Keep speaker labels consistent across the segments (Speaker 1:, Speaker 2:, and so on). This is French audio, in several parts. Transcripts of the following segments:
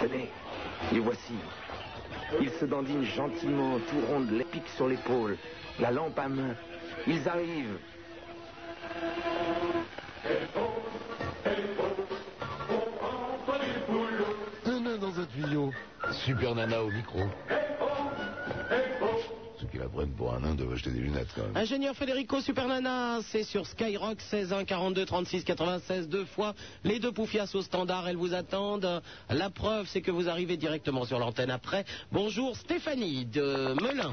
Speaker 1: Tenez, les voici. Ils se dandinent gentiment, tout rondes, les pics sur l'épaule, la lampe à main. Ils arrivent.
Speaker 2: Un nain dans un tuyau.
Speaker 3: Super Nana au micro. Ceux qui la prennent pour un nain doivent acheter des lunettes quand même.
Speaker 4: Ingénieur Federico Supernana, c'est sur Skyrock 16 1 42 36 96 deux fois. Les deux poufias au standard, elles vous attendent. La preuve, c'est que vous arrivez directement sur l'antenne après. Bonjour Stéphanie de Melun.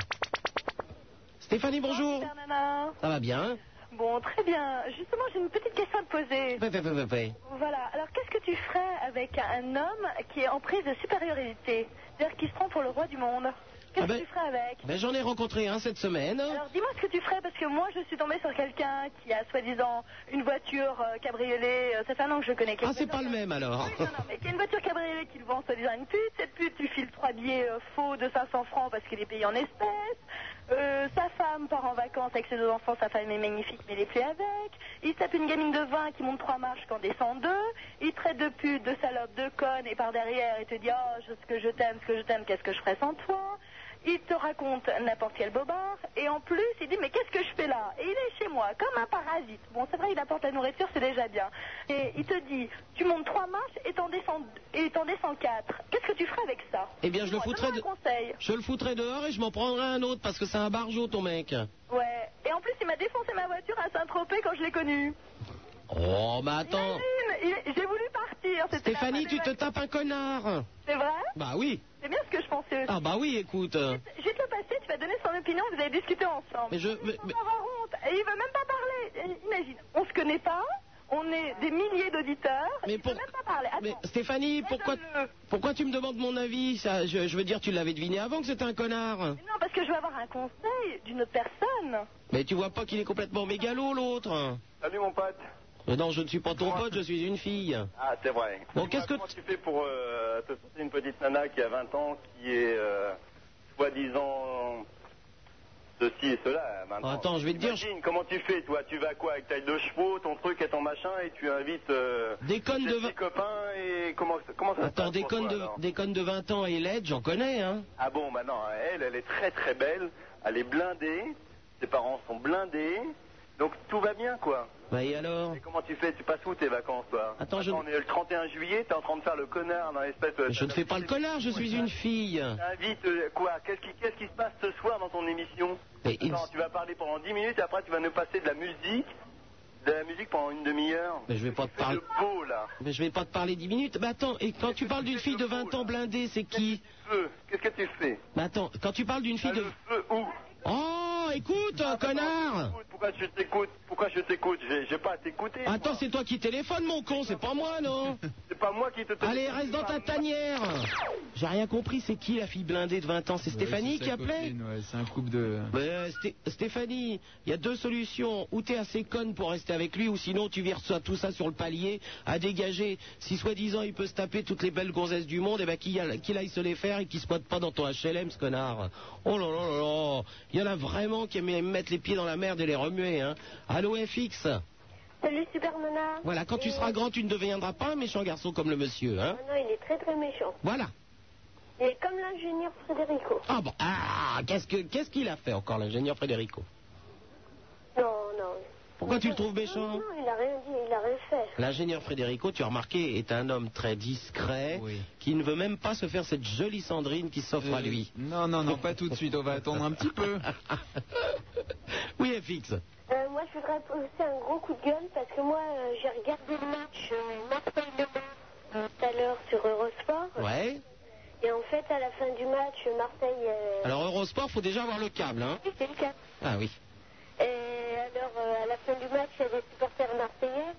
Speaker 4: Stéphanie, bonjour.
Speaker 5: Super Nana.
Speaker 4: Ça va bien hein
Speaker 5: Bon, très bien. Justement, j'ai une petite question à te poser.
Speaker 4: Fais, fais, fais, fais, fais.
Speaker 5: Voilà. Alors, qu'est-ce que tu ferais avec un homme qui est en prise de supériorité C'est-à-dire qui se prend pour le roi du monde. Qu'est-ce
Speaker 4: Ah ben-
Speaker 5: que tu ferais avec
Speaker 4: Ben, J'en ai rencontré un cette semaine.
Speaker 5: Alors, dis-moi ce que tu ferais, parce que moi, je suis tombée sur quelqu'un qui a soi-disant une voiture euh, cabriolet. euh, Ça fait un an que je connais quelqu'un.
Speaker 4: Ah, c'est pas le même alors.
Speaker 5: Oui, non, non, mais qui a une voiture cabriolet qu'il vend soi-disant à une pute. Cette pute, tu files trois billets euh, faux de 500 francs parce qu'il est payé en espèces. Euh, sa femme part en vacances avec ses deux enfants. Sa femme est magnifique, mais il est plus avec. Il tape une gamine de 20 qui monte trois marches qu'en descend deux. Il traite de pute, de salope, de conne et par derrière, il te dit Oh, je- ce que je t'aime, ce que je t'aime, qu'est-ce que je ferais sans toi il te raconte n'importe quel bobard, et en plus, il dit, mais qu'est-ce que je fais là Et il est chez moi, comme un parasite. Bon, c'est vrai, il apporte la nourriture, c'est déjà bien. Et il te dit, tu montes trois marches et t'en descends, et t'en descends quatre. Qu'est-ce que tu ferais avec ça
Speaker 4: Eh bien, je le
Speaker 5: Dis-moi,
Speaker 4: foutrais
Speaker 5: donne-moi
Speaker 4: de-
Speaker 5: un conseil.
Speaker 4: Je le foutrais dehors et je m'en prendrai un autre parce que c'est un barjot ton mec.
Speaker 5: Ouais. Et en plus, il m'a défoncé ma voiture à Saint-Tropez quand je l'ai connu.
Speaker 4: Oh, mais attends.
Speaker 5: Imagine, il- j'ai voulu partir. c'était la
Speaker 4: Stéphanie,
Speaker 5: fin
Speaker 4: tu
Speaker 5: des
Speaker 4: te
Speaker 5: vacances.
Speaker 4: tapes un connard.
Speaker 5: C'est vrai
Speaker 4: Bah oui.
Speaker 5: C'est bien ce que je pensais.
Speaker 4: Ah bah oui, écoute.
Speaker 5: hein Je vais te le passer, tu vas donner son opinion, vous allez discuter ensemble.
Speaker 4: Mais je- mais-
Speaker 5: Sans
Speaker 4: mais-
Speaker 5: avoir honte. Et il veut même pas parler. Eh, Imagine, on se connaît pas, on est des milliers d'auditeurs.
Speaker 4: Mais
Speaker 5: il
Speaker 4: pour-
Speaker 5: veut même pas parler. Attends.
Speaker 4: Mais Stéphanie, pourquoi,
Speaker 5: Laisse-le.
Speaker 4: pourquoi tu me demandes mon avis ça, je, je veux dire, tu l'avais deviné avant que c'était un connard.
Speaker 5: Non, parce que je veux avoir un conseil d'une autre personne.
Speaker 4: Mais tu vois pas qu'il est complètement mégalo, l'autre
Speaker 6: Salut mon pote.
Speaker 4: Mais Non, je ne suis pas ton pote, je suis une fille.
Speaker 6: Ah, c'est vrai.
Speaker 4: Bon, qu'est-ce que
Speaker 6: Comment
Speaker 4: t-
Speaker 6: tu fais pour euh, te sortir une petite nana qui a 20 ans, qui est euh, soi-disant ceci et cela à 20 ans
Speaker 4: Attends, je vais te dire,
Speaker 6: Imagine, comment tu fais, toi Tu vas quoi Avec ta deux chevaux, ton truc et ton machin, et tu invites euh,
Speaker 4: Des connes de
Speaker 6: tes
Speaker 4: vingt-
Speaker 6: petits copains, et comment, comment ça se
Speaker 4: Attends,
Speaker 6: passe
Speaker 4: des
Speaker 6: pour
Speaker 4: connes,
Speaker 6: toi,
Speaker 4: de,
Speaker 6: alors
Speaker 4: des connes de 20 ans et laide, j'en connais, hein.
Speaker 6: Ah bon, bah non, elle, elle est très très belle, elle est blindée, ses parents sont blindés, donc tout va bien, quoi.
Speaker 4: Bah et alors
Speaker 6: Et comment tu fais Tu passes où tes vacances, toi
Speaker 4: Attends, je-
Speaker 6: On est le 31 juillet, t'es en train de faire le connard dans l'espèce de...
Speaker 4: Je ne fais pas le connard, je suis une fille.
Speaker 6: T'invites, euh, quoi Qu'est-ce qui, qu'est-ce qui se passe ce soir dans ton émission
Speaker 4: Mais il-
Speaker 6: Attends, tu vas parler pendant 10 minutes, et après tu vas nous passer de la musique, de la musique pendant une demi-heure.
Speaker 4: Mais je vais pas te
Speaker 6: Fais
Speaker 4: parler...
Speaker 6: le beau, là.
Speaker 4: Mais je vais pas te parler 10 minutes. Mais attends, et quand tu parles d'une fille de 20 ans blindée, c'est qui
Speaker 6: Feu, qu'est-ce que tu fais
Speaker 4: Mais attends, quand tu parles d'une
Speaker 6: T'as
Speaker 4: fille de...
Speaker 6: le feu où Ah, bah,
Speaker 4: Oh, écoute, connard
Speaker 6: Pourquoi je t'écoute Pourquoi je t'écoute J'ai j'ai pas à t'écouter.
Speaker 4: Attends,
Speaker 6: moi.
Speaker 4: c'est toi qui téléphone, mon con, c'est pas moi, non
Speaker 6: c'est pas moi qui te téléphone.
Speaker 4: Allez, reste dans ta tanière J'ai rien compris, c'est qui la fille blindée de 20 ans C'est Stéphanie qui appelait
Speaker 2: C'est un couple de.
Speaker 4: Mais, euh, Sté- Stéphanie, il y a deux solutions. Ou t'es assez conne pour rester avec lui, ou sinon tu vires ça- tout ça sur le palier à dégager. Si soi-disant il peut se taper toutes les belles gonzesses du monde, eh ben qu'il y a- qu'il aille se les faire et qu'il se pote pas dans ton HLM, ce connard. Oh là là là là Il y en a vraiment qui aiment mettre les pieds dans la merde et les remuer. Hein. Allô FX
Speaker 7: Salut Super Nana.
Speaker 4: Voilà, quand tu
Speaker 7: Et-
Speaker 4: seras grand, tu ne deviendras pas un méchant garçon comme le monsieur. Hein.
Speaker 7: Ah non, il est très très méchant.
Speaker 4: Voilà.
Speaker 7: Il est comme l'ingénieur Frédérico.
Speaker 4: Ah bon, ah, qu'est-ce que- qu'est-ce qu'il a fait encore l'ingénieur Frédérico
Speaker 7: Non, non.
Speaker 4: Pourquoi tu le trouves
Speaker 7: Non,
Speaker 4: méchant
Speaker 7: non, il a rien dit, il a rien fait.
Speaker 4: L'ingénieur Frédérico, tu as remarqué, est un homme très discret
Speaker 2: Oui.
Speaker 4: qui ne veut même pas se faire cette jolie Sandrine qui s'offre à
Speaker 2: Euh,
Speaker 4: lui.
Speaker 2: Non, non, non, pas tout de suite. On va attendre un petit peu.
Speaker 4: oui, FX.
Speaker 7: Euh, moi, je voudrais poser un gros coup de gueule parce que moi, euh, j'ai regardé le match euh, Marseille-Lyon euh, tout à l'heure sur Eurosport.
Speaker 4: Ouais.
Speaker 7: Et en fait, à la fin du match, Marseille. euh,
Speaker 4: Alors, Eurosport, faut déjà avoir le câble, hein.
Speaker 7: oui, c'est le cas.
Speaker 4: Ah oui.
Speaker 7: Et alors, euh, à la fin du match, il y a des supporters marseillais.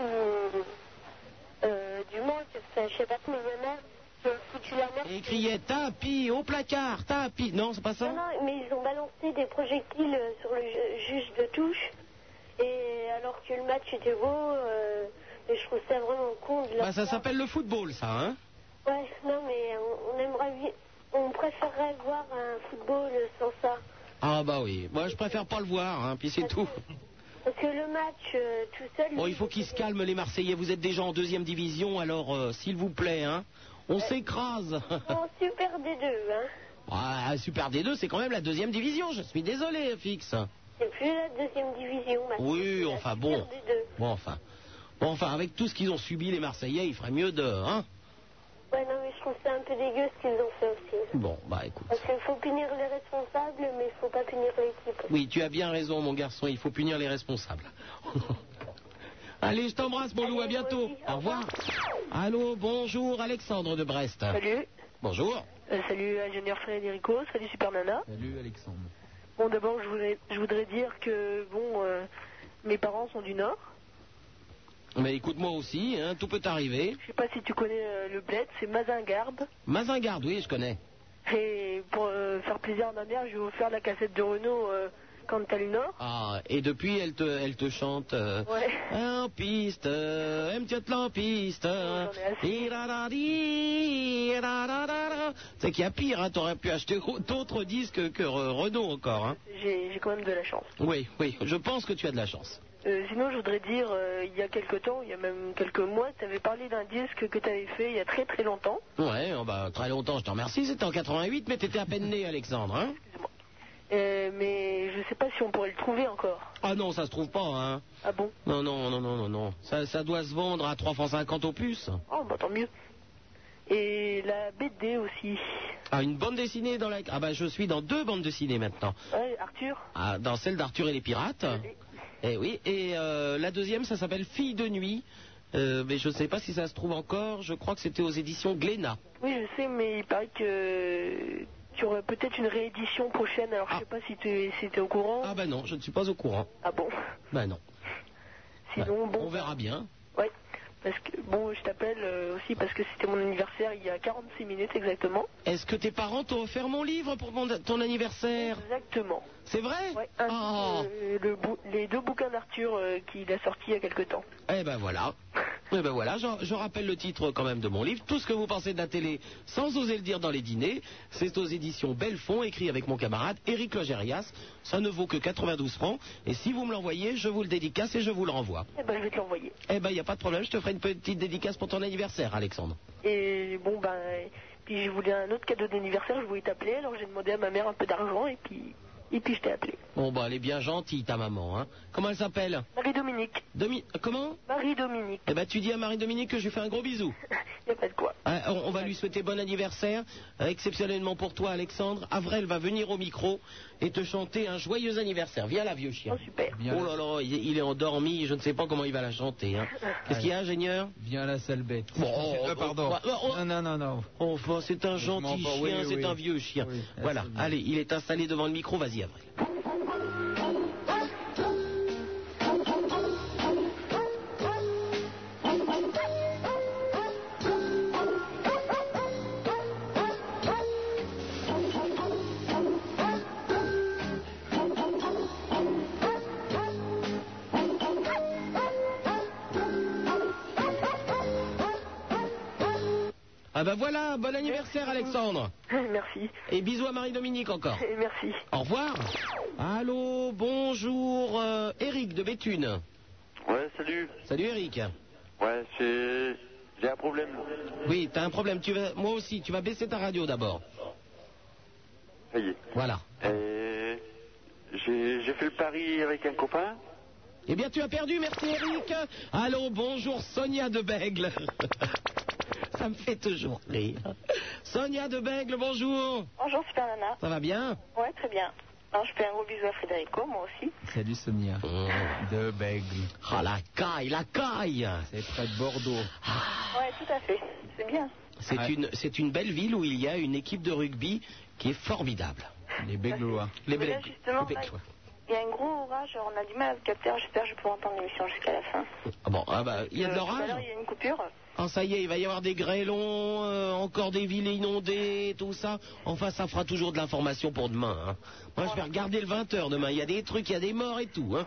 Speaker 7: hum, euh, du monde, enfin, je sais pas comment il y en a, qui ont foutu la merde.
Speaker 4: Et il criait tapis au placard, tapis. Non, c'est pas
Speaker 7: Non,
Speaker 4: ça
Speaker 7: non, mais ils ont balancé des projectiles euh, sur le ju- juge de touche. Et alors que le match était beau, euh, et je trouve ça vraiment con de leur
Speaker 4: Bah, ça
Speaker 7: part.
Speaker 4: s'appelle le football, ça, hein.
Speaker 7: Ouais, non, mais on, on aimerait. vi- On préférerait voir un football sans ça.
Speaker 4: Ah bah oui. Moi, je préfère pas le voir, hein. Puis c'est tout.
Speaker 7: Parce que le match euh, tout seul.
Speaker 4: Bon, il faut
Speaker 7: qu'il
Speaker 4: qu'ils se calment, les Marseillais. Vous êtes déjà en deuxième division, alors euh, s'il vous plaît, hein, on s'écrase.
Speaker 7: En super des deux, hein.
Speaker 4: Ah, Super D2, c'est quand même la deuxième division, je suis désolé, Fix.
Speaker 7: C'est plus la deuxième division bah. maintenant.
Speaker 4: Oui,
Speaker 7: c'est la
Speaker 4: enfin
Speaker 7: Super
Speaker 4: bon.
Speaker 7: des deux.
Speaker 4: Bon, enfin. Bon, enfin, avec tout ce qu'ils ont subi, les Marseillais, il ferait mieux de. Hein
Speaker 7: Ouais, non, mais je trouve ça un peu dégueu ce qu'ils ont fait aussi.
Speaker 4: bon, bah écoute.
Speaker 7: Parce qu'il faut punir les responsables, mais il faut pas punir l'équipe.
Speaker 4: Oui, tu as bien raison, mon garçon, il faut punir les responsables. Allez, je t'embrasse, mon loup, à bientôt. Au revoir. Allô, bonjour, Alexandre de Brest.
Speaker 8: Salut.
Speaker 4: Bonjour.
Speaker 8: Euh, salut ingénieur Frédérico, salut Super Nana.
Speaker 6: Salut Alexandre.
Speaker 8: Bon d'abord je voudrais, je voudrais dire que bon euh, mes parents sont du Nord.
Speaker 4: Mais écoute, moi aussi, hein, tout peut arriver.
Speaker 8: Je sais pas si tu connais euh, le bled, c'est Mazingarbe.
Speaker 4: Mazingarde, oui, je connais.
Speaker 8: Et pour euh, faire plaisir à ma mère, je vais vous faire la cassette de Renault euh, quand t'as le Nord.
Speaker 4: Ah, et depuis, elle te, elle te chante. euh,
Speaker 8: Ouais.
Speaker 4: En piste, euh, aime tu te en piste. hein,
Speaker 8: j'en ai assez.
Speaker 4: Di-ra-ra-di, ra-ra-ra-ra. C'est qu'il y a pire, hein, t'aurais pu acheter d'autres disques que euh, Renault encore. Hein.
Speaker 8: J'ai j'ai quand même de la chance.
Speaker 4: Oui, oui, je pense que tu as de la chance.
Speaker 8: Euh, sinon, je voudrais dire, euh, il y a quelques temps, il y a même quelques mois, tu avais parlé d'un disque que tu avais fait il y a très très longtemps.
Speaker 4: Ouais, oh bah, très longtemps, je te remercie. C'était en 88, mais t'étais à peine né, Alexandre. Hein
Speaker 8: Euh, mais je sais pas si on pourrait le trouver encore.
Speaker 4: ah non, ça se trouve pas, hein.
Speaker 8: Ah bon
Speaker 4: Non, non, non, non, non, non. Ça, ça doit se vendre à 3 francs 50 au puce.
Speaker 8: Oh, bah tant mieux. Et la BD aussi.
Speaker 4: Ah, une bande dessinée dans la... Ah bah, je suis dans deux bandes dessinées maintenant.
Speaker 8: Ouais, Arthur
Speaker 4: Ah, dans celle d'Arthur et les pirates.
Speaker 8: Oui.
Speaker 4: Eh oui, et euh, la deuxième, ça s'appelle Fille de nuit. Euh, mais je ne sais pas si ça se trouve encore. Je crois que c'était aux éditions Glénat.
Speaker 8: Oui, je sais, mais il paraît que tu aurais peut-être une réédition prochaine, alors
Speaker 4: Ah.
Speaker 8: je sais pas si tu es, au courant.
Speaker 4: Ah bah non, je ne suis pas au courant.
Speaker 8: Ah bon
Speaker 4: Bah non.
Speaker 8: Sinon,
Speaker 4: Bah,
Speaker 8: bon.
Speaker 4: On verra bien.
Speaker 8: Ouais. Parce que, bon, je t'appelle euh, aussi parce que c'était mon anniversaire il y a 46 minutes exactement.
Speaker 4: Est-ce que tes parents t'ont offert mon livre pour mon- ton anniversaire
Speaker 8: Exactement.
Speaker 4: C'est vrai
Speaker 8: Ouais, un-
Speaker 4: Oh
Speaker 8: euh, le bou- les deux bouquins d'Arthur euh, qu'il a sortis il y a quelque temps.
Speaker 4: Eh ben voilà. Eh ben voilà, je, je rappelle le titre quand même de mon livre. Tout ce que vous pensez de la télé, sans oser le dire dans les dîners, c'est aux éditions Belfond, écrit avec mon camarade Éric Logérias. Ça ne vaut que 92 francs. Et si vous me l'envoyez, je vous le dédicace et je vous le renvoie.
Speaker 8: Eh ben, je vais te l'envoyer.
Speaker 4: Eh ben, il n'y a pas de problème, je te ferai une petite dédicace pour ton anniversaire, Alexandre.
Speaker 8: Et bon, ben, puis je voulais un autre cadeau d'anniversaire, je voulais t'appeler, alors j'ai demandé à ma mère un peu d'argent et puis, et puis je t'ai appelé.
Speaker 4: Bon, bah, elle est bien gentille, ta maman. Hein. Comment elle s'appelle
Speaker 8: Marie-Dominique.
Speaker 4: Demi... Comment
Speaker 8: Marie-Dominique.
Speaker 4: Eh ben, tu dis à Marie-Dominique que je lui fais un gros bisou.
Speaker 8: Il a pas de quoi.
Speaker 4: Hein, on on va lui souhaiter bon anniversaire, euh, exceptionnellement pour toi Alexandre. Avrel va venir au micro et te chanter un joyeux anniversaire. Viens là, vieux chien.
Speaker 8: Oh, super.
Speaker 4: Oh là là, il, il est endormi, je ne sais pas comment il va la chanter. hein. Qu'est-ce qu'il y a, ingénieur
Speaker 6: Viens la sale bête.
Speaker 4: Bon, oh,
Speaker 6: Ah,
Speaker 4: oh,
Speaker 6: pardon.
Speaker 4: bah, bah, oh.
Speaker 6: Non, non, non, non.
Speaker 4: Enfin, c'est un
Speaker 6: Je m'en
Speaker 4: gentil
Speaker 6: vais,
Speaker 4: chien,
Speaker 6: oui,
Speaker 4: c'est
Speaker 6: oui.
Speaker 4: un vieux chien.
Speaker 6: Oui,
Speaker 4: voilà,
Speaker 6: absolument.
Speaker 4: allez, il est installé devant le micro, vas-y Avril. Ah bah voilà, bon anniversaire Alexandre.
Speaker 8: Merci.
Speaker 4: Et bisous à Marie-Dominique encore.
Speaker 8: Et merci.
Speaker 4: Au revoir. Allô, bonjour, euh, Eric de Béthune.
Speaker 9: Ouais, salut.
Speaker 4: Salut Eric.
Speaker 9: Ouais, c'est. J'ai un problème.
Speaker 4: Oui, t'as un problème, tu vas... moi aussi, tu vas baisser ta radio d'abord.
Speaker 9: Ça y est.
Speaker 4: Voilà.
Speaker 9: Et J'ai j'ai fait le pari avec un copain.
Speaker 4: Eh bien, tu as perdu, merci Eric. Allô, bonjour Sonia de Bègle. Ça me fait toujours rire. Sonia de Bègle, bonjour.
Speaker 8: Bonjour, Super Nana.
Speaker 4: Ça va bien
Speaker 8: Ouais, très bien. Alors, je fais un gros bisou à Frédérico, moi aussi.
Speaker 6: Salut Sonia. De Bègle.
Speaker 4: Ah, Oh. la caille, la caille.
Speaker 6: C'est près de Bordeaux.
Speaker 8: Ouais, tout à fait. C'est bien.
Speaker 4: C'est
Speaker 6: Ouais.
Speaker 4: une, c'est une belle ville où il y a une équipe de rugby qui est formidable.
Speaker 6: Les Béglois.
Speaker 4: Les
Speaker 8: Mais là,
Speaker 4: Bègles-
Speaker 8: justement, bah,
Speaker 4: les Bègles,
Speaker 8: là- Il y a un gros orage, on a du mal à le capter. J'espère que je pourrai entendre l'émission jusqu'à la fin.
Speaker 4: ouais. Ah bon, ah bah, il y a de
Speaker 8: Euh, tout à l'heure,
Speaker 4: l'orage
Speaker 8: Il y a une coupure.
Speaker 4: Ah, ça y est, il va y avoir des grêlons, euh, encore des villes inondées, tout ça. Enfin, ça fera toujours de l'information pour demain. hein. Moi, je vais regarder le 20h demain. Il y a des trucs, il y a des morts et tout. Hein.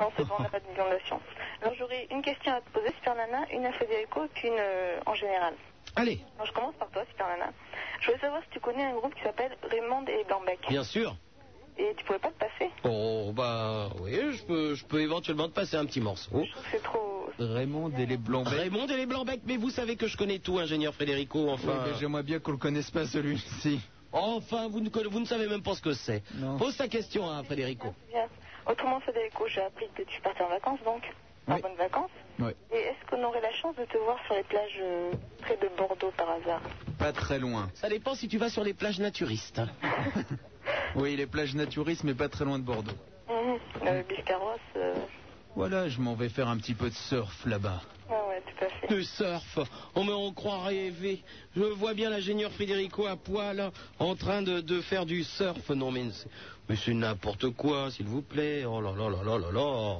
Speaker 8: Non, c'est bon, on n'a pas d'inondation. Alors, j'aurais une question à te poser, Super Nana, une à Frédérico, puis une euh, en général.
Speaker 4: Allez,
Speaker 8: Alors, je commence par toi, Super Nana. Je voulais savoir si tu connais un groupe qui s'appelle Raymond et Blanbec.
Speaker 4: bien sûr.
Speaker 8: Et tu pouvais pas te passer
Speaker 4: Oh, bah oui, je peux, je peux éventuellement te passer un petit morceau.
Speaker 8: Je trouve que c'est trop.
Speaker 10: Raymond et les blancs becs.
Speaker 4: Raymond et les Blancs-Becs, mais vous savez que je connais tout, ingénieur Frédérico, enfin.
Speaker 10: Ouais, mais J'aimerais bien qu'on le connaisse pas celui-ci.
Speaker 4: Enfin, vous ne, conna- vous ne savez même pas ce que c'est.
Speaker 10: Non.
Speaker 4: Pose ta question hein, à Frédérico.
Speaker 8: c'est bien. Autrement, Federico, j'ai appris que tu partais en vacances donc. En
Speaker 10: Oui.
Speaker 8: bonnes vacances.
Speaker 10: Ouais.
Speaker 8: Et est-ce qu'on aurait la chance de te voir sur les plages euh, près de Bordeaux par hasard
Speaker 10: Pas très loin.
Speaker 4: Ça dépend si tu vas sur les plages naturistes.
Speaker 10: Oui, les plages naturistes, mais pas très loin de Bordeaux.
Speaker 8: Mhm. Euh, Biscarrosse. euh,
Speaker 10: Voilà, je m'en vais faire un petit peu de surf là-bas.
Speaker 8: Ouais, ouais, tout à fait.
Speaker 4: Le surf, on me on croit rêver. Je vois bien l'ingénieur Frédérico à poil en train de, de faire du surf. Non mais c'est- mais c'est n'importe quoi, s'il vous plaît. Oh là là là là là là.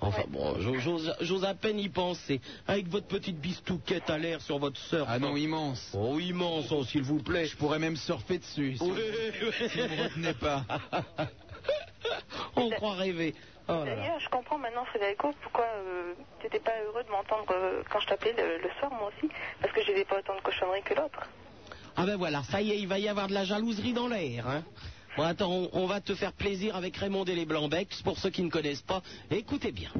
Speaker 4: Enfin bon, j'ose- j'ose j'ose à peine y penser. Avec votre petite bistouquette à l'air sur votre surf.
Speaker 10: Ah non, immense.
Speaker 4: Oh immense, oh, s'il vous plaît.
Speaker 10: Je pourrais même surfer dessus. si
Speaker 4: Oui,
Speaker 10: vous ne
Speaker 4: oui.
Speaker 10: retenez pas.
Speaker 4: on croit rêver. Oh là là.
Speaker 8: D'ailleurs, je comprends maintenant, Frédérico, pourquoi euh, t'étais pas heureux de m'entendre euh, quand je t'appelais le, le soir, moi aussi, parce que je n'avais pas autant de cochonneries que l'autre.
Speaker 4: Ah ben voilà, ça y est, il va y avoir de la jalouserie dans l'air. Hein bon attends, on, on va te faire plaisir avec Raymond et les Blancs-Becs, pour ceux qui ne connaissent pas. Écoutez bien.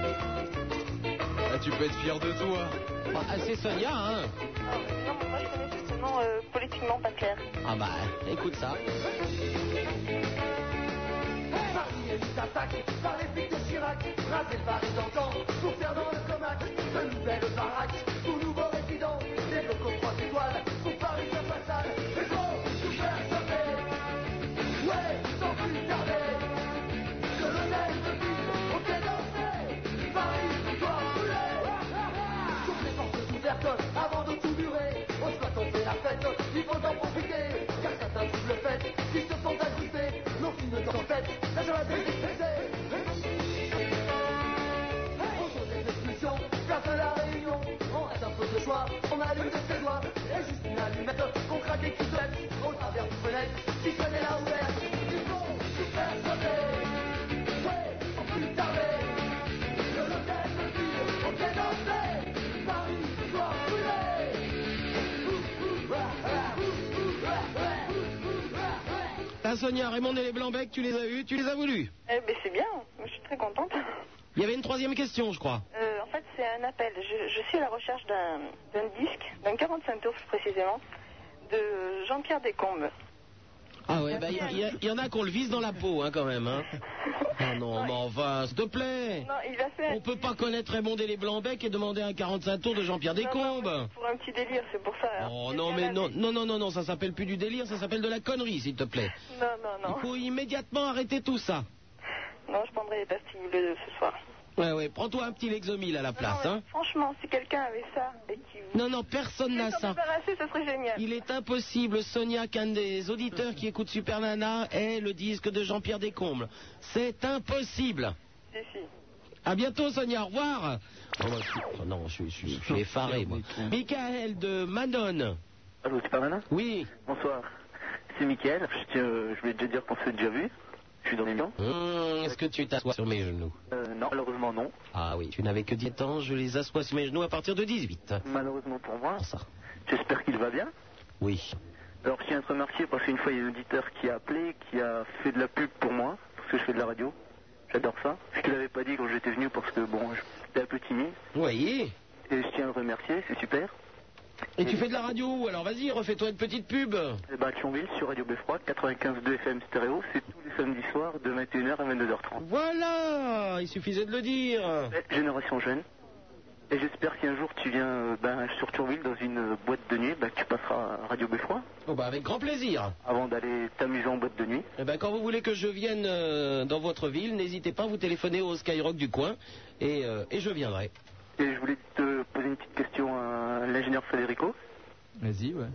Speaker 10: Ah, tu peux être fier de toi.
Speaker 4: Ah, ah, c'est Sonia, hein
Speaker 8: Non, mais moi je connais justement euh, politiquement pas clair.
Speaker 4: Ah bah, écoute ça. Ah Sonia, Raymond et les Blancs-Becs, tu les as eus, tu les as voulus.
Speaker 8: Eh ben c'est bien, moi, je suis très contente.
Speaker 4: Il y avait une troisième question, je crois.
Speaker 8: Euh, en fait, c'est un appel. Je, je suis à la recherche d'un d'un disque, d'un 45 tours plus précisément, de Jean-Pierre Descombes.
Speaker 4: Ah ouais, bah il y a- il y, a- il y en a qu'on le vise dans la peau, hein, quand même, hein. Ah non, mais enfin, s'il te plaît
Speaker 8: Non, il a fait un-
Speaker 4: On peut pas connaître Raymond et les Blancs-Becs et demander un 45 tours de Jean-Pierre
Speaker 8: Non, non,
Speaker 4: Descombes
Speaker 8: Pour un petit délire, c'est pour ça. hein.
Speaker 4: Oh
Speaker 8: C'est
Speaker 4: non
Speaker 8: bien
Speaker 4: mais
Speaker 8: la-
Speaker 4: non non non non non ça s'appelle plus du délire ça s'appelle de la connerie s'il te plaît.
Speaker 8: Non, non, non.
Speaker 4: Il faut immédiatement arrêter tout ça.
Speaker 8: Non, je prendrai les pastilles bleues ce soir.
Speaker 4: Ouais ouais prends-toi un petit Lexomil à la place
Speaker 8: Non, mais
Speaker 4: hein.
Speaker 8: Franchement, si quelqu'un avait ça et qui vous.
Speaker 4: Non non personne n'a ça.
Speaker 8: débarrasser, ça serait génial.
Speaker 4: Il est impossible, Sonia, qu'un des auditeurs qui écoute Super Nana ait le disque de Jean-Pierre Descombes. C'est impossible.
Speaker 8: Si, si.
Speaker 4: À bientôt, Sonia. Au revoir. Oh, bah, je suis- oh, non, je, suis- je suis- je suis effaré, moi. Michael de Manon.
Speaker 6: Allô, Superman
Speaker 4: Oui.
Speaker 6: Bonsoir. C'est Mickaël. Je, tiens, euh, je voulais déjà dire qu'on s'est déjà vu. Je suis dans les lions.
Speaker 4: Hum, Est-ce que tu t'assois sur mes genoux
Speaker 6: Euh, non, malheureusement non.
Speaker 4: Ah oui, tu n'avais que 10 ans. Je les assois sur mes genoux à partir de 18.
Speaker 6: Malheureusement pour moi.
Speaker 4: Pour ça.
Speaker 6: J'espère qu'il va bien.
Speaker 4: Oui.
Speaker 6: Alors je tiens à te remercier parce qu'une fois il y a un auditeur qui a appelé, qui a fait de la pub pour moi, parce que je fais de la radio. J'adore ça. Je te l'avais pas dit quand j'étais venu parce que bon, j'étais un peu timide.
Speaker 4: Oui.
Speaker 6: Et je tiens à le remercier, c'est super.
Speaker 4: Et tu fais de la radio Alors vas-y, refais-toi une petite pub.
Speaker 6: Eh ben, à Thionville sur Radio Beffroi, 95.2 FM stéréo, c'est tous les samedis soirs de 21h à 22h30.
Speaker 4: Voilà. Il suffisait de le dire.
Speaker 6: Ouais, Génération jeune. Et j'espère qu'un jour tu viens euh, ben, sur Tourville dans une euh, boîte de nuit, ben, tu passeras à Radio Beffroi
Speaker 4: Oh, bah, avec grand plaisir.
Speaker 6: avant d'aller t'amuser en boîte de nuit.
Speaker 4: Eh ben, quand vous voulez que je vienne euh, dans votre ville, n'hésitez pas, vous téléphonez au Skyrock du coin et, euh, et je viendrai.
Speaker 6: Et je voulais te poser une petite question à l'ingénieur Federico.
Speaker 10: Vas-y, ouais.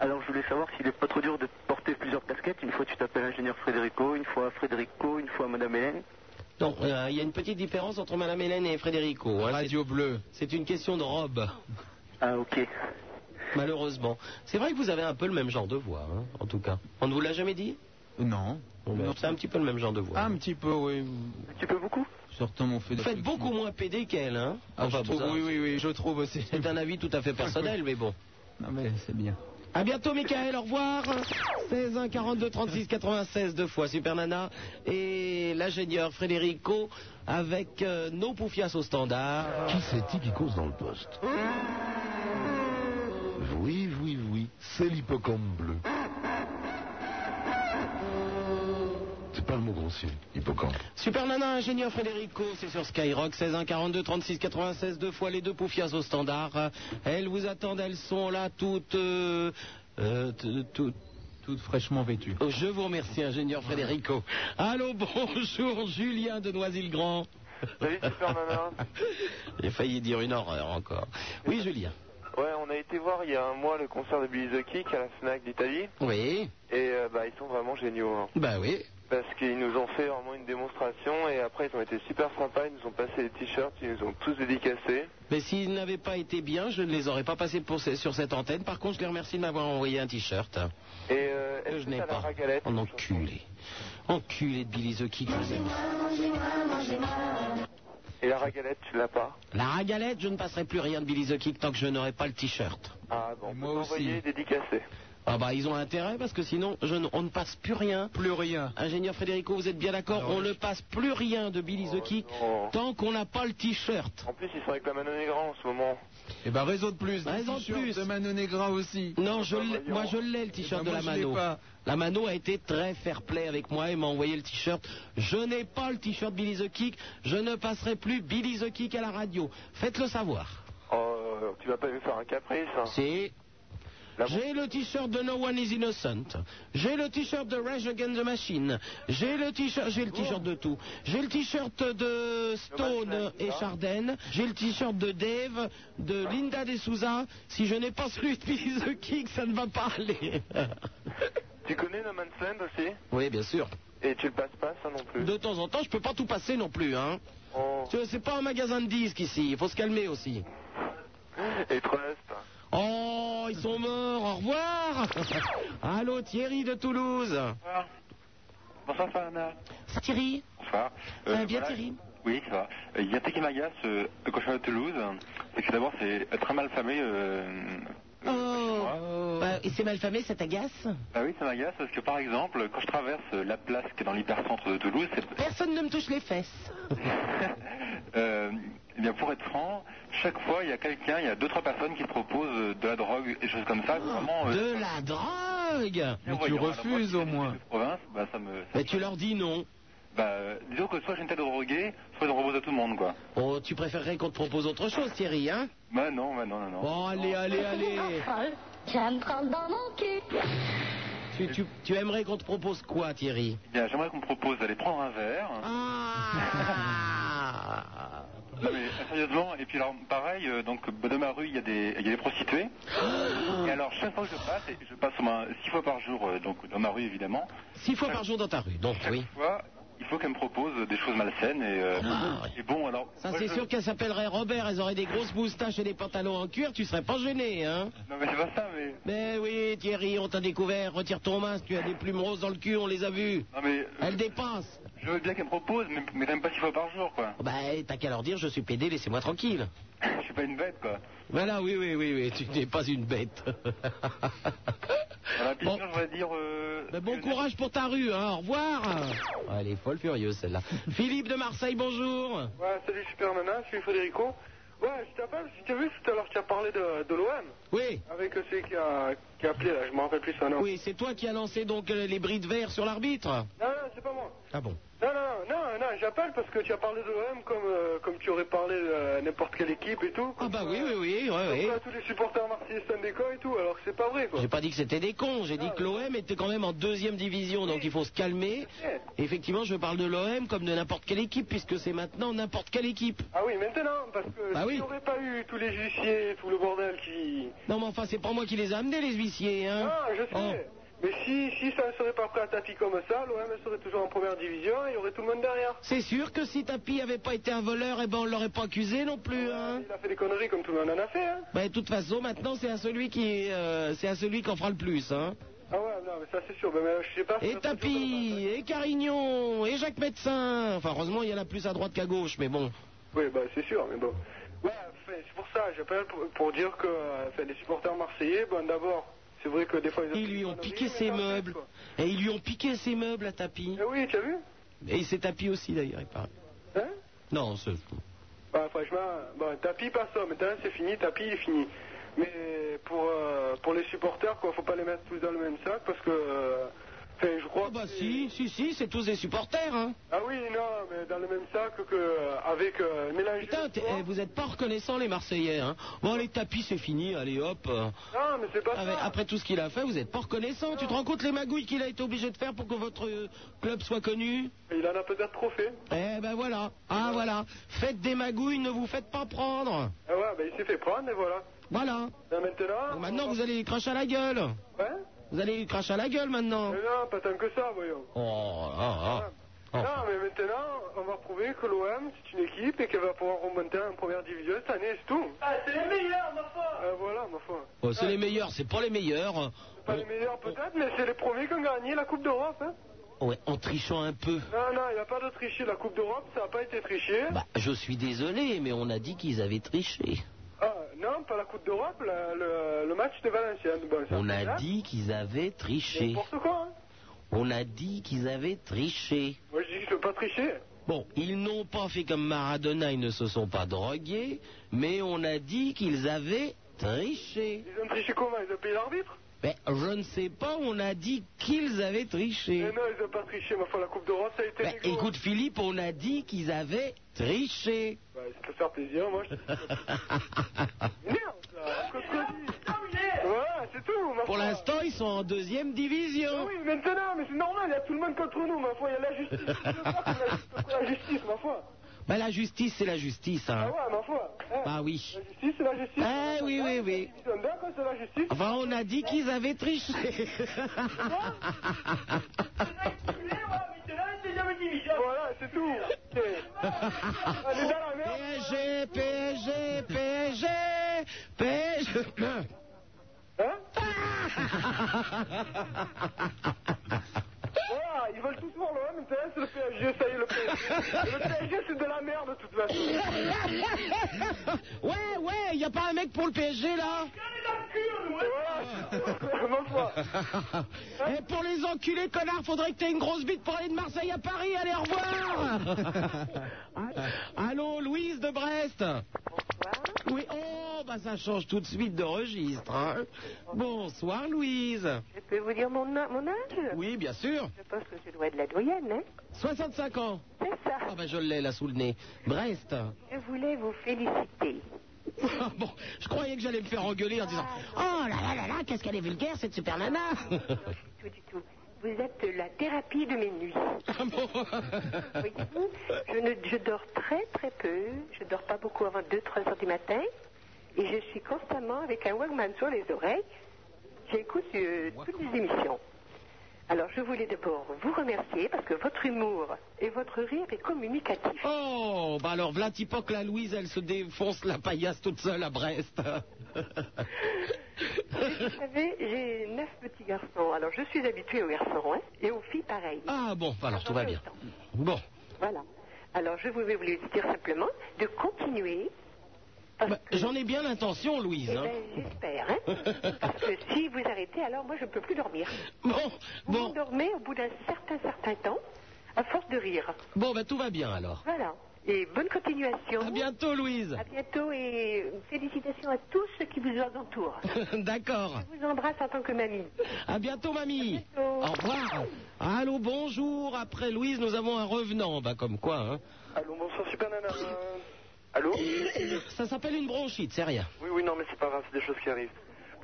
Speaker 6: Alors je voulais savoir s'il n'est pas trop dur de porter plusieurs casquettes. Une fois tu t'appelles ingénieur Federico, une fois Federico, une fois Madame Hélène.
Speaker 4: Non, euh, il y a une petite différence entre Madame Hélène et Frédérico. hein.
Speaker 10: Radio Bleu.
Speaker 4: C'est une question de robe,
Speaker 6: Ah ok.
Speaker 4: malheureusement. C'est vrai que vous avez un peu le même genre de voix, hein, en tout cas. On ne vous l'a jamais dit
Speaker 10: Non.
Speaker 4: Bon, ben, C'est un petit peu le même genre de voix.
Speaker 10: Ah, un petit peu, oui.
Speaker 6: Tu peux beaucoup
Speaker 10: Sortant mon feu
Speaker 4: Vous
Speaker 10: de
Speaker 4: faites
Speaker 10: collection.
Speaker 4: beaucoup moins pédé qu'elle, hein
Speaker 10: Ah,
Speaker 4: Enfin,
Speaker 10: je trouve,
Speaker 4: bon, ça,
Speaker 10: oui, oui, oui, je trouve aussi.
Speaker 4: C'est un avis tout à fait personnel, mais bon.
Speaker 10: Non, mais c'est bien.
Speaker 4: À bientôt, Michael. Au revoir. 16 1 42 36 96 deux fois Super Nana et l'ingénieur Frédérico avec euh, nos poufias au standard.
Speaker 11: Qui c'est-il qui cause dans le poste Oui, oui, oui, c'est l'hippocampe bleu. C'est pas un mot grossier, hippocampe.
Speaker 4: Super Nana, ingénieur Frédérico, c'est sur Skyrock 16 1 42 36 96 deux fois les deux poufias au standard. Elles vous attendent, elles sont là toutes. euh, euh, t- toutes-
Speaker 10: Toute fraîchement vêtue.
Speaker 4: Oh, Je vous remercie, ingénieur Frédérico. Allô, bonjour, Julien de Noisy-le-Grand.
Speaker 9: Salut Super Nana.
Speaker 4: J'ai failli dire une horreur encore. Oui, Julien.
Speaker 9: Ouais, on a été voir il y a un mois le concert de Billy the Kick à la Fnac d'Italie
Speaker 4: Oui,
Speaker 9: et euh, bah ils sont vraiment géniaux hein.
Speaker 4: bah oui.
Speaker 9: parce qu'ils nous ont fait vraiment une démonstration et après ils ont été super sympas, ils nous ont passé des t-shirts, ils nous ont tous dédicacés.
Speaker 4: Mais s'ils n'avaient pas été bien, je ne les aurais pas passés pour ce- sur cette antenne. Par contre, je les remercie de m'avoir envoyé un t-shirt. hein,
Speaker 9: Et euh,
Speaker 4: Que
Speaker 9: est-ce
Speaker 4: je
Speaker 9: que
Speaker 4: n'ai
Speaker 9: t'as la
Speaker 4: pas.
Speaker 9: ragalette
Speaker 4: En enculé. Enculé de Billy the Kick, je vous aime.
Speaker 9: Et la ragalette tu l'as pas
Speaker 4: La ragalette, je ne passerai plus rien de Billy the Kick tant que je n'aurai pas le t-shirt.
Speaker 9: Ah bon,
Speaker 10: Moi
Speaker 9: vous
Speaker 10: aussi.
Speaker 9: envoyez dédicacé.
Speaker 4: Ah bah, ils ont intérêt parce que sinon, je ne- on ne passe plus rien.
Speaker 10: Plus rien. Ah
Speaker 4: Ingénieur Frédérico, vous êtes bien d'accord On ne passe plus rien de Billy the Kick
Speaker 9: Oh non.
Speaker 4: tant qu'on n'a pas le t-shirt.
Speaker 9: En plus ils sont avec la Manon Negra en ce moment.
Speaker 10: Eh ben, réseau de plus. des
Speaker 4: Raison de
Speaker 10: t-shirts
Speaker 4: plus.
Speaker 10: De Manon Negra aussi.
Speaker 4: Non, je
Speaker 9: bah,
Speaker 4: l'ai-
Speaker 9: voyons.
Speaker 4: moi je l'ai le t-shirt
Speaker 10: Eh
Speaker 4: de
Speaker 10: ben,
Speaker 4: la
Speaker 10: moi, je l'ai
Speaker 4: Mano.
Speaker 10: pas.
Speaker 4: La Mano a été très fair play avec moi et m'a envoyé le t-shirt. Je n'ai pas le t-shirt Billy the Kick. Je ne passerai plus Billy the Kick à la radio. Faites-le savoir.
Speaker 9: Oh, tu vas pas me faire un caprice. hein.
Speaker 4: C'est.
Speaker 9: La-
Speaker 4: J'ai le t-shirt de No One Is Innocent. J'ai le t-shirt de Rage Against the Machine. J'ai le t-shirt, j'ai le t-shirt de tout. J'ai le t-shirt de Stone
Speaker 9: Master,
Speaker 4: et
Speaker 9: hein.
Speaker 4: Charden. J'ai le t-shirt de Dave, de
Speaker 9: Ah.
Speaker 4: Linda De Souza. Si je n'ai pas celui de Billy the Kick, ça ne va pas aller.
Speaker 9: Tu connais No Man's Land aussi
Speaker 4: Oui, bien sûr.
Speaker 9: Et tu le passes pas ça non plus
Speaker 4: De temps en temps, je peux pas tout passer non plus, hein.
Speaker 9: Oh.
Speaker 4: Tu vois, C'est pas un magasin de disques ici, il faut se calmer aussi.
Speaker 9: Et Trust
Speaker 4: Oh, ils sont morts, au revoir Allô, Thierry de Toulouse
Speaker 6: Bonsoir Farana.
Speaker 4: Thierry
Speaker 6: Bonsoir.
Speaker 4: Ça va Euh, bien, Thierry
Speaker 6: euh, Oui, ça va. Euh, Il y a Tekimagas, euh, quand je suis à Toulouse. Et que d'abord, c'est très mal famé. Euh, euh, chez moi.
Speaker 4: Bah, Et c'est mal famé, ça t'agace
Speaker 6: Bah oui, ça m'agace parce que par exemple, quand je traverse euh, la place qui est dans l'hypercentre de Toulouse, c'est
Speaker 4: Personne ne me touche les fesses.
Speaker 6: Euh, eh bien, pour être franc, chaque fois, il y a quelqu'un, il y a deux, trois personnes qui proposent euh, de la drogue, des choses comme
Speaker 4: Ah.
Speaker 6: ça. Vraiment, euh,
Speaker 4: De la drogue
Speaker 6: bien
Speaker 10: Mais tu
Speaker 6: voyant.
Speaker 10: refuses,
Speaker 6: Alors,
Speaker 10: au
Speaker 6: moi,
Speaker 10: moins.
Speaker 6: qui viens de province, bah, ça me. ça
Speaker 4: Mais
Speaker 6: me-
Speaker 4: tu leur dis non.
Speaker 6: Bah, euh, disons que soit j'ai une tête de drogué, soit je repose à tout le monde, quoi.
Speaker 4: Oh, tu préférerais qu'on te propose autre chose, Thierry, hein
Speaker 6: Bah non, bah non, non, non.
Speaker 4: Bon, allez, allez, allez
Speaker 7: J'aime prendre dans mon cul.
Speaker 4: tu, tu- tu aimerais qu'on te propose quoi, Thierry
Speaker 6: Eh bien, j'aimerais qu'on me propose d'aller prendre un verre.
Speaker 4: Ah
Speaker 6: Non, mais euh, sérieusement, et puis alors, pareil, euh, donc, bah, dans ma rue, il y a des, il y a des prostituées. Et alors, chaque fois que je passe, et je passe au moins six fois par jour, euh, donc, dans ma rue, évidemment.
Speaker 4: Six fois par jour dans ta rue, donc oui.
Speaker 6: fois, il faut qu'elle me propose des choses malsaines et, euh,
Speaker 4: Ah, ouais.
Speaker 6: et bon alors.
Speaker 4: Ça,
Speaker 6: moi,
Speaker 4: c'est
Speaker 6: je-
Speaker 4: sûr qu'elles s'appelleraient Robert, elles auraient des grosses moustaches et des pantalons en cuir, tu serais pas gêné, hein
Speaker 6: Non mais c'est pas ça mais.
Speaker 4: Mais oui, Thierry, on t'a découvert, retire ton masque, tu as des plumes roses dans le cul, on les a vues.
Speaker 6: Non mais euh,
Speaker 4: Elles dépassent.
Speaker 6: je veux bien qu'elle me propose mais, mais quand même pas six fois par jour quoi.
Speaker 4: Bah, t'as qu'à leur dire, je suis pédé, laissez-moi tranquille.
Speaker 6: Je suis pas une bête quoi.
Speaker 4: Voilà, oui, oui, oui, oui, tu n'es pas une bête.
Speaker 6: Voilà, puis
Speaker 4: Bon.
Speaker 6: sinon, je voudrais dire. euh,
Speaker 4: Mais bon
Speaker 6: que-
Speaker 4: courage pour ta rue, hein, au revoir. Oh, elle est folle furieuse, celle-là. Philippe de Marseille, bonjour.
Speaker 9: Ouais, salut Super Nana, je suis Frédérico. Ouais, je t'appelle, je t'ai vu tout à l'heure, tu as parlé de, de l'OM
Speaker 4: Oui,
Speaker 9: avec celui qui a, qui a appelé là, je me rappelle plus son nom.
Speaker 4: oui, c'est toi qui as lancé donc euh, les bris de verre sur l'arbitre
Speaker 9: Non, non, c'est pas moi.
Speaker 4: Ah bon
Speaker 9: Non, non, non, non, j'appelle parce que tu as parlé de l'OM comme, euh, comme tu aurais parlé de euh, n'importe quelle équipe et tout.
Speaker 4: Ah bah oui, oui, oui, oui, oui.
Speaker 9: Comme ça, tous les supporters marseillais sont des cons et tout, alors que c'est pas vrai quoi.
Speaker 4: J'ai pas dit que c'était des cons, j'ai
Speaker 9: Ah,
Speaker 4: dit que l'OM était quand même en deuxième division, donc il faut se calmer. Effectivement, je parle de l'OM comme de n'importe quelle équipe, puisque c'est maintenant n'importe quelle équipe.
Speaker 9: Ah oui, maintenant, parce que
Speaker 4: Bah
Speaker 9: si
Speaker 4: oui.
Speaker 9: n'y aurait pas eu tous les huissiers, tout le bordel qui.
Speaker 4: Non mais enfin, c'est pas moi qui les ai amenés, les huissiers, hein
Speaker 9: Ah, je sais.
Speaker 4: Oh.
Speaker 9: Mais si, si ça ne serait pas pris à tapis comme ça, l'OM serait toujours en première division et il y aurait tout le monde derrière.
Speaker 4: C'est sûr que si Tapi avait pas été un voleur, eh ben on l'aurait pas accusé non plus, hein
Speaker 9: Ah,
Speaker 4: Ben,
Speaker 9: Il a fait des conneries comme tout le monde en a fait, hein.
Speaker 4: Bah de toute façon, maintenant c'est à celui qui, euh, c'est à celui qui en fera le plus, hein
Speaker 9: Ah ouais, non, mais ça c'est sûr. Mais, mais, je sais pas.
Speaker 4: Et Tapi, et Carignon, et Jacques Médecin. Enfin, heureusement, il y en a plus à droite qu'à gauche, mais bon.
Speaker 9: Oui, bah c'est sûr, mais bon. Ouais, enfin, c'est pour ça, j'appelle pour, pour dire que euh, enfin, les supporters marseillais, bon d'abord, c'est vrai que des fois
Speaker 4: Ils lui ont piqué ses meubles. Et ils lui ont piqué ses meubles à Tapi.
Speaker 9: Ah oui, tu as vu
Speaker 4: Et ses tapis aussi, d'ailleurs, il paraît.
Speaker 9: Hein
Speaker 4: Non, c'est...
Speaker 9: Bah, franchement, bon, tapis pas ça, maintenant c'est fini, tapis il est fini. Mais pour, euh, pour les supporters, quoi, faut pas les mettre tous dans le même sac parce que. euh, Enfin, je crois.
Speaker 4: bah si, si, si, c'est tous des supporters, hein.
Speaker 9: Ah oui, non, mais dans le même sac que euh, avec euh, mélange.
Speaker 4: Putain, t'es- eh, vous êtes pas reconnaissant les Marseillais, hein. Bon, les tapis, c'est fini, allez hop. euh.
Speaker 9: Non, mais c'est pas
Speaker 4: Avec- Après tout ce qu'il a fait, vous êtes pas reconnaissant. Tu te rends compte les magouilles qu'il a été obligé de faire pour que votre euh, club soit connu
Speaker 9: Il en a peut-être trop fait.
Speaker 4: Eh ben voilà. Ah voilà. Faites des magouilles, ne vous faites pas prendre.
Speaker 9: Ah ouais, bah il s'est fait prendre et voilà.
Speaker 4: Voilà.
Speaker 9: Là, maintenant.
Speaker 4: Donc maintenant, vous allez lui cracher à la gueule.
Speaker 9: Ouais
Speaker 4: Vous allez lui cracher à la gueule maintenant.
Speaker 9: Mais non, pas tant que ça, voyons.
Speaker 4: Oh, ah,
Speaker 9: Non, mais maintenant, on va prouver que l'OM, c'est une équipe et qu'elle va pouvoir remonter en première division cette année, c'est tout. Ah, c'est les meilleurs, ma foi Ah, voilà, ma foi.
Speaker 4: Oh, c'est les meilleurs, c'est pas les meilleurs.
Speaker 9: Pas les meilleurs peut-être, mais c'est les premiers qui ont gagné la Coupe d'Europe, hein.
Speaker 4: Ouais, en trichant un peu.
Speaker 9: Non, non, il n'y a pas de triché. La Coupe d'Europe, ça n'a pas été triché.
Speaker 4: Bah, je suis désolé, mais on a dit qu'ils avaient triché.
Speaker 9: Ah, non, pas la Coupe d'Europe, la- le, le match de Valenciennes. Bon, ça,
Speaker 4: On
Speaker 9: c'est là.
Speaker 4: a dit qu'ils avaient triché.
Speaker 9: N'importe quoi, hein.
Speaker 4: On a dit qu'ils avaient triché.
Speaker 9: Moi, je dis que je ne pas tricher.
Speaker 4: Bon, ils n'ont pas fait comme Maradona, ils ne se sont pas drogués, mais on a dit qu'ils avaient triché.
Speaker 9: Ils ont triché comment Ils ont payé l'arbitre
Speaker 4: Mais je ne sais pas, on a dit qu'ils avaient triché.
Speaker 9: Mais Eh non, ils n'ont pas triché, ma foi, la Coupe d'Europe, ça a été
Speaker 4: Bah,
Speaker 9: négro.
Speaker 4: écoute Philippe, on a dit qu'ils avaient triché.
Speaker 9: Bah, ça peut faire plaisir, moi. Je... Merde, là, qu'est-ce qu'on dit Voilà, c'est tout, ma
Speaker 4: Pour
Speaker 9: foi.
Speaker 4: l'instant, ils sont en deuxième division.
Speaker 9: Ah Oui, maintenant, mais c'est normal, il y a tout le monde contre nous, ma foi, il y a la justice. Je veux pas qu'on agisse contre la justice, ma foi.
Speaker 4: Bah, la justice, c'est la justice.
Speaker 9: Ah
Speaker 4: Hein.
Speaker 9: ouais, ma foi. Eh,
Speaker 4: Bah oui.
Speaker 9: La justice, c'est la justice.
Speaker 4: Ah oui, oui, oui.
Speaker 9: Ils sont d'accord, c'est hein, la justice.
Speaker 4: Enfin, on a dit qu'ils avaient triché.
Speaker 9: Voilà, c'est tout. Ok. Allez, dans la merde.
Speaker 4: PSG, PSG, PSG, PSG.
Speaker 9: Voilà, ils veulent tous voir l'OM, maintenant, c'est le PSG, ça y est, le PSG. Le PSG, c'est de la merde, de toute façon.
Speaker 4: Ouais, ouais, y a pas un mec pour le PSG là
Speaker 9: Hein
Speaker 4: Et Eh, pour les enculés, connards, faudrait que t'aies une grosse bite pour aller de Marseille à Paris, allez, au revoir Allô, Louise de Brest Oui, oh, bah ça change tout de suite de registre. hein. Bonsoir, Louise.
Speaker 8: Je peux vous dire mon, na- mon âge
Speaker 4: Oui, bien sûr.
Speaker 8: Je pense que je dois être la doyenne, hein
Speaker 4: 65 ans. C'est ça. Ah, bah je l'ai là sous le nez. Brest.
Speaker 8: Je voulais vous féliciter.
Speaker 4: Ah bon, je croyais que j'allais me faire engueuler en disant
Speaker 8: Ah,
Speaker 4: Oh là là là là, qu'est-ce qu'elle est vulgaire cette super nana
Speaker 8: Vous êtes la thérapie de mes nuits. Voyez-vous, je, ne- je dors très très peu. Je dors pas beaucoup avant 2-3 heures du matin. Et je suis constamment avec un Walkman sur les oreilles. J'écoute euh, toutes les émissions. Alors je voulais d'abord vous remercier parce que votre humour et votre rire est communicatif.
Speaker 4: Oh, bah alors Vlatipoc, la Louise, elle se défonce la paillasse toute seule à Brest.
Speaker 8: Vous savez, j'ai neuf petits garçons. Alors, je suis habituée aux garçons, hein, et aux filles pareil.
Speaker 4: ah bon, bah alors tout va bien. Bon,
Speaker 8: Voilà. Alors, je vous voulais vous dire simplement de continuer. Parce
Speaker 4: bah, j'en ai bien l'intention, Louise.
Speaker 8: Eh
Speaker 4: hein.
Speaker 8: ben, j'espère, hein. Parce que si vous arrêtez, alors moi, je ne peux plus dormir.
Speaker 4: Bon,
Speaker 8: Vous vous dormez au bout d'un certain, certain temps, à force de rire.
Speaker 4: Bon, bah tout va bien alors.
Speaker 8: Voilà. Et bonne continuation.
Speaker 4: À bientôt, Louise.
Speaker 8: À bientôt et félicitations à tous ceux qui vous entourent.
Speaker 4: D'accord.
Speaker 8: Je vous embrasse en tant que mamie.
Speaker 4: À bientôt, mamie. Au revoir. Allô, bonjour. Après Louise, nous avons un revenant. Bah, comme quoi, hein.
Speaker 9: Allô, bonsoir, super nana.
Speaker 4: Allô Ça s'appelle une bronchite, c'est rien.
Speaker 9: Oui, oui, non, mais c'est pas grave, c'est des choses qui arrivent.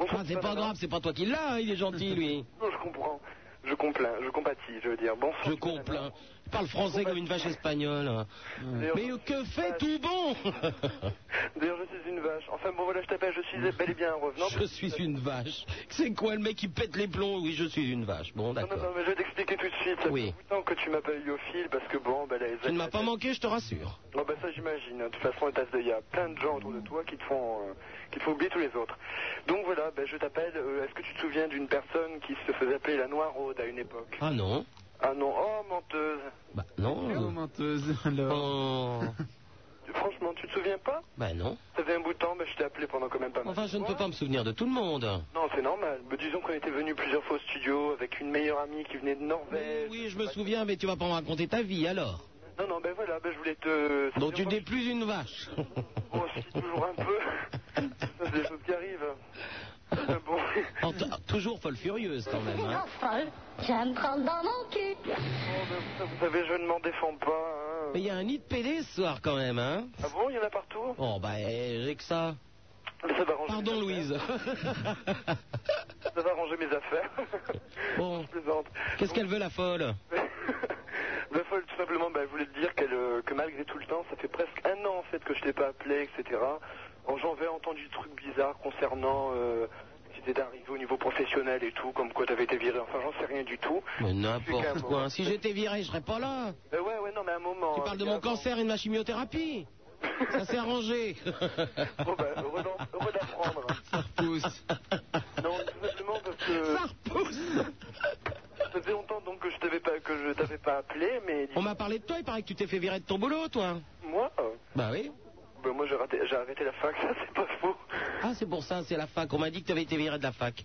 Speaker 4: Ah, c'est pas grave, c'est pas toi qui l'as, hein, il est gentil, lui.
Speaker 9: Non, je comprends. Je complains, je compatis, je veux dire. Bon,
Speaker 4: Je complains. Il parle français comme une vache espagnole. hein. Mais que fait tout bon
Speaker 9: D'ailleurs, je suis une vache. Enfin, bon, voilà, je t'appelle, je suis bel et bien un revenant.
Speaker 4: Je suis une vache. C'est quoi le mec qui pète les plombs Oui, je suis une vache. Bon,
Speaker 9: Non, non,
Speaker 4: d'accord.
Speaker 9: mais je vais t'expliquer tout de suite. Ça
Speaker 4: Oui.
Speaker 9: fait longtemps que tu m'appelles Yophile parce que bon, bah, les
Speaker 4: Tu ne m'as pas manqué, je te rassure.
Speaker 9: Oh, bah, ça, j'imagine. De toute façon, il y a plein de gens autour de toi qui te font, euh, qui te font oublier tous les autres. Donc voilà, bah, je t'appelle. euh, Est-ce que tu te souviens d'une personne qui se faisait appeler la Noiraude à une époque
Speaker 4: Ah non
Speaker 9: Ah non, oh, menteuse.
Speaker 4: Bah non.
Speaker 12: Oh, menteuse, alors.
Speaker 9: Oh. Franchement, tu te souviens pas
Speaker 4: Bah non.
Speaker 9: Ça fait un bout de temps, bah, je t'ai appelé pendant quand même pas mal.
Speaker 4: Enfin, je ne peux pas me souvenir de tout le monde.
Speaker 9: Non, c'est normal. Mais disons qu'on était venu plusieurs fois au studio avec une meilleure amie qui venait de Norvège.
Speaker 4: Oui, je me souviens, mais tu vas pas me raconter ta vie alors.
Speaker 9: Non, non, ben voilà, ben je voulais te.
Speaker 4: Donc tu n'es plus une vache.
Speaker 9: Bon, je suis toujours un peu. Ça, c'est des choses qui arrivent. Bon.
Speaker 4: En t- toujours folle furieuse quand même. hein.
Speaker 7: folle, je vais me prendre dans mon cul.
Speaker 9: Vous savez, je ne m'en défends pas. hein.
Speaker 4: Mais il y a un nid de PD ce soir quand même, hein
Speaker 9: Ah bon, il y en a partout
Speaker 4: Oh bah eh, j'ai que ça.
Speaker 9: Ça va ranger,
Speaker 4: Pardon Louise.
Speaker 9: ça va ranger mes affaires.
Speaker 4: bon,
Speaker 9: je plaisante.
Speaker 4: qu'est-ce qu'elle veut la folle
Speaker 9: Ben, folle, tout simplement, ben, je voulais te dire qu'elle, euh, que malgré tout le temps, ça fait presque un an en fait que je ne l'ai pas appelée, etc. En j'en avais entendu des trucs bizarres concernant euh, ce qui était arrivé au niveau professionnel et tout, comme quoi t'avais été viré. Enfin, j'en sais rien du tout.
Speaker 4: Mais
Speaker 9: Je suis
Speaker 4: n'importe
Speaker 9: qu'un
Speaker 4: quoi.
Speaker 9: mot.
Speaker 4: Si j'étais viré, je serais pas là.
Speaker 9: Ben ouais, ouais, non, mais à un moment.
Speaker 4: Tu
Speaker 9: hein,
Speaker 4: parles de
Speaker 9: il y a
Speaker 4: mon
Speaker 9: un
Speaker 4: cancer et de ma chimiothérapie. Ça s'est arrangé.
Speaker 9: Bon, ben, heureux d'en- heureux d'apprendre.
Speaker 12: Ça repousse.
Speaker 9: Non, tout simplement parce que.
Speaker 4: Ça repousse.
Speaker 9: Ça faisait longtemps donc que je t'avais pas, que je t'avais pas appelé, mais dis-
Speaker 4: On m'a parlé de toi, il paraît que tu t'es fait virer de ton boulot, toi.
Speaker 9: moi, euh,
Speaker 4: Bah oui.
Speaker 9: ben moi j'ai raté- j'ai arrêté la fac, ça c'est pas faux.
Speaker 4: Ah, c'est pour ça, c'est la fac. On m'a dit que tu avais été viré de la fac.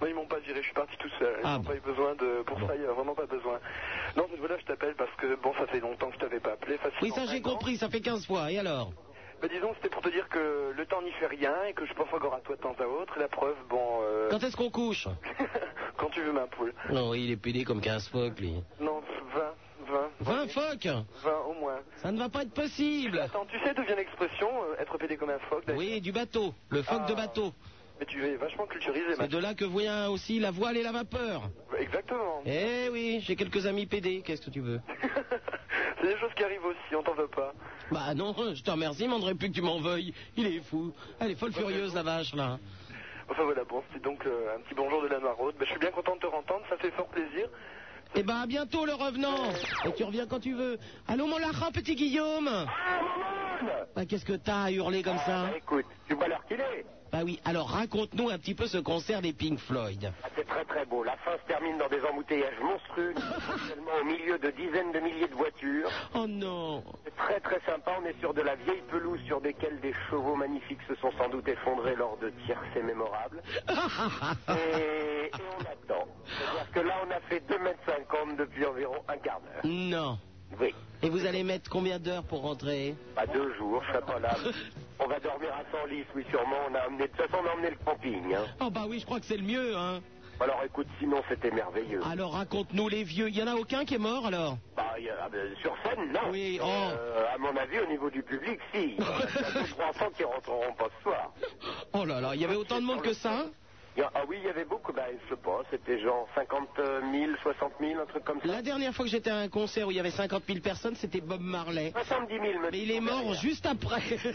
Speaker 9: Moi ils m'ont pas viré, je suis parti tout seul. hein, Ils
Speaker 4: Ah,
Speaker 9: n'ont
Speaker 4: bon.
Speaker 9: pas eu besoin de, pour ça il y a vraiment pas besoin. Non, mais voilà, je t'appelle parce que bon, ça fait longtemps que je t'avais pas appelé.
Speaker 4: Oui,
Speaker 9: facilement
Speaker 4: ça j'ai
Speaker 9: un an.
Speaker 4: compris, ça fait 15 fois. Et alors
Speaker 9: Ben disons, c'était pour te dire que le temps n'y fait rien et que je pense encore à toi de temps à autre. La preuve, bon, euh,
Speaker 4: Quand est-ce qu'on couche
Speaker 9: quand tu veux ma poule.
Speaker 4: Non, il est pédé comme 15 phoques, lui.
Speaker 9: Non, 20, 20,
Speaker 4: 20 phoques
Speaker 9: 20 au moins.
Speaker 4: Ça ne va pas être possible.
Speaker 9: Attends, tu sais d'où vient l'expression euh, être pédé comme un phoque d'ailleurs
Speaker 4: Oui, du bateau, le phoque
Speaker 9: Ah.
Speaker 4: de bateau.
Speaker 9: Mais tu es vachement culturisé,
Speaker 4: C'est
Speaker 9: Max.
Speaker 4: de là que vient aussi la voile et la vapeur.
Speaker 9: Exactement.
Speaker 4: Eh oui, j'ai quelques amis pédés, qu'est-ce que tu veux
Speaker 9: C'est des choses qui arrivent aussi, on t'en veut pas.
Speaker 4: Bah non, je te remercie, mais on dirait plus que tu m'en veuilles. Il est fou. Elle est folle furieuse, la vache, là.
Speaker 9: Enfin voilà, bon, c'est donc euh, un petit bonjour de la Noiraude. Ben, je suis bien content de te entendre, ça fait fort plaisir.
Speaker 4: Eh ben, à bientôt, le revenant. Et tu reviens quand tu veux. Allô, mon lachin, petit Guillaume Bah, qu'est-ce que t'as à hurler comme ça
Speaker 11: Écoute, tu vois l'heure qu'il est.
Speaker 4: Bah oui, alors raconte-nous un petit peu ce concert des Pink Floyd.
Speaker 11: Ah, C'est très très beau. La fin se termine dans des embouteillages monstrueux, seulement au milieu de dizaines de milliers de voitures.
Speaker 4: Oh non
Speaker 11: C'est très très sympa. On est sur de la vieille pelouse sur desquelles des chevaux magnifiques se sont sans doute effondrés lors de tiercés mémorables. Et, et on attend. C'est-à-dire que là, on a fait 2m50 depuis environ un quart d'heure.
Speaker 4: Non.
Speaker 11: Oui.
Speaker 4: Et vous allez mettre combien d'heures pour rentrer
Speaker 11: Pas deux jours, je serai pas là. On va dormir à Senlis, oui sûrement. On a emmené, de toute façon, on a emmené le camping. hein.
Speaker 4: Oh bah oui, je crois que c'est le mieux, hein.
Speaker 11: Alors écoute, sinon c'était merveilleux.
Speaker 4: Alors raconte-nous les vieux. Il y en a aucun qui est mort alors
Speaker 11: Bah, il y a- euh, sur scène, non.
Speaker 4: Oui, oh.
Speaker 11: Euh, à mon avis, au niveau du public, si. Il y a deux, trois enfants qui rentreront pas ce soir.
Speaker 4: Oh là là, il y avait autant de monde que ça hein.
Speaker 11: Il y a- ah oui, il y avait beaucoup, bah, je sais pas, c'était genre 50 000, 60 000, un truc comme ça.
Speaker 4: La dernière fois que j'étais à un concert où il y avait 50 000 personnes, c'était Bob Marley.
Speaker 11: 70 000, me
Speaker 4: Mais il est mort juste après.
Speaker 11: Faut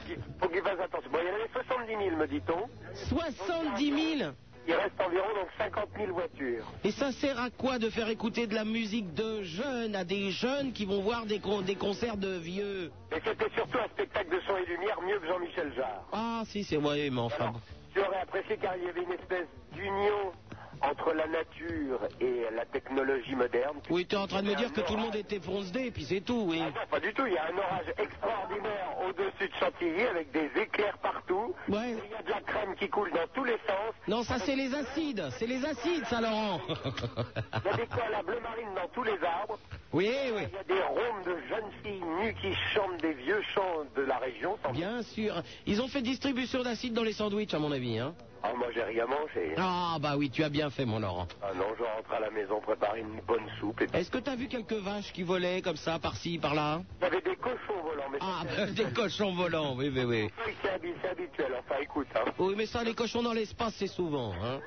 Speaker 11: qu'il- faut qu'il fasse attention. Bon, il y en avait 70 000, me dit-on.
Speaker 4: 70 000
Speaker 11: Il reste environ donc 50 000 voitures.
Speaker 4: Et ça sert à quoi de faire écouter de la musique de jeunes à des jeunes qui vont voir des, con- des concerts de vieux
Speaker 11: Et c'était surtout un spectacle de son et lumière mieux que Jean-Michel Jarre.
Speaker 4: Ah si, c'est moi, mais enfin... bon.
Speaker 11: Tu aurais apprécié car il y avait une espèce d'union entre la nature et la technologie moderne.
Speaker 4: Oui, t'es en train de me dire que tout le monde était foncedé, puis c'est tout, oui.
Speaker 11: Ah non, pas du tout. Il y a un orage extraordinaire au-dessus de Chantilly avec des éclairs partout.
Speaker 4: Ouais.
Speaker 11: Et Il y a de la crème qui coule dans tous les sens.
Speaker 4: Non, ça c'est les acides, c'est les acides, ça Laurent.
Speaker 11: Il y a des cols à bleu marine dans tous les arbres.
Speaker 4: Oui, oui.
Speaker 11: Il y a des rômes de jeunes filles nues qui chantent des vieux chants de la région. Sans...
Speaker 4: Bien sûr. Ils ont fait distribution d'acides dans les sandwichs, à mon avis. Hein.
Speaker 11: Ah, moi, j'ai rien mangé.
Speaker 4: Ah, bah oui, tu as bien fait, mon Laurent.
Speaker 11: Ah non, je rentre à la maison préparer une bonne soupe. Et... puis-
Speaker 4: Est-ce que t'as vu quelques vaches qui volaient comme ça, par-ci, par-là
Speaker 11: Il y avait des cochons volants, mais
Speaker 4: Ah,
Speaker 11: c'est- Ah,
Speaker 4: bah, des cochons volants, oui, oui, oui.
Speaker 11: Oui, c'est habi- c'est habituel. Enfin, écoute, hein.
Speaker 4: Oui, mais ça, les cochons dans l'espace, c'est souvent. Hein.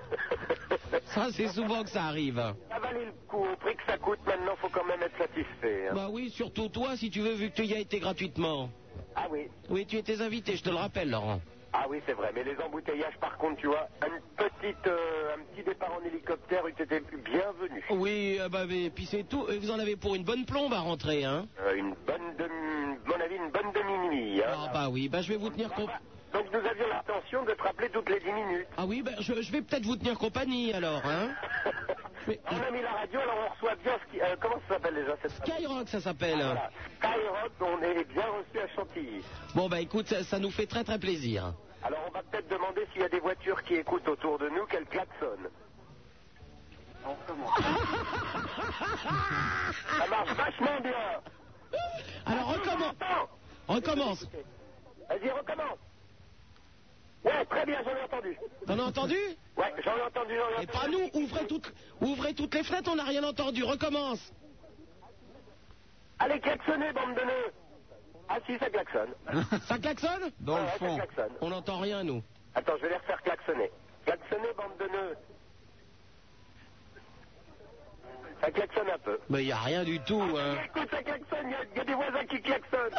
Speaker 4: Ça, c'est souvent que ça arrive. hein.
Speaker 11: Ça valait le coup, au prix que ça coûte, maintenant faut quand même être satisfait. hein.
Speaker 4: Bah oui, surtout toi, si tu veux, vu que tu y as été gratuitement.
Speaker 11: Ah oui,
Speaker 4: Oui, tu étais invité, je te le rappelle, Laurent.
Speaker 11: ah oui c'est vrai, mais les embouteillages par contre, tu vois, une petite, euh, un petit départ en hélicoptère eût été bienvenu.
Speaker 4: Oui, euh, bah, mais- puis c'est tout. Et Vous en avez pour une bonne plombe à rentrer, hein
Speaker 11: Euh, une bonne demi, à mon avis, une bonne demi-nuit. hein.
Speaker 4: Ah bah oui, bah je vais vous tenir compte.
Speaker 11: Donc nous avions l'intention de te rappeler toutes les 10 minutes.
Speaker 4: Ah oui, bah, je, je vais peut-être vous tenir compagnie alors, hein
Speaker 11: On a mis la radio, alors on reçoit bien ce qui... euh, comment ça s'appelle déjà cette
Speaker 4: Skyrock, ça s'appelle.
Speaker 11: Ah,
Speaker 4: hein.
Speaker 11: Voilà. Skyrock, on est bien reçu à Chantilly.
Speaker 4: Bon, bah écoute, ça, ça nous fait très très plaisir.
Speaker 11: Alors on va peut-être demander s'il y a des voitures qui écoutent autour de nous, qu'elles klaxonnent. ça marche vachement bien.
Speaker 4: Alors recommence. Recommence.
Speaker 11: Vas-y, recommence. Ouais, très bien, j'en ai entendu.
Speaker 4: T'en as entendu
Speaker 11: Ouais, j'en ai entendu, j'en ai
Speaker 4: Et pas nous, ouvrez toutes, ouvrez toutes les fenêtres, on n'a rien entendu, recommence.
Speaker 11: Allez, klaxonnez, bande de nœuds. Ah si, ça klaxonne.
Speaker 4: ça klaxonne
Speaker 11: Dans le Ouais, ouais, fond. ça klaxonne.
Speaker 4: On n'entend rien, nous.
Speaker 11: Attends, je vais les refaire klaxonner. Klaxonnez, bande de nœuds. Ça klaxonne un peu.
Speaker 4: Mais il n'y a rien du tout, hein.
Speaker 11: Écoute, ça klaxonne, il y, a des voisins qui klaxonnent.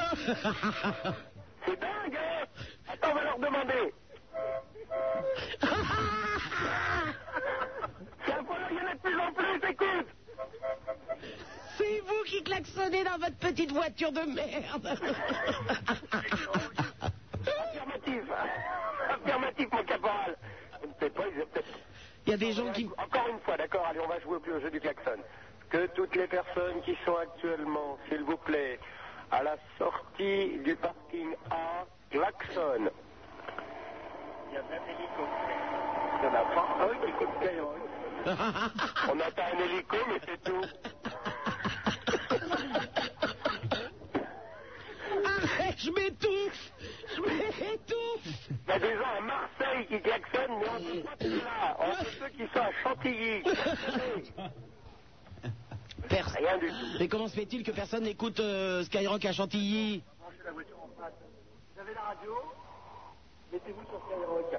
Speaker 11: C'est dingue, hein Attends, on va leur demander. C'est affolant, il y en a de plus en plus, écoute
Speaker 13: C'est vous qui klaxonnez dans votre petite voiture de merde.
Speaker 11: Affirmatif hein. Affirmatif, mon caporal Je ne sais pas, ils ont peut-être...
Speaker 4: Il y a des gens qui...
Speaker 11: Encore une fois, d'accord, allez, on va jouer au plus au jeu du klaxon. Que toutes les personnes qui sont actuellement, s'il vous plaît, à la sortie du parking A, klaxonnent. Il y a même hélico. Il y en a pas un qui écoute Skyrock. On attend un hélico, mais c'est tout.
Speaker 13: Arrête, je m'étouffe. Je m'étouffe.
Speaker 11: Il y a des gens à Marseille qui klaxonnent, mais on ne voit plus là. On voit ceux qui sont à Chantilly.
Speaker 4: Personne.
Speaker 11: Rien du tout.
Speaker 4: Mais comment se fait-il que personne n'écoute euh, Skyrock à Chantilly
Speaker 11: la voiture en panne. Vous avez la radio Mettez-vous sur Skyrock.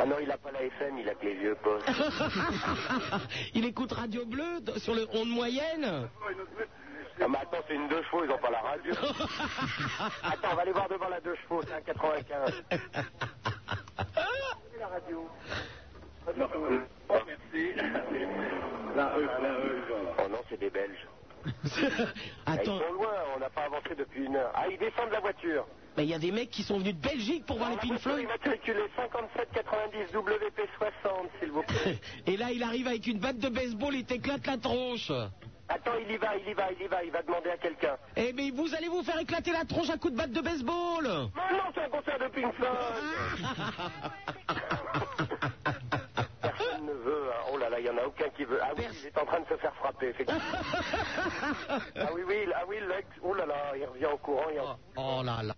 Speaker 11: Ah non, il a pas la FM, il a que les vieux postes.
Speaker 4: Il écoute Radio Bleue d- sur le onde moyenne
Speaker 11: Ah, mais attends, c'est une deux chevaux, ils ont pas la radio. attends, on va aller voir devant la deux chevaux, c'est un 95. la radio. euh, merci. E, Oh non, c'est des Belges. Ah,
Speaker 4: Attends.
Speaker 11: Ils sont loin, on n'a pas avancé depuis une heure. Ah, ils descendent de la voiture.
Speaker 4: Mais il y a des mecs qui sont venus de Belgique pour
Speaker 11: Ah,
Speaker 4: voir les Pink Floyd.
Speaker 11: Immatriculé 5790 WP60, s'il vous plaît.
Speaker 4: Et là, il arrive avec une batte de baseball, il t'éclate la tronche.
Speaker 11: Attends, il y va, il y va, il y va, il va demander à quelqu'un.
Speaker 4: Eh mais vous allez vous faire éclater la tronche à coups de batte de baseball.
Speaker 11: Mais non, c'est un concert de Pink Floyd Personne ne veut, hein. oh là là, il n'y en a aucun qui veut. Ah oui, il est en train de se faire frapper, effectivement. ah oui, oui, ah oui, Lex, oh là là, il revient au courant. Il...
Speaker 4: Oh là là.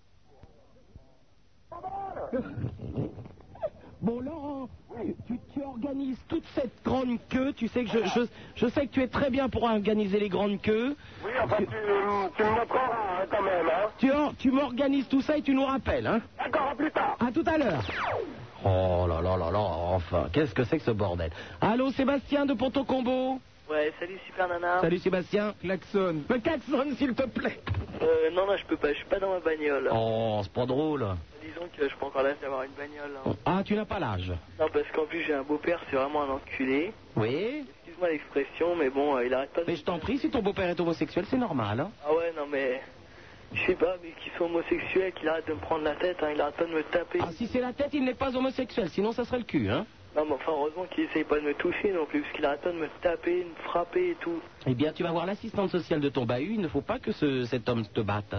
Speaker 4: Bon Laurent, tu, tu organises toute cette grande queue. Tu sais que je, je, je sais que tu es très bien pour organiser les grandes queues.
Speaker 11: Oui, enfin, tu, tu me montreras hein, quand même, hein.
Speaker 4: Tu, or- tu m'organises tout ça et tu nous rappelles. Hein.
Speaker 11: D'accord, à plus tard.
Speaker 4: À tout à l'heure. Oh là là là là, enfin, qu'est-ce que c'est que ce bordel Allô Sébastien de Ponto Combo
Speaker 6: Ouais, salut Super Nana.
Speaker 4: Salut Sébastien. Klaxon. Le klaxon s'il te plaît.
Speaker 6: Euh, non, non, je peux pas, je suis pas dans ma bagnole.
Speaker 4: Oh, c'est pas drôle.
Speaker 6: Disons que je prends encore l'âge d'avoir une bagnole. hein.
Speaker 4: Ah, tu n'as pas l'âge.
Speaker 6: Non, parce qu'en plus j'ai un beau-père, c'est vraiment un enculé.
Speaker 4: Oui.
Speaker 6: Excuse-moi l'expression, mais bon, euh, il arrête pas de...
Speaker 4: Mais je t'en prie, si ton beau-père est homosexuel, c'est normal. Hein.
Speaker 6: Ah ouais, non mais... Je sais pas, mais qu'il soit homosexuel, qu'il arrête de me prendre la tête, hein, il arrête pas de me taper.
Speaker 4: Ah, si c'est la tête, il n'est pas homosexuel, sinon ça serait le cul. Hein.
Speaker 6: Non, mais enfin, heureusement qu'il essaye pas de me toucher non plus, parce qu'il arrête pas de me taper, de me frapper et tout.
Speaker 4: Eh bien, tu vas voir l'assistante sociale de ton bahut, il ne faut pas que ce- cet homme te batte.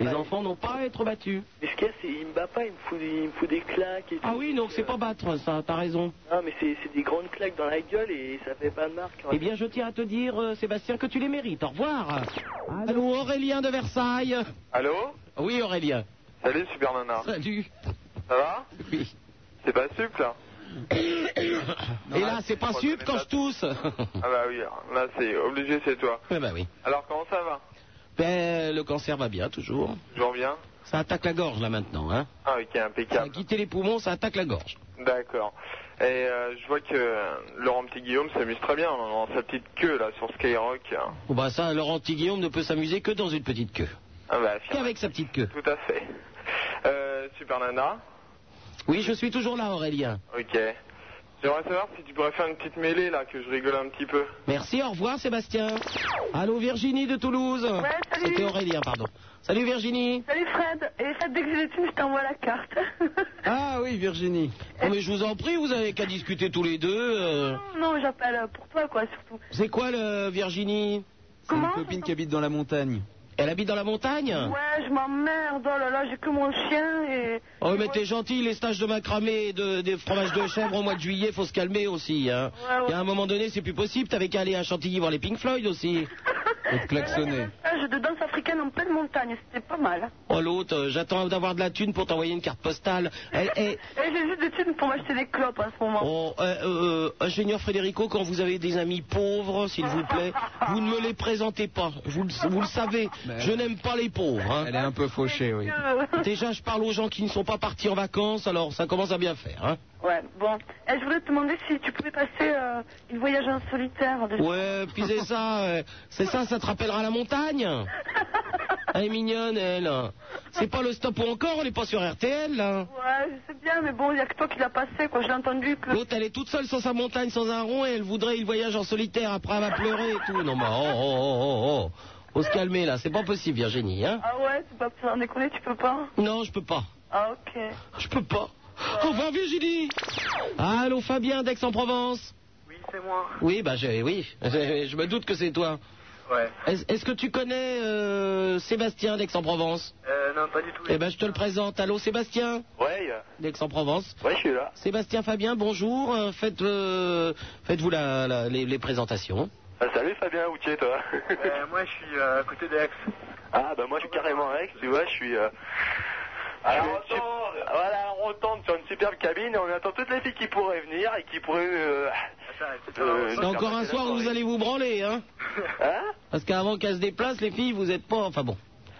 Speaker 4: Les enfants n'ont pas à être battus.
Speaker 6: Mais ce qu'il y a, c'est il me bat pas, il me fout, il me fout des claques et tout. Euh,
Speaker 4: Ah oui, donc c'est pas battre, ça, t'as raison.
Speaker 6: Non, mais c'est c'est des grandes claques dans la gueule et ça fait pas de marque. hein.
Speaker 4: Eh bien, je tiens à te dire, euh, Sébastien, que tu les mérites. Au revoir. Allô, Aurélien de Versailles.
Speaker 10: Allô
Speaker 4: Oui, Aurélien.
Speaker 10: Salut Super Nana.
Speaker 4: Salut.
Speaker 10: Ça va
Speaker 4: Oui.
Speaker 10: C'est pas sup là
Speaker 4: Et là, c'est pas sup quand je tousse.
Speaker 10: Ah bah oui, là c'est obligé, c'est toi.
Speaker 4: Eh ben oui.
Speaker 10: Alors comment ça va
Speaker 4: Ben, le cancer va bien, toujours.
Speaker 10: Toujours bien
Speaker 4: Ça attaque la gorge, là, maintenant. Hein.
Speaker 10: Ah ok,
Speaker 4: Ça a
Speaker 10: impeccable.
Speaker 4: quitté les poumons, ça attaque la gorge.
Speaker 10: D'accord. Et euh, je vois que euh, Laurent Petit Guillaume s'amuse très bien hein, dans sa petite queue là sur Skyrock. hein.
Speaker 4: Oh, bah ça, Laurent Petit Guillaume ne peut s'amuser que dans une petite queue.
Speaker 10: Ah bah,
Speaker 4: Qu'avec sa petite queue.
Speaker 10: Tout à fait. Euh, Super Nana,
Speaker 4: Oui, je suis toujours là, Aurélien.
Speaker 10: ok. J'aimerais savoir si tu pourrais faire une petite mêlée là, que je rigole un petit peu.
Speaker 4: Merci, au revoir Sébastien. Allô Virginie de Toulouse.
Speaker 5: salut.
Speaker 4: C'était Aurélien, pardon. Salut Virginie.
Speaker 5: Salut Fred. Et Fred, dès que j'ai les thunes, je t'envoie la carte.
Speaker 4: Ah oui Virginie. Non mais je vous en prie, vous avez qu'à discuter tous les deux. euh.
Speaker 5: non, j'appelle euh, pour toi, quoi, surtout.
Speaker 4: C'est quoi le Virginie C'est une copine qui habite dans la montagne. Elle habite dans la montagne
Speaker 5: Ouais, je m'emmerde. Oh là là, j'ai que mon chien et.
Speaker 4: Oh mais t'es gentil, les stages de macramé et de, des fromages de chèvre au mois de juillet, faut se calmer aussi. Hein.
Speaker 5: Ouais, ouais.
Speaker 4: Et à un moment donné, c'est plus possible, t'avais qu'à aller à Chantilly voir les Pink Floyd aussi. Et te klaxonner.
Speaker 5: Ah, j'ai de danse africaine en pleine montagne. C'était pas mal.
Speaker 4: Oh l'autre, euh, j'attends d'avoir de la thune pour t'envoyer une carte postale. Elle, elle-
Speaker 5: Et j'ai juste des thunes pour m'acheter des clopes à ce moment.
Speaker 4: Oh, euh, euh, ingénieur Frédérico, quand vous avez des amis pauvres, s'il vous plaît, vous ne me les présentez pas. Vous, le- vous le savez, je n'aime pas les pauvres. Ben Elle est un peu fauchée, oui. Déjà, je parle aux gens qui ne sont pas partis en vacances, alors ça commence à bien faire. Hein.
Speaker 5: Ouais, bon. Et je voulais te demander si tu pouvais passer euh, une voyage en solitaire. déjà.
Speaker 4: Ouais, puis c'est ça, euh, c'est ça, ça te rappellera la montagne. Elle est mignonne, elle. C'est pas le stop ou encore, on n'est pas sur RTL, là.
Speaker 5: Ouais, je sais bien, mais bon, il n'y a que toi qui l'as passé, quoi. J'ai entendu que.
Speaker 4: L'autre, elle est toute seule sur sa montagne, sans un rond, et elle voudrait il voyage en solitaire. Après, elle va pleurer et tout. Non, mais oh, oh, oh, oh, oh. Faut se calmer, là. C'est pas possible, Virginie, hein.
Speaker 5: Ah ouais, c'est pas sans déconner, tu peux pas
Speaker 4: Non, je peux pas.
Speaker 5: Ah ok.
Speaker 4: Je peux pas. Au revoir, Virginie. Allô, Fabien, d'Aix-en-Provence.
Speaker 14: C'est moi.
Speaker 4: Oui, bah, je, oui. Je, je me doute que c'est toi.
Speaker 14: Ouais.
Speaker 4: Est-ce est-ce que tu connais euh, Sébastien d'Aix-en-Provence
Speaker 14: Euh, non, pas du tout.
Speaker 4: Eh ben, je te le présente. Allô, Sébastien
Speaker 14: Ouais.
Speaker 4: d'Aix-en-Provence.
Speaker 14: Ouais, je suis là.
Speaker 4: Sébastien Fabien, bonjour. Euh, Faites, euh, faites-vous la, la- les, les présentations.
Speaker 10: Ah, salut Fabien, où tu es toi
Speaker 14: Euh, moi, je suis euh, à côté d'Aix.
Speaker 10: Ah bah moi je suis carrément à Aix, tu vois, je suis... euh, à la rotonde, voilà, à la rotonde sur une superbe cabine et on attend toutes les filles qui pourraient venir et qui pourraient... euh, euh,
Speaker 4: C'est encore un soir où vous allez vous branler, hein
Speaker 10: Hein
Speaker 4: Parce qu'avant qu'elles se déplacent, les filles, vous êtes pas. Enfin bon.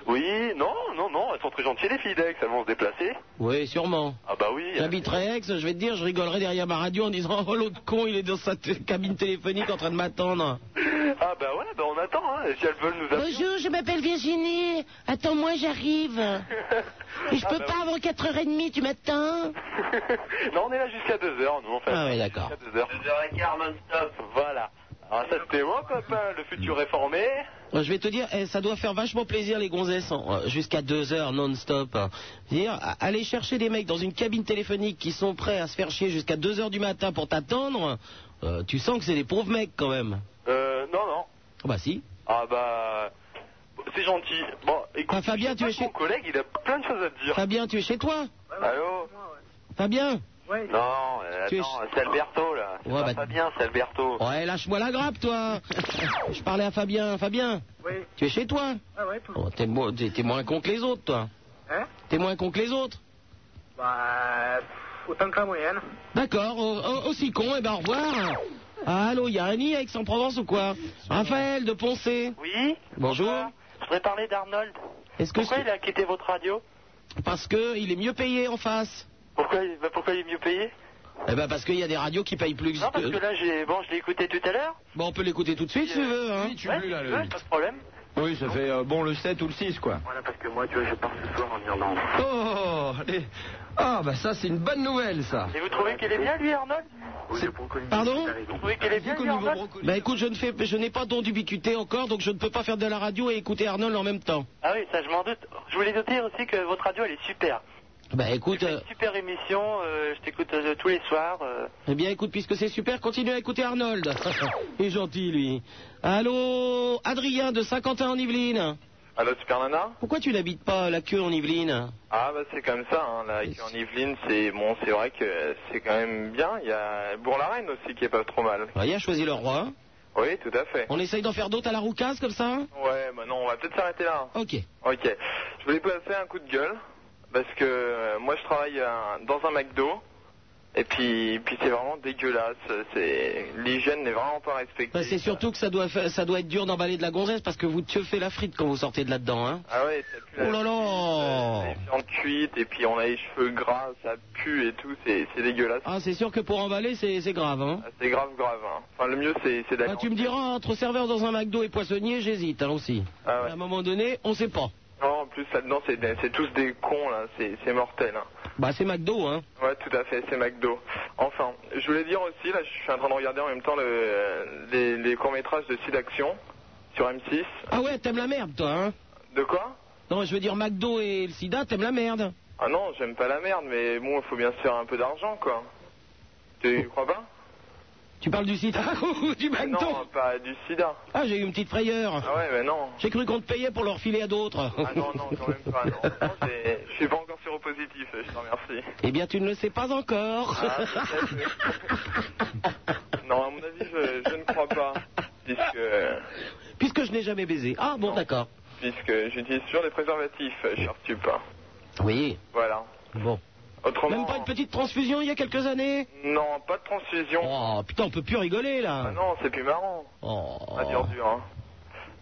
Speaker 10: Oui, non, non, non, elles sont très gentilles les filles d'Aix, elles vont se déplacer.
Speaker 4: Oui, sûrement.
Speaker 10: Ah bah oui.
Speaker 4: J'habiterai Aix, je vais te dire, je rigolerai derrière ma radio en disant Oh l'autre con, il est dans sa t- cabine téléphonique en train de m'attendre.
Speaker 10: Ah bah ouais, bah on attend, hein, si elles veulent nous appeler.
Speaker 15: Bonjour, je m'appelle Virginie. Attends-moi, j'arrive. Et je
Speaker 10: Ah,
Speaker 15: peux
Speaker 10: bah
Speaker 15: pas avant 4h30, tu m'attends
Speaker 10: non, on est là jusqu'à 2h, nous, en fait.
Speaker 4: Ah oui, d'accord.
Speaker 10: Jusqu'à 2h. 2h15 non-stop, voilà. Alors ça, c'était moi, copain, le futur réformé.
Speaker 4: Je vais te dire, eh, ça doit faire vachement plaisir les gonzesses en- euh, jusqu'à 2 heures non-stop. hein. Dire, a- aller chercher des mecs dans une cabine téléphonique qui sont prêts à se faire chier jusqu'à 2 heures du matin pour t'attendre, euh, tu sens que c'est des pauvres mecs quand même.
Speaker 10: Euh, non, non.
Speaker 4: Ah bah si.
Speaker 10: Ah bah... C'est gentil. Bon, écoute,
Speaker 4: Ah, Fabien,
Speaker 10: je
Speaker 4: tu
Speaker 10: sais pas
Speaker 4: es
Speaker 10: que
Speaker 4: chez-
Speaker 10: mon collègue, il a plein de choses à te dire.
Speaker 4: Fabien, tu es chez toi
Speaker 10: Allô
Speaker 4: Fabien
Speaker 10: Non, euh,
Speaker 4: Tu es
Speaker 10: attends, c'est Alberto, là. C'est
Speaker 4: Ouais,
Speaker 10: pas
Speaker 4: bah-
Speaker 10: Fabien, c'est Alberto.
Speaker 4: Ouais, lâche-moi la grappe toi Je parlais à Fabien. Fabien
Speaker 14: Oui.
Speaker 4: Tu es chez toi
Speaker 14: Ah ouais, tout.
Speaker 4: Oh, T'es mo- t'es- t'es moins con que les autres toi.
Speaker 14: Hein
Speaker 4: T'es moins con que les autres
Speaker 14: Bah, pff, autant que la moyenne.
Speaker 4: D'accord, au- au- aussi con, et ben au revoir. Ah, allô, il y a Annie à Aix-en-Provence ou quoi Raphaël de Poncé.
Speaker 14: Oui
Speaker 4: Bonjour.
Speaker 14: Je voudrais parler d'Arnold.
Speaker 4: Est-ce que
Speaker 14: Pourquoi
Speaker 4: c'est-
Speaker 14: il a quitté votre radio
Speaker 4: Parce que il est mieux payé en face.
Speaker 14: pourquoi, bah, pourquoi il est mieux payé
Speaker 4: Eh ben parce qu'il y a des radios qui payent plus.
Speaker 14: Non, parce que là, j'ai... bon, je l'ai écouté tout à l'heure.
Speaker 4: Bon, on peut l'écouter tout de suite si tu veux. Hein.
Speaker 14: Ouais, si tu veux, pas de problème.
Speaker 2: Oui, ça fait euh, bon le 7 ou le 6, quoi.
Speaker 14: Voilà, parce que moi, tu vois, je pars ce soir en Irlande.
Speaker 2: Oh, les- Ah, bah ça, c'est une bonne nouvelle, ça.
Speaker 14: Et vous trouvez qu'il est bien, lui, Arnold
Speaker 4: Pardon
Speaker 14: Vous trouvez qu'il est bien, lui, Arnold
Speaker 4: Bah écoute, je ne fais, je n'ai pas don d'ubiquité encore, donc je ne peux pas faire de la radio et écouter Arnold en même temps.
Speaker 14: Ah oui, ça, je m'en doute. Je voulais te dire aussi que votre radio, elle est super.
Speaker 4: Bah
Speaker 14: Eh
Speaker 4: écoute, euh,
Speaker 14: Super émission, euh, je t'écoute euh, tous les soirs. euh.
Speaker 4: eh bien écoute, puisque c'est super, continue à écouter Arnold. Il est gentil lui. Allô, Adrien de Saint-Quentin en Yvelines.
Speaker 10: Allô, Super Nana
Speaker 4: Pourquoi tu n'habites pas la queue en Yvelines
Speaker 10: Ah bah c'est comme ça, hein. là, en Yvelines, c'est bon, c'est vrai que c'est quand même bien. Il y a Bourg-la-Reine aussi qui est pas trop mal.
Speaker 4: Il a choisi le roi.
Speaker 10: Oui, tout à fait.
Speaker 4: On essaye d'en faire d'autres à la roucasse comme ça
Speaker 10: Ouais, bah non, on va peut-être s'arrêter là. hein.
Speaker 4: Ok.
Speaker 10: Ok. Je voulais passer un coup de gueule parce que euh, moi je travaille euh, dans un McDo Et puis, puis c'est vraiment dégueulasse. C'est l'hygiène n'est vraiment pas respectée.
Speaker 4: Bah, c'est surtout que ça doit, fa- ça doit être dur d'emballer de la gonzesse parce que vous tueufez la frite quand vous sortez de là-dedans. Hein.
Speaker 10: Ah ouais, ça pue la euh,
Speaker 4: Oh là là
Speaker 10: viande cuite et puis on a les cheveux gras, ça pue et tout, c'est c'est dégueulasse. Ah,
Speaker 4: Ah, c'est sûr que pour emballer, c'est c'est grave. Hein.
Speaker 10: C'est grave grave. hein. Enfin le mieux c'est c'est
Speaker 4: Bah,
Speaker 10: d'aller.
Speaker 4: tu me diras, entre serveur dans un McDo et poissonnier, j'hésite hein, aussi.
Speaker 10: Ah ouais.
Speaker 4: À un moment donné, on sait pas.
Speaker 10: Non, en plus là-dedans c'est des- c'est tous des cons là, c'est c'est mortel. hein.
Speaker 4: Bah, c'est McDo, hein.
Speaker 10: Ouais, tout à fait, c'est McDo. Enfin, je voulais dire aussi, là, je suis en train de regarder en même temps le- les, les courts-métrages de Sud Action sur M6.
Speaker 4: Ah ouais, t'aimes la merde, toi, hein
Speaker 10: De quoi
Speaker 4: Non, je veux dire, McDo et le sida, t'aimes la merde.
Speaker 10: Ah non, j'aime pas la merde, mais bon, il faut bien se faire un peu d'argent, quoi. Tu crois pas
Speaker 4: Tu parles du sida ou du McDo
Speaker 10: Non, pas du sida.
Speaker 4: Ah, j'ai eu une petite frayeur.
Speaker 10: Ah ouais, mais non.
Speaker 4: J'ai cru qu'on te payait pour leur filer à d'autres.
Speaker 10: Ah non, non, quand même pas, non. Non, j'ai- Je suis pas encore séropositif, je te remercie.
Speaker 4: Eh bien, tu ne le sais pas encore.
Speaker 10: Ah, peut-être, mais- non, à mon avis, je, je ne crois pas, puisque...
Speaker 4: Puisque je n'ai jamais baisé. Ah, bon, d'accord.
Speaker 10: puisque j'utilise toujours des préservatifs, cher Tupin.
Speaker 4: Oui.
Speaker 10: Voilà.
Speaker 4: Bon.
Speaker 10: Autrement.
Speaker 4: Même pas une petite transfusion il y a quelques années
Speaker 10: Non, pas de transfusion.
Speaker 4: Oh, putain, on peut plus rigoler, là.
Speaker 10: Ah non, c'est plus marrant.
Speaker 4: Oh.
Speaker 10: Ah, dur, dur, hein.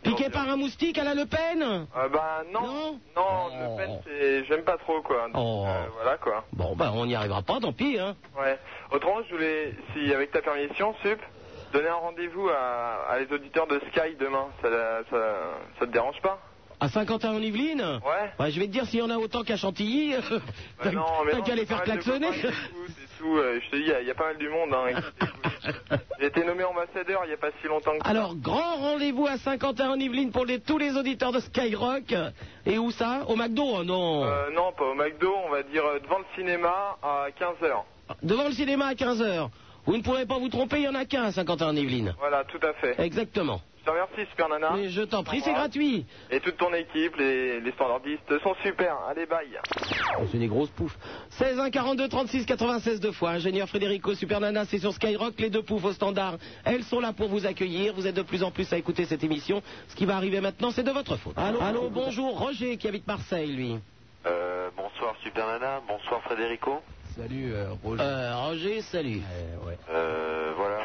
Speaker 4: Piqué par un moustique à la Le Pen
Speaker 10: Ah bah non, non, Le Pen, c'est- j'aime pas trop, quoi. Donc, euh, voilà, quoi.
Speaker 4: Bon, bah, on n'y arrivera pas, tant pis, hein.
Speaker 10: Ouais. Autrement, je voulais, si avec ta permission, Sup, donner un rendez-vous à, à les auditeurs de Sky demain. Ça, ça, ça te dérange pas
Speaker 4: À Saint-Quentin-en-Yvelines
Speaker 10: Ouais. Bah
Speaker 4: Bah, je vais te dire, s'il y en a autant qu'à Chantilly, t'as
Speaker 10: non, mais
Speaker 4: t'as
Speaker 10: non,
Speaker 4: qu'à les
Speaker 10: c'est
Speaker 4: faire
Speaker 10: pas mal de
Speaker 4: klaxonner.
Speaker 10: copains C'est tout, euh, je te dis, il y a- il y, a pas mal du monde. Hein, qui t'écoute. J'ai été nommé ambassadeur il n'y a pas si longtemps que ça.
Speaker 4: Alors, grand rendez-vous à Saint-Quentin-en-Yvelines pour les- tous les auditeurs de Skyrock. Et où ça Au McDo Oh non
Speaker 10: Euh, non, pas au McDo, on va dire euh, devant le cinéma à 15h.
Speaker 4: Devant le cinéma à 15h. Vous ne pourrez pas vous tromper, il y en a qu'un à Saint-Quentin-en-Yvelines.
Speaker 10: Voilà, tout à fait.
Speaker 4: Exactement.
Speaker 10: Je te remercie, Super Nana.
Speaker 4: Mais je t'en prie, c'est
Speaker 10: Au revoir.
Speaker 4: gratuit.
Speaker 10: Et toute ton équipe, les, les standardistes, sont super. Allez, bye.
Speaker 4: Oh, C'est des grosses poufs. 16 1 42 36 96 deux fois. Ingénieur Frédérico Super Nana, c'est sur Skyrock. Les deux poufs au standard, elles sont là pour vous accueillir. Vous êtes de plus en plus à écouter cette émission. Ce qui va arriver maintenant, c'est de votre faute. Allô, allô bonjour. Roger qui habite Marseille, lui.
Speaker 16: Euh, bonsoir Super Nana, bonsoir Frédérico.
Speaker 2: Salut, euh, Roger.
Speaker 4: Euh, Roger, salut.
Speaker 16: Euh, voilà.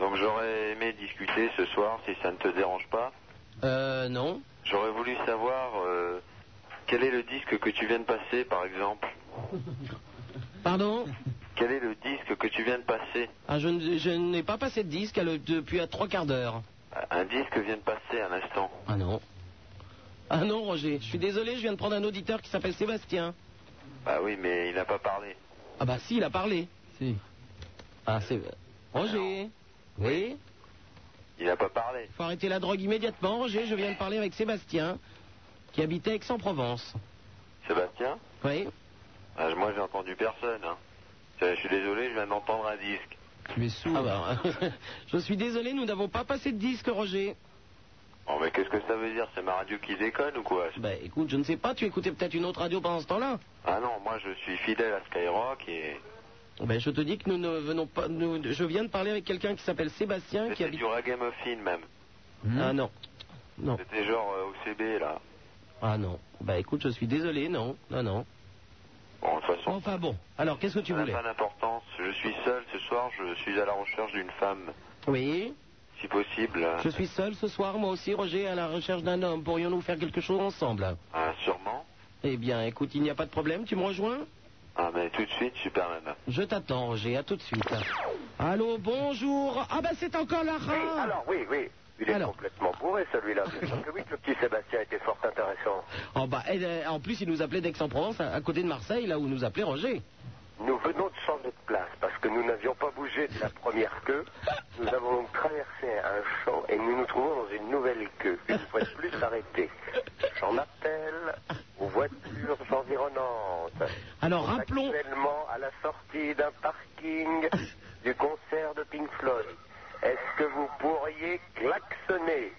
Speaker 16: Donc j'aurais aimé discuter ce soir, si ça ne te dérange pas.
Speaker 4: Euh, non.
Speaker 16: J'aurais voulu savoir euh, quel est le disque que tu viens de passer, par exemple.
Speaker 4: Pardon
Speaker 16: Quel est le disque que tu viens de passer
Speaker 4: Ah, je, ne- je n'ai pas passé de disque à le- depuis à trois quarts d'heure.
Speaker 16: Un disque vient de passer à l'instant.
Speaker 4: Ah non. Ah non, Roger. Je suis désolé, je viens de prendre un auditeur qui s'appelle Sébastien.
Speaker 16: Bah oui, mais il n'a pas parlé.
Speaker 4: Ah bah si, il a parlé. Si. Ah, c'est... Roger Oui
Speaker 16: Il n'a pas parlé.
Speaker 4: Faut arrêter la drogue immédiatement, Roger. Je viens de parler avec Sébastien, qui habitait Aix-en-Provence.
Speaker 16: Sébastien
Speaker 4: Oui
Speaker 16: Ah, Moi j'ai entendu personne. hein. Je je suis désolé, je viens d'entendre un disque.
Speaker 4: Tu es sourd. Ah bah, je suis désolé, nous n'avons pas passé de disque, Roger.
Speaker 16: Oh mais qu'est-ce que ça veut dire C'est ma radio qui déconne ou quoi
Speaker 4: Bah écoute, je ne sais pas, tu écoutais peut-être une autre radio pendant ce temps-là.
Speaker 16: Ah non, moi je suis fidèle à Skyrock et
Speaker 4: Ben, je te dis que nous ne venons pas. nous- je viens de parler avec quelqu'un qui s'appelle Sébastien, qui
Speaker 16: c'était
Speaker 4: habite.
Speaker 16: du ragamuffin même.
Speaker 4: Ah non. Non.
Speaker 16: C'était genre euh, OCB là.
Speaker 4: Ah non. Bah écoute, je suis désolé, non. Non, non.
Speaker 16: Bon, de toute façon,
Speaker 4: Enfin bon. Alors, qu'est-ce que tu
Speaker 16: ça n'a
Speaker 4: voulais
Speaker 16: pas d'importance. Je suis seul ce soir, je suis à la recherche d'une femme,
Speaker 4: Oui.
Speaker 16: si possible.
Speaker 4: Je suis seul ce soir, moi aussi, Roger, à la recherche d'un homme. Pourrions-nous faire quelque chose ensemble
Speaker 16: Ah, sûrement.
Speaker 4: Eh bien, écoute, il n'y a pas de problème, tu me rejoins
Speaker 16: Ah mais tout de suite, super nana.
Speaker 4: Je t'attends, Roger, à tout de suite. Allô, bonjour. Ah bah c'est encore Lara.
Speaker 17: Oui, alors oui, oui. Il est complètement bourré celui-là. Bien sûr que oui, que le petit Sébastien était fort intéressant.
Speaker 4: Oh, bah, elle, euh, en plus, il nous appelait d'Aix-en-Provence, à, à côté de Marseille, là où nous appelait Roger.
Speaker 17: Nous venons de changer de place parce que nous n'avions pas bougé de la première queue. Nous avons donc traversé un champ et nous nous trouvons dans une nouvelle queue, une fois de plus arrêtée. J'en appelle aux voitures environnantes.
Speaker 4: Alors, rappelons-
Speaker 17: Actuellement à la sortie d'un parking du concert de Pink Floyd. Est-ce que vous pourriez klaxonner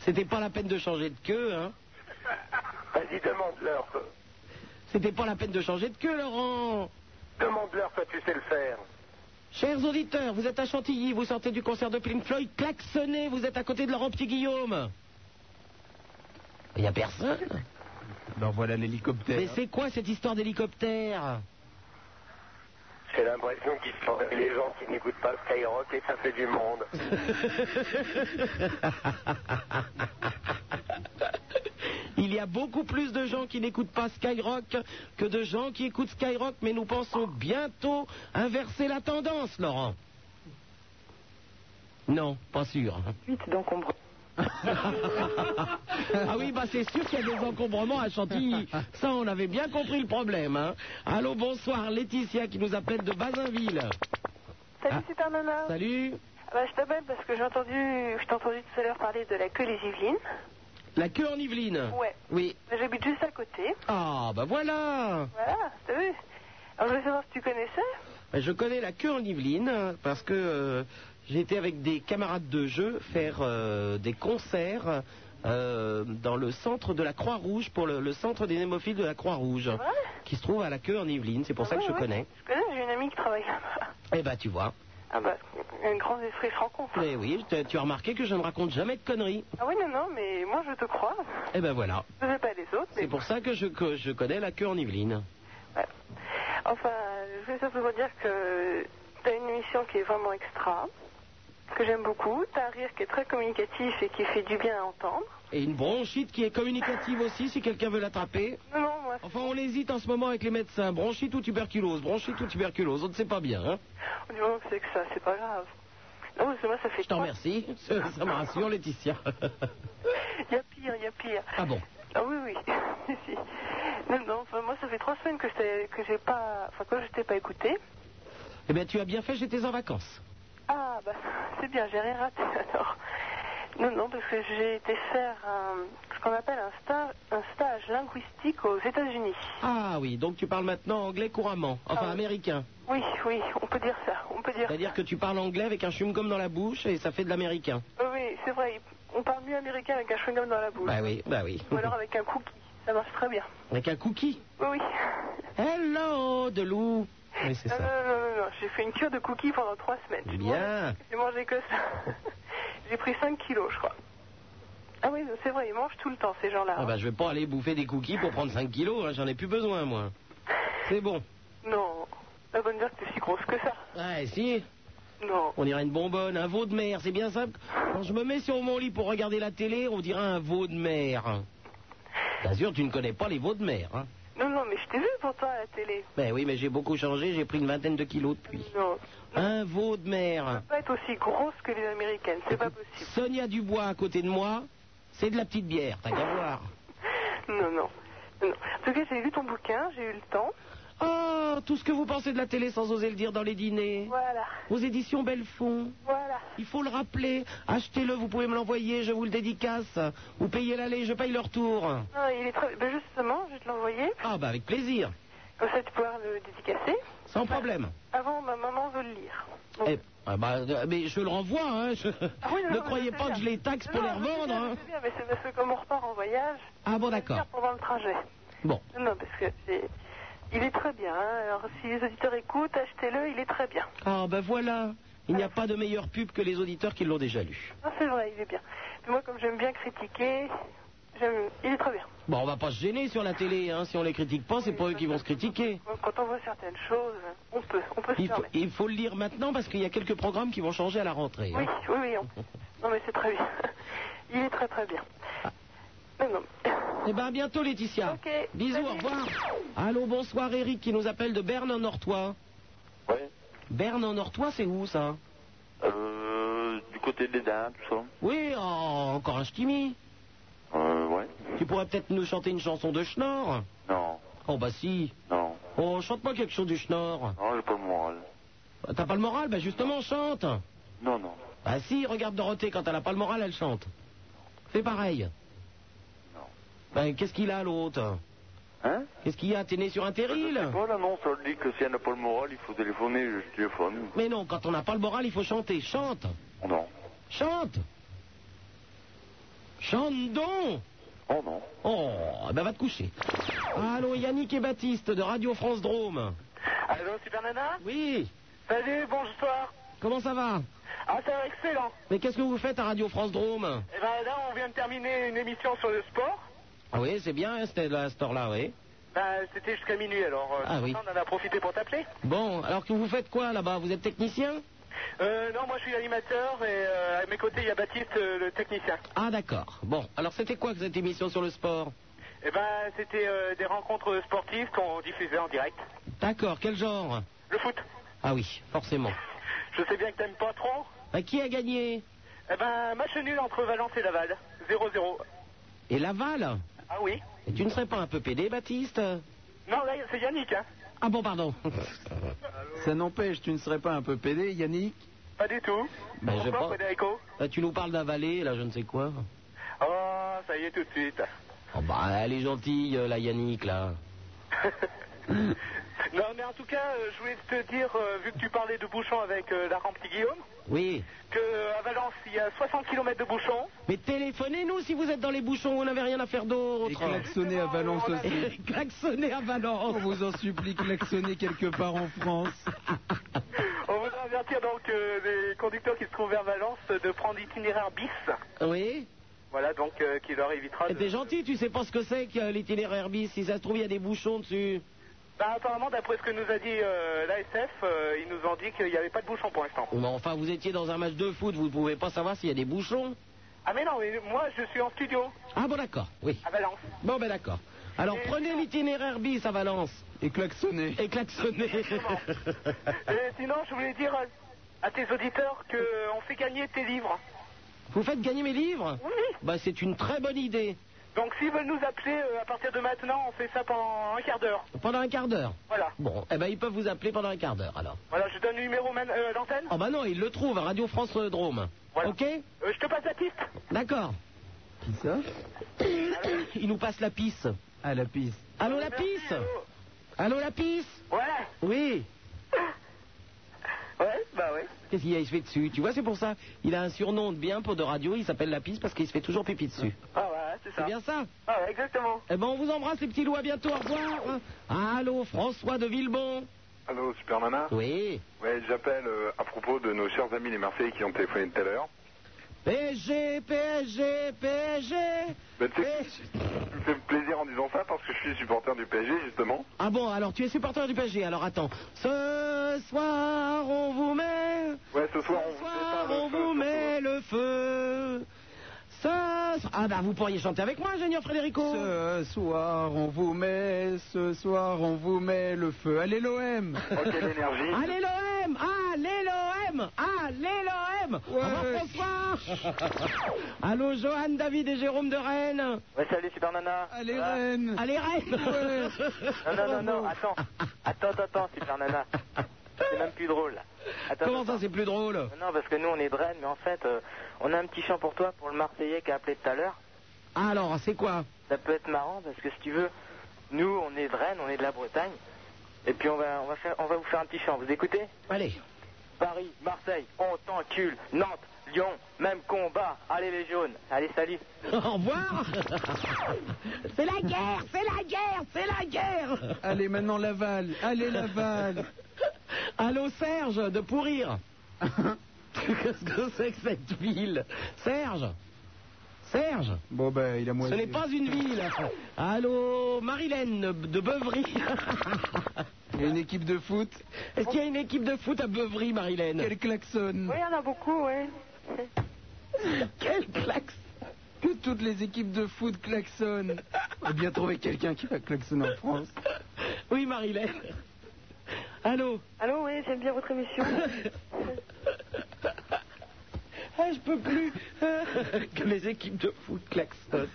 Speaker 4: C'était pas la peine de changer de queue, hein
Speaker 17: Vas-y, demande-leur.
Speaker 4: C'était pas la peine de changer de queue, Laurent.
Speaker 17: Demande-leur que tu sais le faire.
Speaker 4: Chers auditeurs, vous êtes à Chantilly, vous sortez du concert de Pink Floyd, klaxonnez, vous êtes à côté de Laurent Petit-Guillaume. Il n'y a personne.
Speaker 2: Ben voilà l'hélicoptère.
Speaker 4: Mais c'est quoi cette histoire d'hélicoptère
Speaker 11: J'ai l'impression qu'ils sont les gens qui n'écoutent pas Skyrock et ça fait du monde.
Speaker 4: Il y a beaucoup plus de gens qui n'écoutent pas Skyrock que de gens qui écoutent Skyrock, mais nous pensons bientôt inverser la tendance, Laurent. Non, pas sûr.
Speaker 18: Suite d'encombre.
Speaker 4: Ah oui, bah c'est sûr qu'il y a des encombrements à Chantilly. Ça, on avait bien compris le problème. Hein. Allô, bonsoir, Laetitia qui nous appelle de Bazinville.
Speaker 8: Salut Super Nana.
Speaker 4: Ah. Salut.
Speaker 8: Bah, je t'appelle parce que j'ai entendu, je t'ai entendu tout à l'heure parler de la queue les Yvelines.
Speaker 4: La queue en Yvelines.
Speaker 8: Ouais.
Speaker 4: Oui.
Speaker 8: Bah, J'habite juste à côté.
Speaker 4: Ah, bah voilà.
Speaker 8: Voilà, t'as vu Alors je voulais savoir si tu connaissais.
Speaker 4: Bah, Je connais la queue en Yvelines hein, parce que euh, j'ai été avec des camarades de jeu faire euh, des concerts euh, dans le centre de la Croix-Rouge, pour le, le centre des hémophiles de la Croix-Rouge, qui se trouve à la queue en Yvelines. C'est pour ça que je
Speaker 8: Ah Ouais, ouais,
Speaker 4: connais.
Speaker 8: Je connais, j'ai une amie qui travaille là-bas.
Speaker 4: Eh bah, tu vois.
Speaker 8: Ah bah, un grand esprit se rencontre.
Speaker 4: Mais oui, t'as- tu as remarqué que je ne raconte jamais de conneries.
Speaker 8: Ah oui, non, non, mais moi je te crois.
Speaker 4: Eh ben voilà.
Speaker 8: Je sais pas les autres, mais
Speaker 4: C'est pour ça que je, que je connais la queue en Yvelines.
Speaker 8: Enfin, je voulais simplement dire que tu as une émission qui est vraiment extra, que j'aime beaucoup. Tu as un rire qui est très communicatif et qui fait du bien à entendre.
Speaker 4: Et une bronchite qui est communicative aussi, si quelqu'un veut l'attraper.
Speaker 8: Non, non, moi,
Speaker 4: Enfin, on hésite en ce moment avec les médecins. Bronchite ou tuberculose Bronchite ou tuberculose On ne sait pas bien. Hein
Speaker 8: du moment que c'est que ça, c'est pas grave. Non, parce que moi, ça fait.
Speaker 4: je t'en remercie. Ça ça me rassure, Laetitia.
Speaker 8: Il y a pire, il y a pire.
Speaker 4: ah bon
Speaker 8: Ah oui, oui. Si. non, non, enfin, moi, ça fait trois semaines que je t'ai- que j'ai pas. Enfin, que je t'ai pas écouté.
Speaker 4: Eh bien, tu as bien fait, j'étais en vacances.
Speaker 8: Ah, bah, c'est bien, j'ai rien raté alors. Non, non, parce que j'ai été faire un- ce qu'on appelle un, sta- un stage linguistique aux États-Unis.
Speaker 4: Ah oui, donc tu parles maintenant anglais couramment,
Speaker 8: Ah
Speaker 4: enfin américain.
Speaker 8: Oui, oui, on peut dire ça. On peut dire.
Speaker 4: C'est-à-dire que tu parles anglais avec un chewing-gum dans la bouche et ça fait de l'américain.
Speaker 8: Euh, oui, c'est vrai. On parle mieux américain avec un chewing-gum dans la bouche.
Speaker 4: Bah oui, bah oui.
Speaker 8: Ou alors avec un cookie. Ça marche très bien.
Speaker 4: Avec un cookie.
Speaker 8: Oui, oui.
Speaker 4: Hello, de loup. Oui, c'est
Speaker 8: Non,
Speaker 4: ça. Eh
Speaker 8: non, non, non, non. J'ai fait une cure de cookies pendant trois semaines. J'ai
Speaker 4: Bien.
Speaker 8: mangé- J'ai mangé que ça. J'ai pris 5 kilos, je crois. Ah oui, c'est vrai, ils mangent tout le temps, ces gens-là.
Speaker 4: Ah bah, je vais pas aller bouffer des cookies pour prendre 5 kilos, hein, j'en ai plus besoin, moi. C'est bon.
Speaker 8: Non. La bonne dire que t'es si grosse que ça.
Speaker 4: Ouais, Ah, si.
Speaker 8: Non.
Speaker 4: On dirait une bonbonne, un veau de mer, c'est bien simple. Quand je me mets sur mon lit pour regarder la télé, on dirait un veau de mer. Bien sûr, tu ne connais pas les veaux de mer. Hein.
Speaker 8: Non, non, mais je t'ai vu pourtant à la télé.
Speaker 4: Ben oui, mais j'ai beaucoup changé, j'ai pris une vingtaine de kilos depuis.
Speaker 8: Non.
Speaker 4: Un veau de mer.
Speaker 8: Pas être aussi grosse que les Américaines, c'est pas possible.
Speaker 4: Sonia Dubois à côté de moi, c'est de la petite bière, t'as qu'à voir.
Speaker 8: Non, non. Non, non. En tout cas, j'ai lu ton bouquin, j'ai eu le temps.
Speaker 4: Oh, tout ce que vous pensez de la télé sans oser le dire dans les dîners.
Speaker 8: Voilà.
Speaker 4: Aux éditions Bellefond.
Speaker 8: Voilà.
Speaker 4: Il faut le rappeler. Achetez-le, vous pouvez me l'envoyer, je vous le dédicace. Vous payez l'aller, je paye le retour.
Speaker 8: Ah, il est très... ben justement, je vais te l'envoyer.
Speaker 4: Ah, bah avec plaisir,
Speaker 8: Comme ça, tu pourras le dédicacer.
Speaker 4: sans problème.
Speaker 8: Avant, ma maman veut le lire.
Speaker 4: Eh, ah bah, euh, mais je le renvoie, hein. je-
Speaker 8: Ah non,
Speaker 4: ne
Speaker 8: non,
Speaker 4: croyez
Speaker 8: je
Speaker 4: pas
Speaker 8: sais
Speaker 4: que je
Speaker 8: bien.
Speaker 4: les taxe
Speaker 8: Non,
Speaker 4: pour
Speaker 8: non,
Speaker 4: les
Speaker 8: je sais
Speaker 4: revendre.
Speaker 8: bien,
Speaker 4: hein.
Speaker 8: je sais bien, mais c'est parce que comme on repart en voyage,
Speaker 4: Ah bon,
Speaker 8: on
Speaker 4: d'accord.
Speaker 8: va pendant le trajet.
Speaker 4: Bon.
Speaker 8: Non, parce que c'est... Il est très bien. hein. Alors, si les auditeurs écoutent, achetez-le, il est très bien.
Speaker 4: Ah bah voilà, il n'y a pas de meilleure pub que les auditeurs qui l'ont déjà lu.
Speaker 8: Non, c'est vrai, il est bien. Puis moi, comme j'aime bien critiquer, j'aime... il est très bien.
Speaker 4: Bon, on va pas se gêner sur la télé, hein. si on les critique pas, c'est pas eux qui vont se critiquer.
Speaker 8: Quand on voit certaines choses, on peut, on peut se
Speaker 4: Il faut,
Speaker 8: permettre.
Speaker 4: il faut le lire maintenant parce qu'il y a quelques programmes qui vont changer à la rentrée. hein.
Speaker 8: Oui, oui, oui. on- Non, mais c'est très bien. Il est très, très bien. Non, non.
Speaker 4: Eh ben à bientôt Laetitia. Bisous, au revoir. Allô, bonsoir Eric qui nous appelle de Berne en Ortois.
Speaker 6: Oui.
Speaker 4: Berne en Ortois, c'est où ça
Speaker 6: Euh, du côté de l'Édin, tout ça.
Speaker 4: Oui, oh, encore un ch'timi.
Speaker 6: Euh, ouais.
Speaker 4: Tu pourrais peut-être nous chanter une chanson de Schnorr.
Speaker 6: Non.
Speaker 4: Oh bah si.
Speaker 6: Non.
Speaker 4: Oh, chante-moi quelque chose du Schnorr.
Speaker 6: Non, j'ai pas le moral.
Speaker 4: T'as pas le moral Bah justement, chante.
Speaker 6: Non, non.
Speaker 4: Bah si, regarde Dorothée, quand elle a pas le moral, elle chante. Fais pareil. Bah qu'est-ce qu'il a l'autre
Speaker 6: Hein
Speaker 4: Qu'est-ce qu'il y a T'es né sur un
Speaker 6: Je
Speaker 4: terril
Speaker 6: sais pas, là, non, ça dit que si elle n'a pas le moral, il faut téléphoner, je téléphone.
Speaker 4: Mais non, quand on n'a pas le moral, il faut chanter. Chante
Speaker 19: Oh
Speaker 6: Non.
Speaker 4: Chante Chante donc
Speaker 6: Oh non.
Speaker 4: Oh, ben va te coucher. Allô, Yannick et Baptiste de Radio France Drôme.
Speaker 19: Allô, Super Nana
Speaker 4: Oui
Speaker 19: Salut, bonsoir.
Speaker 4: Comment ça va
Speaker 19: Ah, ça va excellent.
Speaker 4: Mais qu'est-ce que vous faites à Radio France Drôme
Speaker 19: Eh ben là, on vient de terminer une émission sur le sport.
Speaker 4: Ah oui, c'est bien, hein, c'était à cette heure-là, oui.
Speaker 9: Bah, c'était jusqu'à minuit alors. euh,
Speaker 4: Ah oui.
Speaker 9: On en a profité pour t'appeler.
Speaker 4: Bon, alors que vous faites quoi là-bas Vous êtes technicien
Speaker 9: Euh, non, moi je suis animateur et euh, à mes côtés il y a Baptiste, euh, le technicien.
Speaker 4: Ah d'accord. Bon, alors c'était quoi que cette émission sur le sport
Speaker 9: Et ben, c'était euh, des rencontres sportives qu'on diffusait en direct.
Speaker 4: D'accord, quel genre
Speaker 9: Le foot.
Speaker 4: Ah oui, forcément.
Speaker 9: Je sais bien que t'aimes pas trop.
Speaker 4: Bah, qui a gagné
Speaker 9: Eh ben, match nul entre Valence et Laval. 0-0.
Speaker 4: Et Laval
Speaker 9: Ah oui
Speaker 4: Et Tu ne serais pas un peu pédé, Baptiste
Speaker 9: Non, là c'est Yannick, hein.
Speaker 4: Ah bon, pardon.
Speaker 11: Ça n'empêche, tu ne serais pas un peu pédé, Yannick
Speaker 9: Pas du tout.
Speaker 4: Ben, je
Speaker 9: Pourquoi,
Speaker 4: pense-
Speaker 9: Federico
Speaker 4: Bah, tu nous parles d'avaler, là, je ne sais quoi.
Speaker 9: Oh, ça y est tout de suite.
Speaker 4: Oh, bah, elle est gentille, euh, la Yannick, là.
Speaker 9: Non, mais en tout cas, euh, je voulais te dire, euh, vu que tu parlais de bouchons avec euh, la remplie Guillaume,
Speaker 4: Oui.
Speaker 9: que euh, à Valence, il y a 60 km de bouchons.
Speaker 4: Mais téléphonez-nous si vous êtes dans les bouchons, vous n'avez rien à faire d'autre.
Speaker 11: Et klaxonner à Valence aussi.
Speaker 4: klaxonnez à Valence.
Speaker 11: On vous en supplie, klaxonner quelque part en France.
Speaker 9: On voudrait avertir donc euh, les conducteurs qui se trouvent vers Valence euh, de prendre l'itinéraire bis.
Speaker 4: Oui
Speaker 9: Voilà, donc euh, qui leur évitera de...
Speaker 4: T'es gentil, tu sais pas ce que c'est que euh, l'itinéraire bis. Si ça se trouve, il y a des bouchons dessus.
Speaker 9: Bah, apparemment, d'après ce que nous a dit euh, l'ASF, ils nous ont dit qu'il n'y avait pas de bouchons pour l'instant.
Speaker 4: Mais enfin, vous étiez dans un match de foot, vous ne pouvez pas savoir s'il y a des bouchons.
Speaker 9: Ah mais non, mais moi je suis en studio.
Speaker 4: Ah bon, d'accord, oui.
Speaker 9: À Valence.
Speaker 4: Bon, ben d'accord. Alors, prenez l'itinéraire bis à Valence.
Speaker 11: Et klaxonner.
Speaker 4: Et klaxonner.
Speaker 9: Et Euh, sinon, je voulais dire à- à tes auditeurs que euh, on fait gagner tes livres.
Speaker 4: vous faites gagner mes livres
Speaker 9: Oui.
Speaker 4: Bah, c'est une très bonne idée.
Speaker 9: Donc s'ils veulent nous appeler euh, à partir de maintenant, on fait ça pendant un quart d'heure.
Speaker 4: Pendant un quart d'heure.
Speaker 9: Voilà.
Speaker 4: Bon, eh ben, ils peuvent vous appeler pendant un quart d'heure, alors.
Speaker 9: Voilà, je donne le numéro man- euh, à l'antenne.
Speaker 4: Oh, bah non, ils le trouvent à Radio France euh, Drôme. Ok
Speaker 9: Euh, je te passe la piste.
Speaker 4: D'accord.
Speaker 11: Qui ça
Speaker 4: Il nous passe la pisse.
Speaker 11: Ah, la piste.
Speaker 4: Allô, la pisse Allô, la pisse
Speaker 9: Ouais.
Speaker 4: Oui.
Speaker 9: Ouais, bah ouais.
Speaker 4: Qu'est-ce qu'il y a Il se fait dessus. Tu vois, c'est pour ça. Il a un surnom de bien pour de radio. Il s'appelle la pisse parce qu'il se fait toujours pipi dessus.
Speaker 9: Ah ouais, c'est ça.
Speaker 4: C'est bien ça
Speaker 9: Ah ouais, exactement.
Speaker 4: Eh ben, on vous embrasse, les petits loups. À bientôt. Au revoir.
Speaker 9: Ah.
Speaker 4: Allô, François de Villebon.
Speaker 6: Allô, Super Nana
Speaker 4: Oui.
Speaker 6: Ouais, j'appelle euh, à propos de nos chers amis les Marseillais qui ont téléphoné tout à l'heure.
Speaker 4: PSG, PSG, PSG.
Speaker 6: Bah, tu sais, tu me fais plaisir en disant ça parce que je suis supporter du PSG, justement.
Speaker 4: Ah bon, alors tu es supporter du PSG. Alors attends. Ce soir, on vous met.
Speaker 6: Ouais, ce soir,
Speaker 4: Ce soir, on vous met le feu. Ce soir- Ah bah, vous pourriez chanter avec moi, ingénieur Frédérico.
Speaker 11: Ce soir, on vous met, ce soir, on vous met le feu. Allez, l'OM
Speaker 4: Allez l'OM Allez l'OM Allez l'OM Au revoir, François Allô Johan, David et Jérôme de Rennes
Speaker 17: Ouais, salut Super Nana.
Speaker 11: Allez, Rennes
Speaker 4: Allez Rennes
Speaker 17: Non, non, non, non, attends. Attends, attends, attends, Super Nana. C'est même plus drôle. Attends,
Speaker 4: Comment
Speaker 17: attends.
Speaker 4: ça c'est plus drôle
Speaker 17: Non, parce que nous on est de Rennes, mais en fait, euh, on a un petit chant pour toi, pour le Marseillais qui a appelé tout à l'heure.
Speaker 4: Ah, Alors c'est quoi
Speaker 17: Ça peut être marrant parce que si tu veux, nous on est de Rennes, on est de la Bretagne. Et puis on va, on va, faire, on va vous faire un petit chant, vous écoutez
Speaker 4: Allez
Speaker 17: Paris, Marseille, on t'encule, Nantes, Lyon, même combat, allez les jaunes, allez salut.
Speaker 4: Au revoir C'est la guerre C'est la guerre C'est la guerre
Speaker 11: Allez, maintenant, Laval. Allez, Laval.
Speaker 4: Allô Serge de Pourrir Qu'est-ce que c'est que cette ville Serge Serge
Speaker 11: Bon, ben, il a
Speaker 4: Ce
Speaker 11: moitié.
Speaker 4: n'est pas une ville. Allô, Marilène de Beuvry.
Speaker 11: Il y a une équipe de foot.
Speaker 4: Est-ce qu'il y a une équipe de foot à Beuvry, Marilène
Speaker 11: Quel klaxon
Speaker 8: Oui, il y en a beaucoup, oui.
Speaker 4: Quel klaxon
Speaker 11: Que toutes les équipes de foot klaxonnent. On va bien trouver quelqu'un qui va klaxonner en France.
Speaker 4: Oui, Marilène. Allô
Speaker 8: Allô, oui, j'aime bien votre émission.
Speaker 4: Ah, je peux plus que les équipes de foot klaxonnent.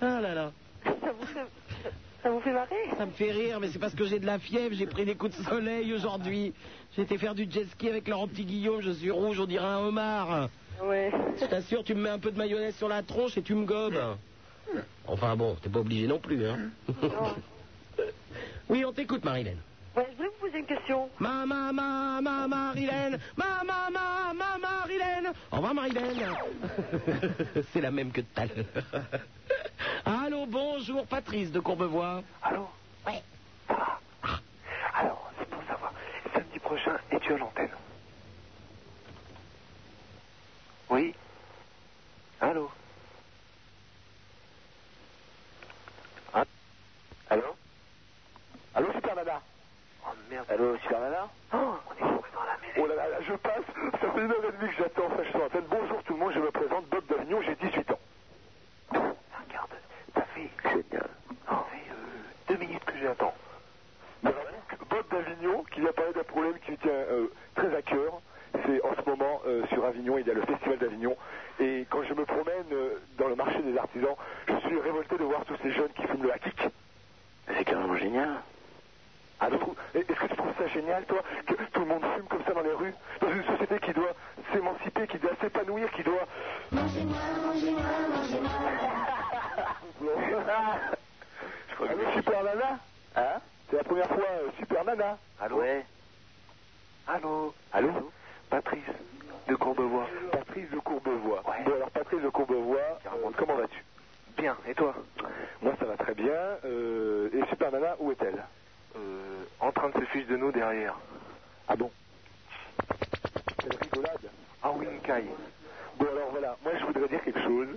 Speaker 4: Ah là là.
Speaker 8: ça, vous fait, ça vous fait marrer
Speaker 4: Ça me fait rire, mais c'est parce que j'ai de la fièvre, j'ai pris des coups de soleil aujourd'hui. J'étais faire du jet ski avec Laurent Petit Guillaume, je suis rouge, on dirait un homard.
Speaker 8: Ouais.
Speaker 4: Je t'assure, tu me mets un peu de mayonnaise sur la tronche et tu me gobes. Enfin bon, t'es pas obligé non plus, hein. oui, on t'écoute, Marilène.
Speaker 8: Ouais, je voulais vous poser une question.
Speaker 4: Ma, ma, ma, ma, Marilène. Ma, ma, ma, ma, Marilène. Au revoir, Marilène. C'est la même que tout à l'heure. Allô, bonjour, Patrice de Courbevoie.
Speaker 20: Allô
Speaker 4: Ouais.
Speaker 20: Ça va Ah. Alors, c'est pour savoir. Samedi prochain, es-tu à l'antenne Oui Allô
Speaker 9: Hein
Speaker 17: Allô
Speaker 9: Oh,
Speaker 8: Oh,
Speaker 9: Ah,
Speaker 17: Oh
Speaker 9: passe. Ça fait une heure et demie que j'attends, ça je suis en tête. Bonjour tout le monde, je me présente Bob d'Avignon, j'ai 18 ans. Regarde, ça fait, génial. Ça fait euh, deux minutes que j'attends. Alors, donc, Bob d'Avignon, qui vient parler d'un problème qui lui tient euh, très à cœur. C'est en ce moment euh, sur Avignon, il y a le Festival d'Avignon. Et quand je me promène euh, dans le marché des artisans, je suis révolté de voir tous ces jeunes qui fument le hakik. C'est carrément génial. Ah, tu trou- Est-ce que tu trouves ça génial, toi, que tout le monde fume comme ça dans les rues, dans une société qui doit s'émanciper, qui doit s'épanouir, qui doit...
Speaker 17: Ah,
Speaker 9: Allô, Super Nana Hein C'est la première fois, euh, Super Nana Allô Allô Allô Patrice de Courbevoie. Patrice de Courbevoie. Bon, alors, Patrice de Courbevoie, euh, comment vas-tu Bien, et toi Moi, ça va très bien. euh, et Super Nana, où est-elle euh, En train de se fiche de nous derrière. Ah bon Quelle rigolade Ah oui, Kai. Bon, alors voilà, moi je voudrais dire quelque chose.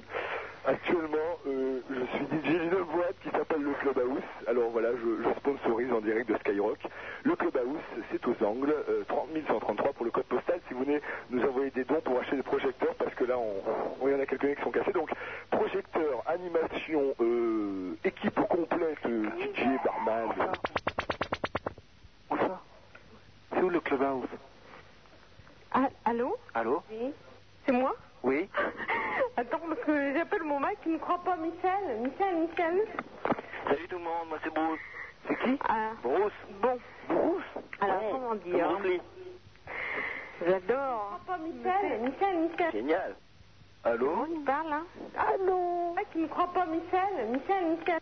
Speaker 9: Actuellement, euh, je suis DJ d'une boîte qui s'appelle le Clubhouse. Alors voilà, je, je sponsorise en direct de Skyrock. Le Clubhouse, c'est aux angles, euh, 30 133 pour le code postal. Si vous voulez nous envoyer des dons pour acheter des projecteurs, parce que là, on, on- il y en a quelques-uns qui sont cassés. Donc, projecteurs, animation, euh, équipe complète, euh, DJ, barman. Où ça C'est où le Clubhouse
Speaker 8: Ah, allô
Speaker 9: Allô
Speaker 8: Oui. C'est moi
Speaker 9: Oui
Speaker 8: Attends, parce que j'appelle mon mec, il ne croit pas Michel. Michel, Michel.
Speaker 17: Salut tout le monde, moi c'est Bruce. C'est qui Bruce.
Speaker 8: Ah. Bon.
Speaker 17: Bruce
Speaker 8: Alors, comment dire
Speaker 17: Bruce Lee.
Speaker 8: J'adore. Papa Michel, Michel, Michel.
Speaker 17: Génial. Allô
Speaker 8: Il parle, hein Allô Ah, qui ne croit pas Michel, Michel, Michel.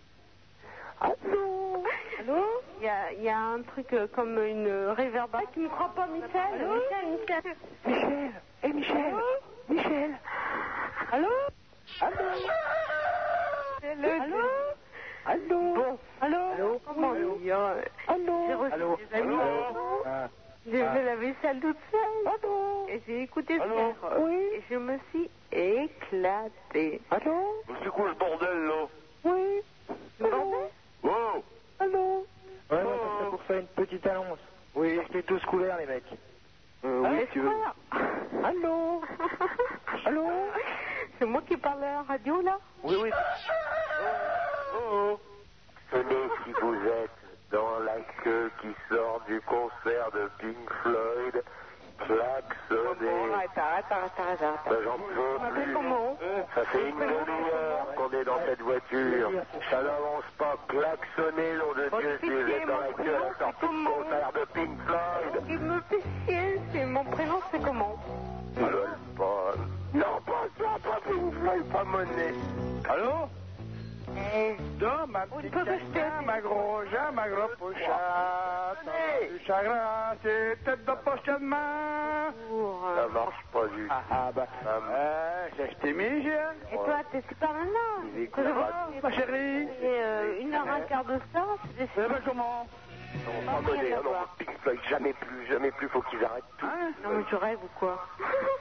Speaker 8: Allô Allô Il y a, il y a un truc euh, comme une euh, réverbération. Ah, qui ne croit pas Michel, Michel, Michel. Michel Eh, Michel Michel Allô Allô Allô Allô Bon. Allô Allô Comment dire Allô J'ai reçu des amis. J'ai fait la vaisselle toute seule. Et j'ai écouté le père. euh, Et je me suis éclatée. Allô
Speaker 21: C'est quoi le bordel là
Speaker 8: Oui. Bordel Ah
Speaker 21: Oh
Speaker 8: Allô
Speaker 22: Ouais, moi, ça serait pour faire une petite annonce. Oui, restez tous couverts, les mecs.
Speaker 17: Euh,
Speaker 8: oui, si tu veux. Allô Allô C'est moi qui parle à la radio, là
Speaker 17: Oui, oui. Oh. Tenez, si vous êtes dans la queue qui sort du concert de Pink Floyd, klaxonnez.
Speaker 8: Arrête, arrête, arrête, arrête, arrête.
Speaker 17: Ça, Bah, j'en peux plus. Ça fait une demi-heure qu'on est dans cette voiture. Ça n'avance pas. Klaxonnez, nom de Dieu, si vous êtes dans la queue à la sortie du concert de Pink Floyd.
Speaker 8: Il me fait chier, c'est mon prénom, c'est comment
Speaker 17: Lol, pas- Non, pas ça, pas Pink Floyd, pas monnaie. Allô
Speaker 11: Dans ma petite castagne, ma gros Jean, ma gros pochette. Du chagrin, c'est tête de poche de main.
Speaker 17: Ça marche pas du tout.
Speaker 11: Ah bah, euh, j'ai acheté mes gènes.
Speaker 8: Et toi, t'es super nana
Speaker 17: Oh. Il est
Speaker 8: Que je vois.
Speaker 17: grave.
Speaker 11: Ma chérie.
Speaker 8: Et euh, une heure, un quart de ça, c'est des
Speaker 17: Eh ben,
Speaker 11: comment
Speaker 8: Ah,
Speaker 17: Non, pas monnaie, hein, non, non, Pink Floyd, jamais plus, jamais plus, faut qu'ils arrêtent tout.
Speaker 8: Hein Non, mais tu rêves ou quoi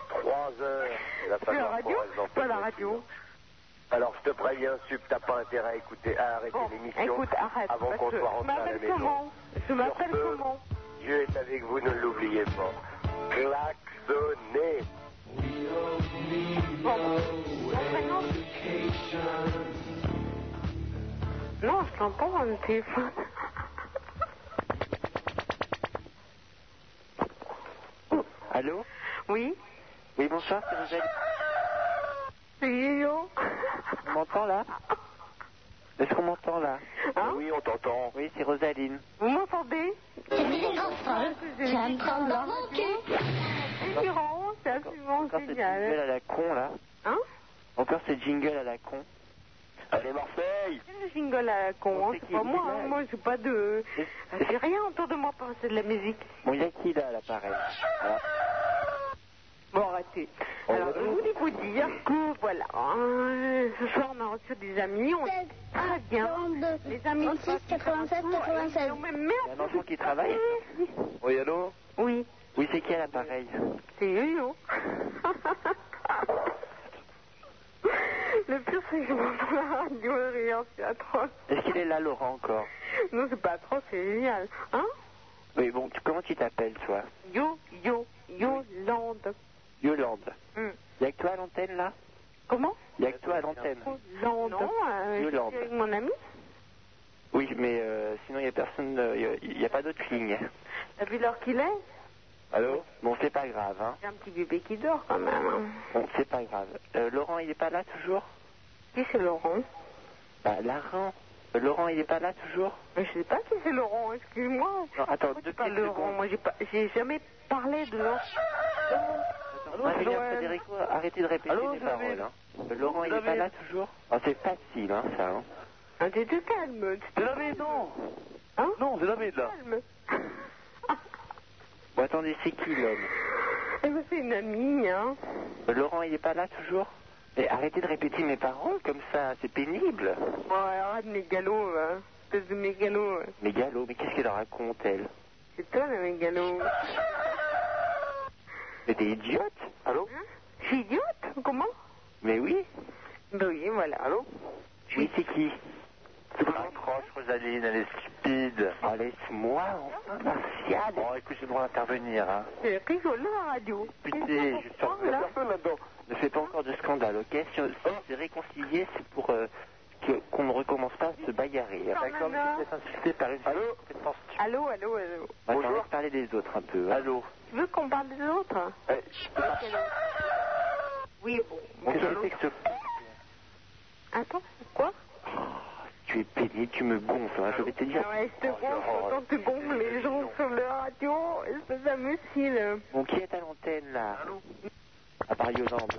Speaker 17: Trois heures. C'est la
Speaker 8: Tu es à la
Speaker 17: fameuse
Speaker 8: radio
Speaker 17: Forest dans
Speaker 8: Pas à la
Speaker 17: Pink
Speaker 8: radio.
Speaker 17: Floyd. Alors, je te préviens, Sup, t'as pas intérêt à écouter, à arrêter
Speaker 8: Bon,
Speaker 17: l'émission
Speaker 8: écoute, arrête.
Speaker 17: avant
Speaker 8: parce
Speaker 17: qu'on
Speaker 8: que
Speaker 17: soit
Speaker 8: Je
Speaker 17: rentré à la
Speaker 8: m'appelle
Speaker 17: maison.
Speaker 8: comment Je m'appelle
Speaker 17: Sur ce,
Speaker 8: comment
Speaker 17: Dieu est avec vous, ne l'oubliez pas. Klaxonnez.
Speaker 8: Non, je t'entends dans le téléphone.
Speaker 17: Allô
Speaker 8: Oui
Speaker 17: Oui, bonsoir, c'est Rosel.
Speaker 8: C'est Yo
Speaker 17: On m'entend là Est-ce qu'on m'entend là
Speaker 8: Hein
Speaker 17: Oui, on t'entend. Oui, c'est Rosaline.
Speaker 8: Vous m'entendez C'est marrant, c'est absolument
Speaker 17: Encore ce jingle à
Speaker 8: génial.
Speaker 17: la con là.
Speaker 8: Hein
Speaker 17: Encore ce jingle à la con. Allez, Marseille
Speaker 8: C'est le jingle à la con, hein, c'est pas moi, hein, moi j'ai pas de... J'ai rien autour de moi pour c'est de la musique.
Speaker 17: Bon, il y a qui là à l'appareil
Speaker 8: Bon, arrêtez. Alors, je voulais vous dire que voilà, euh, ce soir on a reçu des amis, on est très bien. Les amis,
Speaker 23: 36, 87, 96.
Speaker 8: Mais merde,
Speaker 17: un enfant qui travaille Oui, allô
Speaker 8: Oui.
Speaker 17: Oui, c'est qui à l'appareil
Speaker 8: c'est yo Le pire, c'est que je m'entends la radio rire, c'est atroce.
Speaker 17: Est-ce qu'il est là, Laurent, encore
Speaker 8: Non, c'est pas atroce, c'est génial. Hein
Speaker 17: Oui, bon, tu- comment tu t'appelles, toi
Speaker 8: Yo, yo, Yolande.
Speaker 17: Yolande.
Speaker 8: Hmm.
Speaker 17: Il n'y a que toi à l'antenne, là
Speaker 8: Comment
Speaker 17: Il n'y a que toi à l'antenne.
Speaker 8: Yolande. Non, euh, je
Speaker 17: Yolande.
Speaker 8: suis avec mon ami.
Speaker 17: Oui, mais euh, sinon, il n'y a personne. euh, Il n'y a, pas d'autre ligne.
Speaker 8: T'as vu l'heure qu'il est
Speaker 17: Allô Bon, c'est pas grave, hein.
Speaker 8: J'ai un petit bébé qui dort quand même. hein.
Speaker 17: Bon, c'est pas grave. Euh, Laurent, il n'est pas là toujours
Speaker 8: Qui c'est Laurent
Speaker 17: Bah, Laurent. Euh, Laurent, il n'est pas là toujours
Speaker 8: Mais Je sais pas qui c'est Laurent, excuse-moi.
Speaker 17: Non, attends,
Speaker 8: Pourquoi tu parles de Laurent Moi, j'ai pas- j'ai jamais parlé de Laurent.
Speaker 17: Ingénieur Federico, arrêtez de répéter les paroles, hein. Euh, Laurent, il n'est pas là toujours Oh, c'est facile, hein, ça, hein.
Speaker 8: Ah, t'es tout calme.
Speaker 17: De la merde, non
Speaker 8: Hein
Speaker 17: Non, de la merde, là.
Speaker 8: Calme.
Speaker 17: Bon, attendez, c'est qui l'homme
Speaker 8: Eh ben, c'est une amie, hein.
Speaker 17: Euh, Laurent, il n'est pas là toujours Mais arrêtez de répéter mes paroles comme ça, c'est pénible.
Speaker 8: Bon, arrête mégalo, hein. Espèce de mégalo. hein.
Speaker 17: Mais Gallo, mais qu'est-ce qu'elle raconte, elle
Speaker 8: C'est toi la mégalo.
Speaker 17: Mais t'es idiote Allô
Speaker 8: Je suis idiote Comment
Speaker 17: Mais oui
Speaker 8: Ben oui, voilà. Allô
Speaker 17: Oui, c'est qui Raccroche, Rosaline, elle est stupide. Oh, laisse-moi, enfin, Martial. Bon, Oh, écoute, j'ai le droit d'intervenir, hein.
Speaker 8: C'est rigolo la radio.
Speaker 17: Putain, je suis en personne là-dedans. Ne fais pas encore de scandale, ok Si on si on s'est réconcilié, c'est pour euh, que- qu'on ne recommence pas à se bagarrer.
Speaker 8: Quand
Speaker 17: Enfin,
Speaker 8: même,
Speaker 17: comme
Speaker 8: hein.
Speaker 17: si tu insulté par une Allô
Speaker 8: Allô, allô, allô.
Speaker 17: Bonjour. On va parler des autres un peu. hein. Allô
Speaker 8: Tu veux qu'on parle des autres
Speaker 17: Euh,
Speaker 8: Oui, bon.
Speaker 17: On te fait que ce-
Speaker 8: Attends, quoi
Speaker 17: Tu es pénible, tu me gonfles, hein, je vais te dire.
Speaker 8: Non, elle te
Speaker 17: euh,
Speaker 8: gonfle, autant te gonfle les gens sur la radio, espèce d'imbécile.
Speaker 17: Bon, qui est à l'antenne, là À Paris Hollande.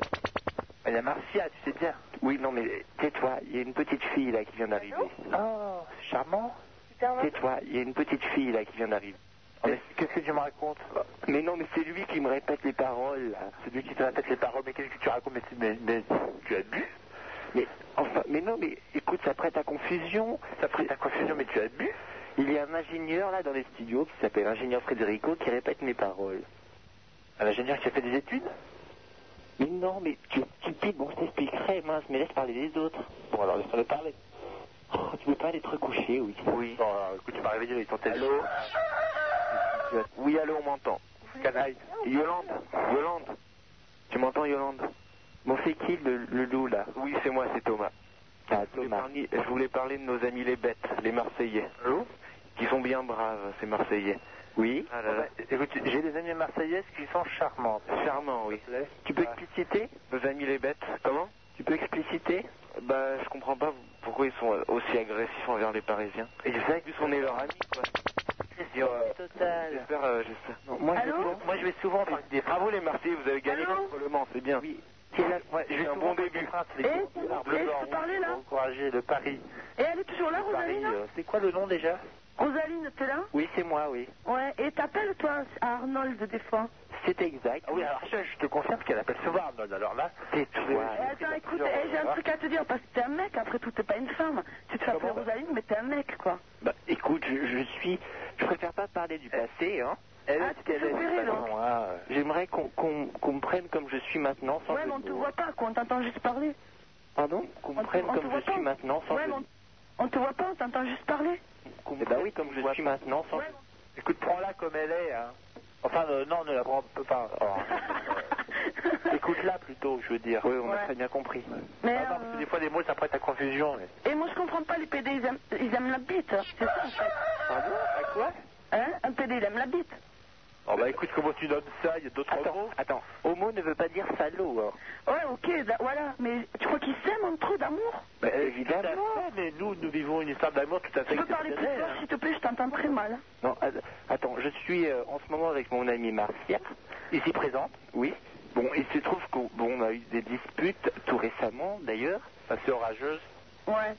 Speaker 17: Il y a Marcia, tu sais bien. Oui, non, mais tais-toi, il y a une petite fille, là, qui vient d'arriver. Oh, charmant.
Speaker 8: hein.
Speaker 17: Tais-toi, il y a une petite fille, là, qui vient d'arriver. Qu'est-ce que tu me racontes Mais non, mais c'est lui qui me répète les paroles, là. C'est lui qui te répète les paroles, mais qu'est-ce que tu racontes mais, tu as bu Mais, enfin, mais non, mais écoute, ça prête à confusion. Ça prête à confusion, mais tu as bu Il y a un ingénieur, là, dans les studios, qui s'appelle ingénieur Frédérico, qui répète mes paroles. Un ingénieur qui a fait des études Mais non, mais tu es stupide, bon, je t'expliquerai, mince, mais laisse parler les autres. Bon, alors laisse-le parler. Oh, tu peux pas aller te recoucher, oui. Oui. Bon, alors, écoute, tu m'as réveillé avec ton Allô Oui, allô, on m'entend. Canaille. Yolande, Yolande. Tu m'entends, Yolande Bon, c'est qui le, le loup, là Oui, c'est moi, c'est Thomas. Ah, Thomas.
Speaker 6: Je voulais parler de nos amis les bêtes, les Marseillais. Qui sont bien braves, ces Marseillais. Ah
Speaker 17: Oui.
Speaker 6: Oh, bah, écoute, j'ai des amis marseillaises qui sont charmantes. Charmants, oui.
Speaker 17: Tu peux expliciter
Speaker 6: Nos amis les bêtes, Bah. comment
Speaker 17: Tu peux expliciter
Speaker 6: Bah, je comprends pas pourquoi ils sont euh, aussi agressifs envers les Parisiens. Et je sais que on est leur ami, quoi.
Speaker 17: Total.
Speaker 6: J'espère, euh, j'espère.
Speaker 17: Moi, je vais souvent- moi, je vais souvent parler des
Speaker 6: Bravo les Marseillais, vous avez gagné contre le Mans, c'est bien. Oui. Ouais, j'ai un bon début.
Speaker 17: Eh, eh, je peux parler, là encourager le Paris.
Speaker 24: Et elle est toujours là,
Speaker 17: Paris,
Speaker 24: Rosaline
Speaker 17: euh, c'est quoi le nom déjà
Speaker 24: Rosaline, t'es là
Speaker 17: Oui, c'est moi, oui.
Speaker 24: Ouais, et t'appelles toi à Arnold des fois
Speaker 17: C'est exact.
Speaker 24: Ah oui, alors,
Speaker 17: je, te confirme qu'elle appelle souvent Arnold, alors là. C'est toi.
Speaker 24: Eh, attends, écoute, eh, j'ai un truc à te dire, parce que t'es un mec, après tout, t'es pas une femme. Tu te fais appeler Rosaline, mais t'es un mec, quoi.
Speaker 17: Bah, écoute, je, je suis. Je préfère pas parler du
Speaker 24: Eh,
Speaker 17: passé, hein. Elle est ce qu'elle est, de toute façon, hein. J'aimerais qu'on qu'on- qu'on me prenne comme je suis maintenant, sans
Speaker 24: euh. ouais,
Speaker 17: jeu
Speaker 24: mais on
Speaker 17: de
Speaker 24: te
Speaker 17: mots.
Speaker 24: voit pas, quoi, on t'entend juste parler.
Speaker 17: Pardon Qu'on me
Speaker 24: On te-
Speaker 17: prenne
Speaker 24: on te
Speaker 17: comme
Speaker 24: voit
Speaker 17: je suis
Speaker 24: pas.
Speaker 17: maintenant, sans
Speaker 24: Ouais,
Speaker 17: jeu
Speaker 24: mais
Speaker 17: de
Speaker 24: on, on te voit pas, on t'entend juste parler.
Speaker 17: Eh ben oui, comme je suis maintenant, sans... Écoute, prends-la comme elle est, hein. Enfin, euh, non, ne la prends oh, pas. Écoute-la plutôt, je veux dire. Oui, on a euh, très bien compris. Ah
Speaker 24: Mais,
Speaker 17: Des fois, des mots, ça prête à confusion.
Speaker 24: euh, et moi, je comprends pas, les PD, ils aiment, ils aiment la bite. C'est ça, en fait.
Speaker 17: Pardon À quoi
Speaker 24: Hein Un PD, il aime la bite.
Speaker 17: Oh bah écoute, comment tu donnes ça Il y a d'autres mots Attends, homo ne veut pas dire salaud, hein.
Speaker 24: Ouais, ok, da- voilà, mais tu crois qu'ils s'aiment entre eux d'amour
Speaker 17: Mais Bah, évidemment Mais nous, nous vivons une histoire d'amour tout à
Speaker 24: Tu peux parler plus fort, s'il te plaît, je t'entends très mal.
Speaker 17: Non, att- attends, je suis euh, en ce moment avec mon ami Marcia. Ici présente Oui. Bon, il se trouve qu'on bon, on a eu des disputes tout récemment, d'ailleurs. Assez orageuse.
Speaker 24: Ouais.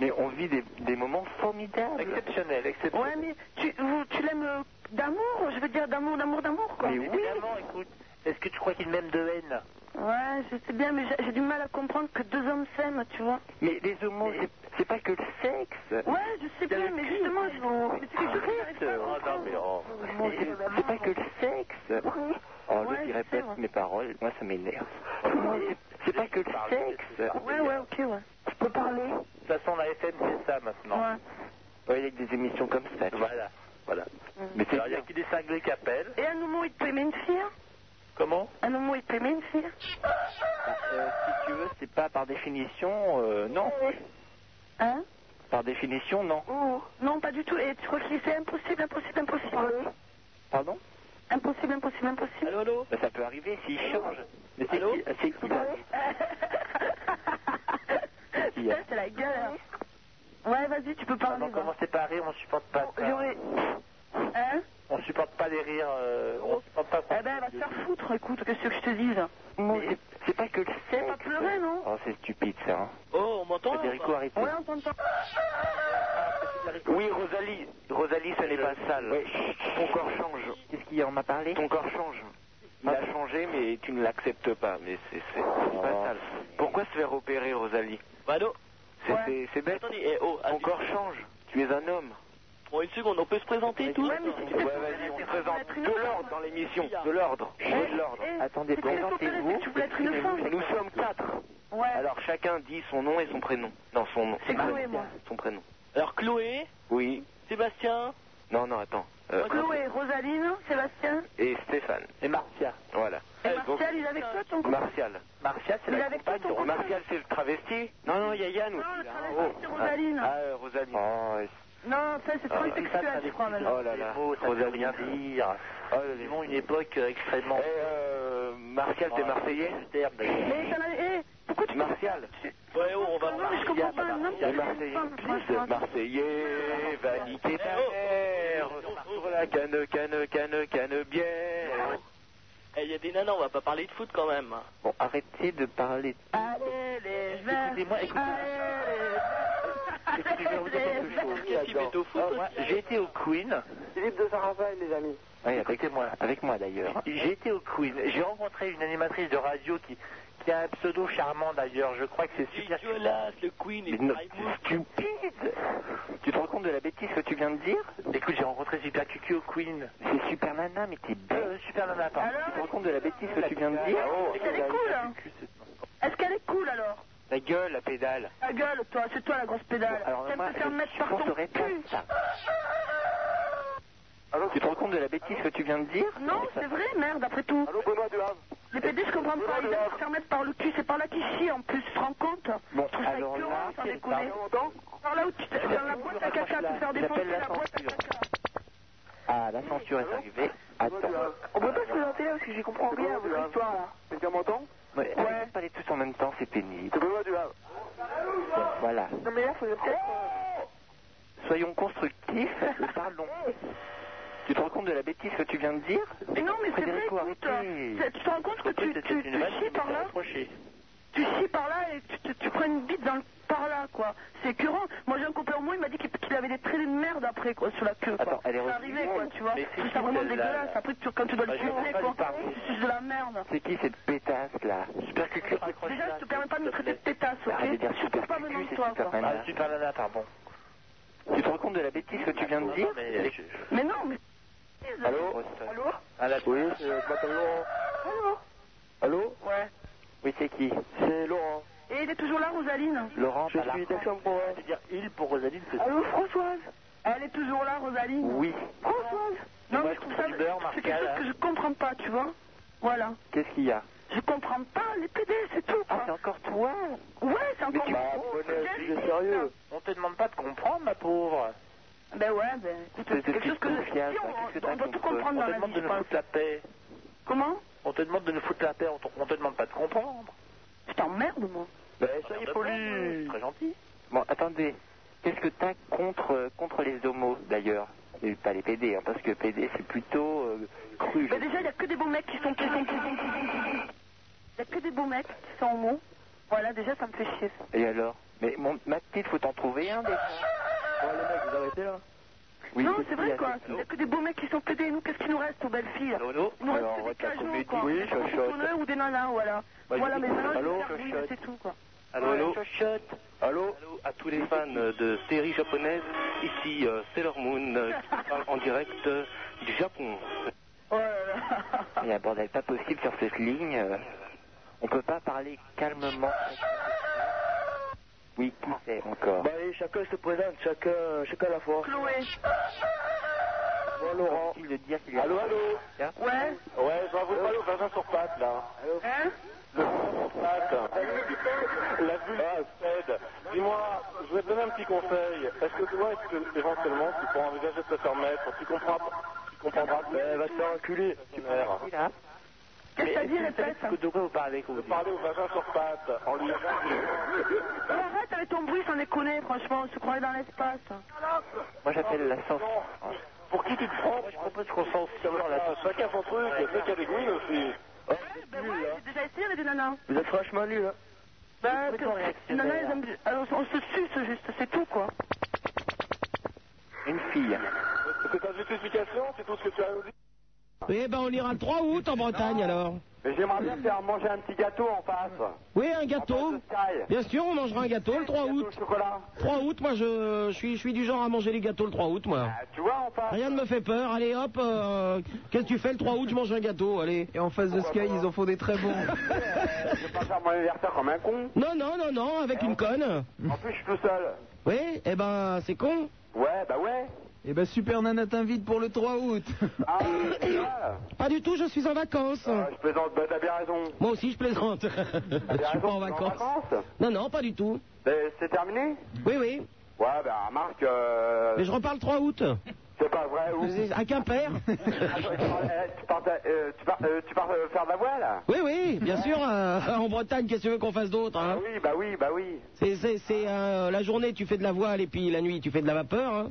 Speaker 17: Mais on vit des, des moments formidables. Exceptionnels,
Speaker 24: Ouais, mais tu, vous- tu l'aimes euh, d'amour, je veux dire d'amour, d'amour, d'amour, quoi.
Speaker 25: Mais oui. écoute. Est-ce que tu crois qu'il m'aime de haine
Speaker 24: Ouais, je sais bien, mais j'ai- j'ai du mal à comprendre que deux hommes s'aiment, tu vois.
Speaker 17: Mais les homos, c'est- c'est pas que le sexe.
Speaker 24: Ouais, je sais bien, mais justement, je vous... c'est quelque chose que j'arrive pas à comprendre.
Speaker 17: Ah, Mais C'est pas que le sexe. Oh, l'autre, il répète mes paroles. Moi, ça m'énerve. Moi, c'est- C'est pas que le sexe.
Speaker 24: Ouais, ouais, ok, ouais.
Speaker 17: Je peux parler De toute façon, la FM, c'est ça maintenant.
Speaker 24: Ouais.
Speaker 17: Ouais, il y a que des émissions comme ça. Voilà. voilà. Mais c'est
Speaker 25: Alors, il y a
Speaker 17: qui des cinglés qui appellent.
Speaker 24: Et à nous, il te plaît, mais une fille hein
Speaker 11: Comment
Speaker 8: Un moment, il peut m'écrire.
Speaker 11: Euh, Si tu veux, c'est pas par définition, euh, non.
Speaker 8: Hein
Speaker 11: Par définition, non.
Speaker 8: Oh, non, pas du tout. Et tu crois que c'est impossible, impossible, impossible.
Speaker 11: Pardon
Speaker 8: Impossible, impossible, impossible. Allô, allô
Speaker 11: Ben, Ça peut arriver s'il change. Mais c'est qui, c'est qui, là C'est qui,
Speaker 8: Putain,
Speaker 11: hein
Speaker 8: c'est la galère. Ouais, vas-y, tu peux parler.
Speaker 17: On commencez pas à rire, on supporte pas ça.
Speaker 8: Hein
Speaker 17: On supporte pas les rires, euh, on supporte pas ça.
Speaker 8: Eh ben, va te faire foutre, écoute, qu'est-ce que je te dise
Speaker 11: Mais C'est pas que le
Speaker 8: C'est pas pleurer, non
Speaker 11: Oh, c'est stupide ça. hein.
Speaker 17: Oh, on m'entend
Speaker 11: Federico, arrêtez.
Speaker 8: Ouais, on t'entend.
Speaker 17: Oui, Rosalie. Rosalie, ce n'est pas sale. Ton corps change.
Speaker 11: Qu'est-ce qu'il y a On m'a parlé
Speaker 17: Ton corps change. Il a changé, mais tu ne l'acceptes pas. Mais c'est c'est- c'est
Speaker 11: Oh.
Speaker 17: pas sale. Pourquoi se faire opérer, Rosalie
Speaker 6: Allô
Speaker 17: C'est c'est- c'est bête.
Speaker 6: Attendez, eh, oh,
Speaker 17: Ton corps change. Tu es un homme.
Speaker 6: Bon, une seconde, on peut se présenter tous
Speaker 17: Ouais, vas-y, on te présente de l'ordre dans l'émission. De l'ordre.
Speaker 8: Eh,
Speaker 17: De l'ordre.
Speaker 8: Attendez,
Speaker 17: présentez-vous.
Speaker 8: Tu voulais être une femme.
Speaker 17: Nous sommes quatre.
Speaker 8: Ouais.
Speaker 17: Alors chacun dit son nom et son prénom. Non, son nom.
Speaker 8: C'est Chloé, moi.
Speaker 17: Son prénom.
Speaker 6: Alors, Chloé,
Speaker 17: Oui.
Speaker 6: Sébastien,
Speaker 17: Non, non, attends. Euh,
Speaker 8: Chloé, Rosaline, Sébastien.
Speaker 17: et Stéphane. Et Marcia. Voilà.
Speaker 8: Et
Speaker 11: Euh,
Speaker 8: Martial, il est avec toi, ton
Speaker 17: Martial. Martial, c'est
Speaker 8: Il est
Speaker 17: la
Speaker 8: avec toi,
Speaker 17: compagne de
Speaker 8: ton copain
Speaker 17: Martial, c'est le travesti Non, non, il y a Yann aussi. là. Oh.
Speaker 8: c'est Rosaline.
Speaker 17: Ah, Oh, euh, Rosaline. Oh,
Speaker 8: Non, ça, c'est trop sexuel, je crois, maintenant.
Speaker 17: là là. Rosaline.
Speaker 6: dire. Vivons une époque euh, extrêmement.
Speaker 17: Oh, Eh, euh, Martial, t'es Marseillais
Speaker 8: Mais ça m'a- eh, pourquoi tu
Speaker 17: Martial.
Speaker 6: Ouais, oh, on va.
Speaker 8: Non, mais je comprends pas. Non,
Speaker 17: Marseillais, Marseillais, Marseillais, va niquer ta mère. Sur la canne, canne, canne, canne, bière.
Speaker 6: Eh, il y a des nanas, on va pas parler de foot quand même.
Speaker 17: Bon, arrêtez de parler.
Speaker 8: Allez, les verts.
Speaker 6: Écoutez-moi, écoutez.
Speaker 8: Eh
Speaker 17: Ah, J'ai été au Queen.
Speaker 26: Philippe de Sarrazin, les amis.
Speaker 17: Écoutez-moi. Avec moi
Speaker 11: hein.
Speaker 17: d'ailleurs. J'étais au Queen. J'ai rencontré une animatrice de radio qui, qui a un pseudo charmant d'ailleurs. Je crois que c'est super.
Speaker 6: Dégueulasse, le Queen et
Speaker 17: Non,
Speaker 6: Primus.
Speaker 17: c'est stupide Tu te rends compte de la bêtise que tu viens de dire Écoute, j'ai rencontré Super Cucu au Queen. C'est Super Nana, mais t'es bête. Euh, super Nana, pardon. tu te rends compte de la bêtise que tu viens de dire
Speaker 8: Est-ce qu'elle est cool hein Est-ce qu'elle est cool alors
Speaker 17: Ta gueule, la pédale.
Speaker 8: Ta gueule, toi, c'est toi la grosse pédale.
Speaker 17: Alors,
Speaker 8: T'aimes
Speaker 17: moi,
Speaker 8: te faire
Speaker 17: je-
Speaker 8: mettre
Speaker 17: je
Speaker 8: par ton
Speaker 17: penserais pas
Speaker 8: cul.
Speaker 17: ça. tu te rends compte de la bêtise que tu viens de dire
Speaker 8: Non, c'est vrai, merde, après tout. Les PD, je comprends pas. Ils aiment se faire mettre par le cul. C'est par là qu'ils chient en plus, tu te rends compte
Speaker 17: Bon,
Speaker 8: Je trouve ça
Speaker 17: alors
Speaker 8: écœurant,
Speaker 17: là,
Speaker 8: sans
Speaker 17: quelle
Speaker 8: déconner. Par là où tu t'es dans la boîte à caca, te faire défoncer la boîte à caca.
Speaker 17: Ah, la censure est arrivée. Attends.
Speaker 8: On peut pas se présenter là parce que j'y comprends rien à votre histoire là.
Speaker 17: Quelqu'un m'entend Ouais, arrêtez de parler tous en même temps, c'est pénible. Voilà.
Speaker 26: Non, mais là, faut peut-être.
Speaker 17: Oh, Soyons constructifs et parlons. Tu te rends compte de la bêtise que tu viens de dire
Speaker 8: Mais non, mais c'est vrai,
Speaker 17: Frédérico,
Speaker 8: écoute.
Speaker 17: arrêtez.
Speaker 8: c'est- Tu te rends compte que tu, tu, tu chies par là Tu chies par là et tu, tu- tu prends une bite dans le par là, quoi. C'est écœurant. Moi, j'ai un copain au moins, il m'a dit qu'il qu'il avait des traits de merde après, quoi, sur la queue, quoi.
Speaker 17: Attends, elle est
Speaker 8: C'est
Speaker 17: revenue.
Speaker 8: arrivé, quoi, tu vois.
Speaker 17: Mais c'est
Speaker 8: C'est
Speaker 17: qui,
Speaker 8: vraiment
Speaker 17: celle-là,
Speaker 8: dégueulasse.
Speaker 17: là
Speaker 8: Après, tu- quand tu dois le
Speaker 17: Bah, je comprends
Speaker 8: sucer,
Speaker 17: pas
Speaker 8: quoi.
Speaker 17: lui parler.
Speaker 8: C'est de la merde.
Speaker 17: C'est qui cette pétasse là Super cucu, raccroche
Speaker 8: Déjà, je te permets pas de me traiter de pétasse,
Speaker 17: Arrête de
Speaker 8: ok
Speaker 17: dire super
Speaker 8: Surtout pas venant
Speaker 17: cucu,
Speaker 8: de
Speaker 17: c'est hein.
Speaker 8: toi,
Speaker 17: super
Speaker 8: quoi.
Speaker 17: nana. super nana, Ah, pardon. Tu te rends compte de la bêtise que tu viens de dire
Speaker 8: Mais non, mais.
Speaker 17: Allô
Speaker 8: Allô
Speaker 17: Oui, je m'appelle Laurent.
Speaker 8: Allô
Speaker 17: Allô
Speaker 8: Ouais.
Speaker 17: Oui, c'est qui C'est Laurent.
Speaker 8: Et il est toujours là, Rosaline
Speaker 17: Laurent,
Speaker 8: Je
Speaker 17: pas là.
Speaker 8: suis
Speaker 17: pour dire il pour Rosaline, c'est
Speaker 8: Allô, Françoise Elle est toujours là, Rosaline
Speaker 17: Oui.
Speaker 8: Françoise Non,
Speaker 17: Moi,
Speaker 8: mais
Speaker 17: je
Speaker 8: je trouve
Speaker 17: trouve
Speaker 8: ça.
Speaker 17: du beurre,
Speaker 8: C'est
Speaker 17: Martial,
Speaker 8: quelque chose
Speaker 17: hein.
Speaker 8: que je comprends pas, tu vois Voilà.
Speaker 17: Qu'est-ce qu'il y a
Speaker 8: Je comprends pas, les PD, c'est tout. Ah, c'est
Speaker 17: encore toi
Speaker 8: Ouais, c'est encore moi.
Speaker 17: sérieux. On te demande pas de comprendre, ma pauvre.
Speaker 8: Ben ouais, ben écoute, c'est quelque chose que je. Si, on- hein. on doit tout comprendre dans la vie, je pense.
Speaker 17: la paix.
Speaker 8: Comment
Speaker 17: On te demande de nous foutre la paix, on te, on te demande pas de comprendre.
Speaker 8: Je t'emmerde, moi. Ah,
Speaker 17: Ben, soyez poli. Très gentil. Bon, attendez. Qu'est-ce que t'as contre, euh, contre les homos, d'ailleurs Et pas les PD, hein, parce que PD, c'est plutôt euh, cru.
Speaker 8: Ben déjà, il n'y a que des beaux mecs qui sont. qui sont- qui sont- Il n'y a que des beaux mecs qui sont homo. Voilà, déjà, ça me fait chier, ça.
Speaker 17: Et alors Mais mon, ma petite, faut t'en trouver un, déjà. Bon, les mecs, vous arrêtez, là Oui,
Speaker 8: non,
Speaker 17: qu'est-ce
Speaker 8: c'est
Speaker 17: qu'il y
Speaker 8: vrai
Speaker 17: a,
Speaker 8: quoi.
Speaker 17: c'est-
Speaker 8: Il n'y a que des beaux mecs qui sont pédés. Nous, qu'est-ce qu'il nous reste aux belles filles
Speaker 17: Nono
Speaker 8: Il nous reste
Speaker 17: Alors,
Speaker 8: que
Speaker 17: on va
Speaker 8: des
Speaker 17: te la
Speaker 8: cageons
Speaker 17: comédie.
Speaker 8: quoi.
Speaker 17: Oui,
Speaker 8: Des
Speaker 17: chochotte.
Speaker 8: chansonneux ou des nanas, voilà.
Speaker 17: Bah,
Speaker 8: voilà,
Speaker 17: je
Speaker 8: mais
Speaker 17: dis-
Speaker 8: maintenant,
Speaker 17: Allô,
Speaker 8: je vais faire oui,
Speaker 17: chochotte.
Speaker 8: c'est tout quoi.
Speaker 17: Allô,
Speaker 8: Ouais,
Speaker 17: allô
Speaker 8: chochotte.
Speaker 17: Allô à tous les fans de séries japonaises, ici euh, Sailor Moon, euh, qui vous parle en direct euh, du Japon.
Speaker 8: Oh là là.
Speaker 17: Il y a un bordel pas possible sur cette ligne. euh, On peut pas parler calmement. Oui, qui c'est encore
Speaker 26: Bah, allez, chacun se présente, chacun, chacun à la fois.
Speaker 8: Chloé.
Speaker 17: Bon, Laurent. Allô, allô Ouais Ouais, bravo, pas le vagin sur pattes, là. Hein Le vagin sur pattes. La vulve cède. Dis-moi, je vais te donner un petit conseil. Est-ce que toi, est-ce que éventuellement, tu pourras envisager de te faire mettre Tu comprends pas Tu comprendras pas Elle Eh, va te faire enculer, tu perds. Qu'est-ce que t'as dit, répète Que de quoi vous parlez De parler au vagin sur pattes, en lui
Speaker 8: Mais arrête avec ton bruit sans déconner, franchement, on se croirait dans l'espace.
Speaker 9: Moi j'appelle la sauce.
Speaker 17: Pour qui tu te prends Je propose qu'on s'en sur la sauce. Chacun son truc, le mec a des gouines aussi.
Speaker 8: J'ai déjà essayé avec des nanas.
Speaker 17: Vous êtes franchement nul, hein
Speaker 8: Bah, que- les nanas, elles aiment- alors, on se suce juste, c'est tout quoi.
Speaker 9: Une fille.
Speaker 17: C'est ta justification, c'est tout ce que tu as nous dire.
Speaker 4: Eh ben, on ira le 3 août en Bretagne alors.
Speaker 9: Mais j'aimerais bien faire manger un petit gâteau en face.
Speaker 4: Oui, un gâteau. Bien sûr, on mangera un gâteau le 3 août. 3 août, moi, je, je suis, je suis du genre à manger les gâteaux le 3 août, moi.
Speaker 9: Ah, Tu vois, on
Speaker 4: Rien ne me fait peur. Allez, hop, euh, qu'est-ce que tu fais le 3 août Je mange un gâteau, allez.
Speaker 27: Et en face de Sky, ils en font des très bons.
Speaker 9: Je vais pas faire mon anniversaire comme un con.
Speaker 4: Non, non, non, non, avec une conne.
Speaker 9: En plus, je suis tout seul.
Speaker 4: Oui, eh ben, c'est con.
Speaker 9: Ouais, bah ouais. Ah,
Speaker 27: Eh ben, Super Nana t'invite pour le 3 août.
Speaker 4: Pas du tout, je suis en vacances.
Speaker 9: Je plaisante, bah t'as bien raison.
Speaker 4: Moi aussi, je plaisante. je suis pas en vacances. Non, non, pas du tout.
Speaker 9: Euh, C'est terminé
Speaker 4: Oui, oui.
Speaker 9: Ouais, bah remarque. euh,
Speaker 4: Mais je reparle le 3 août.
Speaker 9: C'est pas Ah, vrai, ou.
Speaker 4: À Quimper.
Speaker 9: Attends, tu pars, euh, tu pars, euh, tu pars, euh, tu pars, euh, faire de la voile
Speaker 4: Oui, oui, bien sûr. euh, en Bretagne, qu'est-ce que tu veux qu'on fasse d'autre hein
Speaker 9: Oui, bah oui, bah oui.
Speaker 4: C'est c'est- c'est, euh, la journée, tu fais de la voile, et puis la nuit, tu fais de la vapeur. Hein.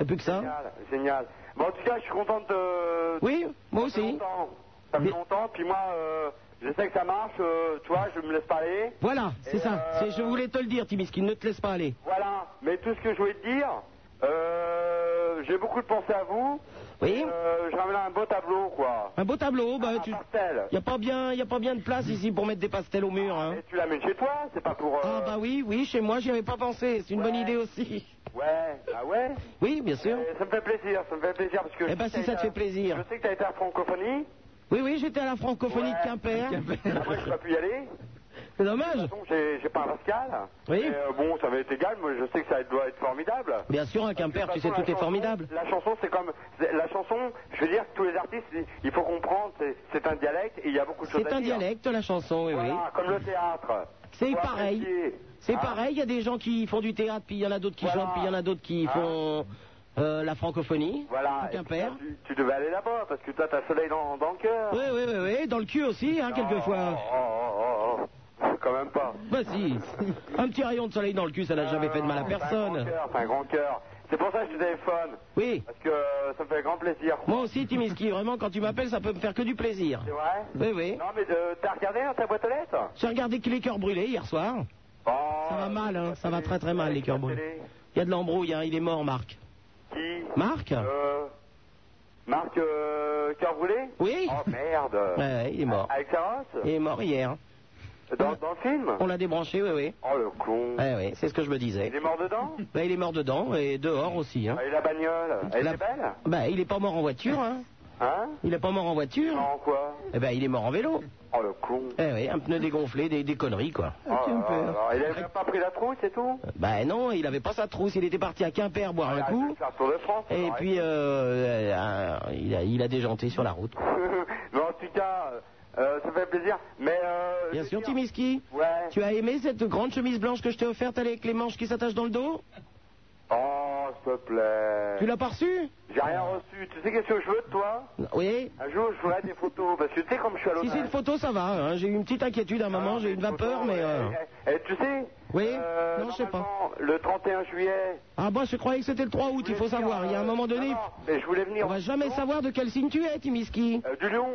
Speaker 4: Et plus que ça.
Speaker 9: Génial, génial. Bon, en tout cas, je suis contente de.
Speaker 4: Oui, moi
Speaker 9: Ça fait
Speaker 4: aussi.
Speaker 9: longtemps. Ça fait longtemps, puis moi, euh, je sais que ça marche, euh, tu vois, je me laisse parler.
Speaker 4: Voilà, c'est ça. C'est- Je voulais te le dire, Timiskin, ne te laisse pas aller.
Speaker 9: euh, Voilà, mais tout ce que je voulais te dire, euh, j'ai beaucoup de pensées à vous.
Speaker 4: Oui.
Speaker 9: Euh, je ramène un beau tableau, quoi.
Speaker 4: Un beau tableau, bah tu.
Speaker 9: pastel.
Speaker 4: Y a pas bien, y a pas bien de place ici pour mettre des pastels au mur. Hein.
Speaker 9: Tu l'amènes chez toi, c'est pas pour. euh,
Speaker 4: Ah bah oui, oui, chez moi, j'y avais pas pensé. C'est une bonne idée aussi.
Speaker 9: Ouais,
Speaker 11: bah
Speaker 9: ah ouais
Speaker 4: Oui, bien sûr.
Speaker 9: Euh, Ça me fait plaisir, ça me fait plaisir parce que.
Speaker 4: Eh ben, si ça te fait plaisir.
Speaker 9: Je sais que t'as été à la francophonie.
Speaker 4: Oui, oui, j'étais à la francophonie de Quimper.
Speaker 9: Moi, j'ai pas pu y aller.
Speaker 4: C'est dommage.
Speaker 9: Donc, j'ai j'ai pas un Pascal.
Speaker 4: Oui.
Speaker 9: Et, euh, bon, ça va être égal, mais je sais que ça doit être formidable.
Speaker 4: Bien sûr, à Quimper, tu
Speaker 9: De toute
Speaker 4: sais,
Speaker 9: façon,
Speaker 4: tout
Speaker 9: la
Speaker 4: est
Speaker 9: chanson-
Speaker 4: formidable.
Speaker 9: La chanson, c'est comme. c'est- La chanson, je veux dire, tous les artistes, il- il faut comprendre, c'est- c'est un dialecte et il y a beaucoup de choses
Speaker 4: C'est
Speaker 9: à
Speaker 4: un
Speaker 9: dire.
Speaker 4: dialecte, la chanson, oui, oui.
Speaker 9: Voilà, comme le théâtre.
Speaker 4: C'est
Speaker 9: Faut
Speaker 4: pareil.
Speaker 9: apprécier.
Speaker 4: C'est
Speaker 9: Hein
Speaker 4: pareil, il y a des gens qui font du théâtre, puis il y en a d'autres qui chantent, puis il y en a d'autres
Speaker 9: Ah.
Speaker 4: qui font euh, la francophonie.
Speaker 9: Voilà.
Speaker 4: à Quimper.
Speaker 9: Tu, tu devais aller là-bas parce que toi, t'as le soleil dans, dans le cœur.
Speaker 4: Oui, oui, oui, oui, dans le cul aussi, hein, quelquefois.
Speaker 9: Oh, oh, oh, oh. Quand même pas.
Speaker 4: Bah si, un petit rayon de soleil dans le cul, ça n'a jamais fait de
Speaker 9: Ah.
Speaker 4: mal à personne.
Speaker 9: Cœur, C'est un grand cœur. C'est pour ça que je te téléphone.
Speaker 4: Oui.
Speaker 9: Parce que euh, ça me fait grand plaisir.
Speaker 4: Moi aussi, Timiski, vraiment, quand tu m'appelles, ça peut me faire que du plaisir.
Speaker 9: C'est vrai
Speaker 4: Oui, oui.
Speaker 9: Non, mais euh, t'as regardé dans ta boîte aux lettres
Speaker 4: J'ai regardé que les cœurs brûlés hier soir.
Speaker 9: Oh.
Speaker 4: ça va mal, hein, ça va très très mal, les cœurs brûlés. Il y a de l'embrouille, hein, il est mort, Marc.
Speaker 9: Qui
Speaker 4: Marc
Speaker 9: Euh. Marc euh, Cœur Brûlé
Speaker 4: Oui
Speaker 9: Oh merde
Speaker 4: Ouais, il est mort.
Speaker 9: Avec Saros
Speaker 4: Il est mort hier.
Speaker 9: Dans, dans le film
Speaker 4: On l'a débranché, oui, oui.
Speaker 9: Oh le con
Speaker 4: Ouais, ouais, c'est ce que je me disais.
Speaker 9: Il est mort dedans
Speaker 4: Bah, il est mort dedans et dehors aussi. Hein.
Speaker 9: Ah, Et la bagnole Elle
Speaker 4: La-
Speaker 9: était belle
Speaker 4: Bah, il est pas mort en voiture, hein.
Speaker 9: Hein
Speaker 4: Il est pas mort en voiture.
Speaker 9: En quoi
Speaker 4: Eh ben, il est mort en vélo.
Speaker 9: Oh le con
Speaker 4: Eh oui, un pneu dégonflé, des, des conneries, quoi.
Speaker 9: Oh là là là. Il avait même pas pris la trouille, c'est tout
Speaker 4: Bah non, il avait pas sa trousse, il était parti à Quimper boire un coup.
Speaker 9: Ah, C'est un tour de France hein. ça
Speaker 4: Et
Speaker 9: aurait
Speaker 4: puis,
Speaker 9: été.
Speaker 4: euh, euh, euh, il, a, il a déjanté sur la route. quoi.
Speaker 9: Mais en tout cas, euh, ça fait plaisir. Mais euh,
Speaker 4: Bien sûr, Timiski.
Speaker 9: Ouais.
Speaker 4: Tu as aimé cette grande chemise blanche que je t'ai offerte elle est avec les manches qui s'attachent dans le dos
Speaker 9: Oh, s'il te plaît.
Speaker 4: Tu l'as pas reçue
Speaker 9: euh. J'ai rien reçu. Tu sais qu'est-ce que je veux de toi
Speaker 4: Oui.
Speaker 9: Un jour, je ferai des photos. Parce que tu sais, comme je suis à
Speaker 4: Si
Speaker 9: l'hôtel.
Speaker 4: c'est une photo, ça va. hein. J'ai eu une petite inquiétude à un
Speaker 9: Ah,
Speaker 4: moment, j'ai eu une vapeur, mais... euh,
Speaker 9: Eh, eh, tu sais
Speaker 4: Oui
Speaker 9: euh,
Speaker 4: Non, je sais pas.
Speaker 9: normalement, Le 31 juillet.
Speaker 4: Ah bah, je croyais que c'était le 3 août, il faut savoir. Il y a un moment donné...
Speaker 9: euh, Mais je voulais venir.
Speaker 4: On va jamais savoir de quel signe tu es, Timiski.
Speaker 9: Euh, du Lyon.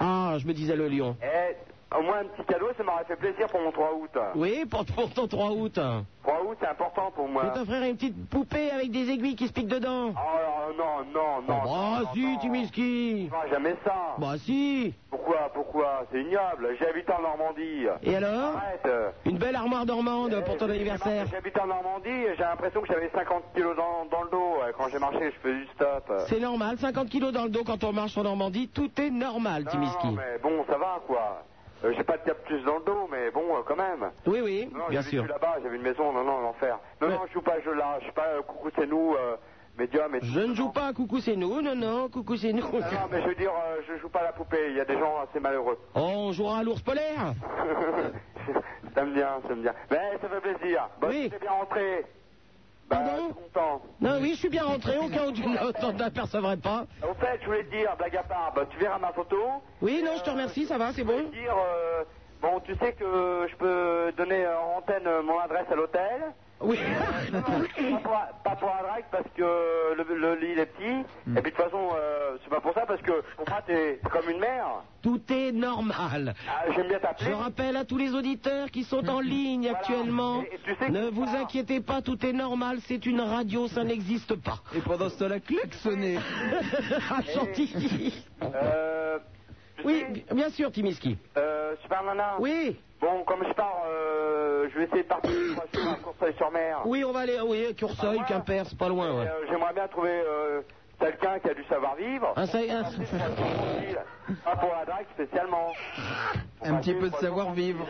Speaker 4: Ah, je me disais le lion.
Speaker 9: Eh, au moins un petit cadeau, ça m'aurait fait plaisir pour mon 3 août.
Speaker 4: Oui, pour, pour ton 3 août.
Speaker 9: 3 août, c'est important pour
Speaker 4: Je
Speaker 9: moi.
Speaker 4: vais t'offrir une petite poupée avec des aiguilles qui se piquent dedans.
Speaker 9: Oh non, non, non, non.
Speaker 4: Ah
Speaker 9: non,
Speaker 4: si,
Speaker 9: non.
Speaker 4: Timiski.
Speaker 9: Non, jamais ça.
Speaker 4: Bah si.
Speaker 9: Pourquoi, pourquoi C'est ignoble. J'habite en Normandie.
Speaker 4: Et alors
Speaker 9: Arrête.
Speaker 4: Une belle armoire normande pour ton
Speaker 9: Eh,
Speaker 4: anniversaire.
Speaker 9: J'habite en Normandie et j'ai l'impression que j'avais 50 kilos dans, dans le dos. euh, Quand j'ai marché, je fais du stop.
Speaker 4: C'est normal, 50 kilos dans le dos quand on marche en Normandie, tout est normal,
Speaker 9: Non, non,
Speaker 4: Timiski.
Speaker 9: mais bon, ça va quoi. Euh, j'ai pas de cactus dans le dos, mais bon, euh, quand même.
Speaker 4: Oui, oui,
Speaker 9: Non,
Speaker 4: bien
Speaker 9: j'ai
Speaker 4: sûr.
Speaker 9: vécu là-bas, j'avais une maison, non, non, l'enfer. Non, non, je joue pas, je lâche. Je suis pas, euh, coucou, c'est nous. euh,
Speaker 17: Médium et
Speaker 4: Je ne joue pas à coucou c'est nous, non, non, coucou c'est nous.
Speaker 17: Ah non, mais je veux dire, euh, je joue pas à la poupée, il y a des gens assez malheureux.
Speaker 4: Oh, on jouera à l'ours polaire
Speaker 17: ça me vient, ça me vient. Mais ça fait plaisir. Bon, oui. bien rentré.
Speaker 4: Ah
Speaker 17: Bah, je suis content.
Speaker 4: Non, oui, je suis bien rentré, au cas où tu ne t'apercevrais pas.
Speaker 17: Au fait, je voulais te dire, blague à part, bah, tu verras ma photo.
Speaker 4: Oui, non, je te remercie, ça va, c'est bon.
Speaker 17: Je voulais te dire, euh, bon, tu sais que je peux donner euh, en antenne euh, mon adresse à l'hôtel.
Speaker 4: Oui.
Speaker 17: Euh, pas, pour, pas pour la drague parce que le, le lit il est petit.
Speaker 7: Hmm.
Speaker 17: Et puis de toute façon, euh, c'est pas pour ça parce que pour moi t'es comme une mère.
Speaker 4: Tout est normal.
Speaker 17: Ah, J'aime bien t'appeler.
Speaker 4: Je rappelle à tous les auditeurs qui sont en ligne actuellement, ne vous inquiétez pas, tout est normal, c'est une radio, ça n'existe pas.
Speaker 2: Et pendant ce temps-là, klaxonner.
Speaker 4: Ah, gentil.
Speaker 17: Euh,
Speaker 4: Oui, bi- bien sûr, Timiski.
Speaker 17: euh, super nana.
Speaker 4: Oui.
Speaker 17: Bon, comme je pars, euh, je vais essayer de partir je crois, sur la course sur mer.
Speaker 4: Oui, on va aller, oui, Curseuil,
Speaker 17: Ah,
Speaker 4: Quimper, c'est pas
Speaker 28: Euh,
Speaker 4: loin, ouais.
Speaker 17: J'aimerais bien trouver euh, quelqu'un qui a du savoir-vivre.
Speaker 4: Un, sa- un-
Speaker 17: Pas pour la drague spécialement.
Speaker 2: Un petit peu de savoir-vivre.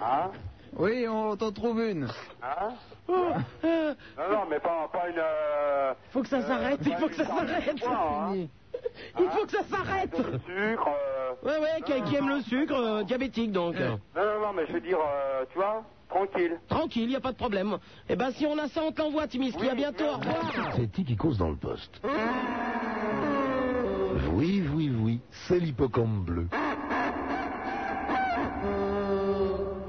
Speaker 17: Hein
Speaker 2: Oui, on t'en trouve une.
Speaker 17: Hein Non, non, mais pas, pas une. euh,
Speaker 4: Oh. Faut que ça s'arrête, il faut que ça s'arrête.
Speaker 28: hein.
Speaker 17: hein.
Speaker 4: Il faut que ça s'arrête.
Speaker 17: Sucre. euh,
Speaker 4: Ouais, ouais, qui, qui aime le sucre, euh, diabétique donc.
Speaker 17: Non, non, non, mais je veux dire, euh, tu vois, tranquille.
Speaker 4: Tranquille, il a pas de problème. Eh ben, si on a ça, on te l'envoie, Timiski. à bientôt, au revoir.
Speaker 7: C'est qui qui cause dans le poste
Speaker 4: Ah.
Speaker 7: Oui, oui, oui, c'est l'hippocampe bleu.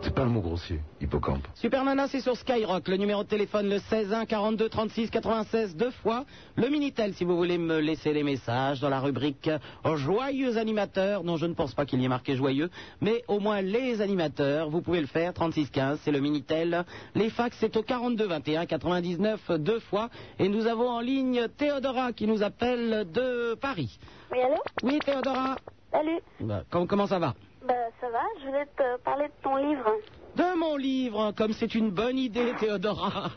Speaker 7: C'est pas un mot grossier, hippocampe.
Speaker 4: Super Nana, c'est sur Skyrock. Le numéro de téléphone, le 16 1 42 36 96, deux fois. Le Minitel, si vous voulez me laisser les messages dans la rubrique euh, Joyeux animateurs. Non, je ne pense pas qu'il y ait marqué joyeux, mais au moins les animateurs, vous pouvez le faire. 36 15, c'est le Minitel. Les fax, c'est au 42 21 99, deux fois. Et nous avons en ligne Théodora qui nous appelle de Paris.
Speaker 23: Oui, allô
Speaker 4: Oui, Théodora.
Speaker 23: Salut.
Speaker 4: Bah, com- comment ça va
Speaker 23: Bah, ça va, je voulais te parler de ton livre.
Speaker 4: De mon livre, comme c'est une bonne idée, Théodora.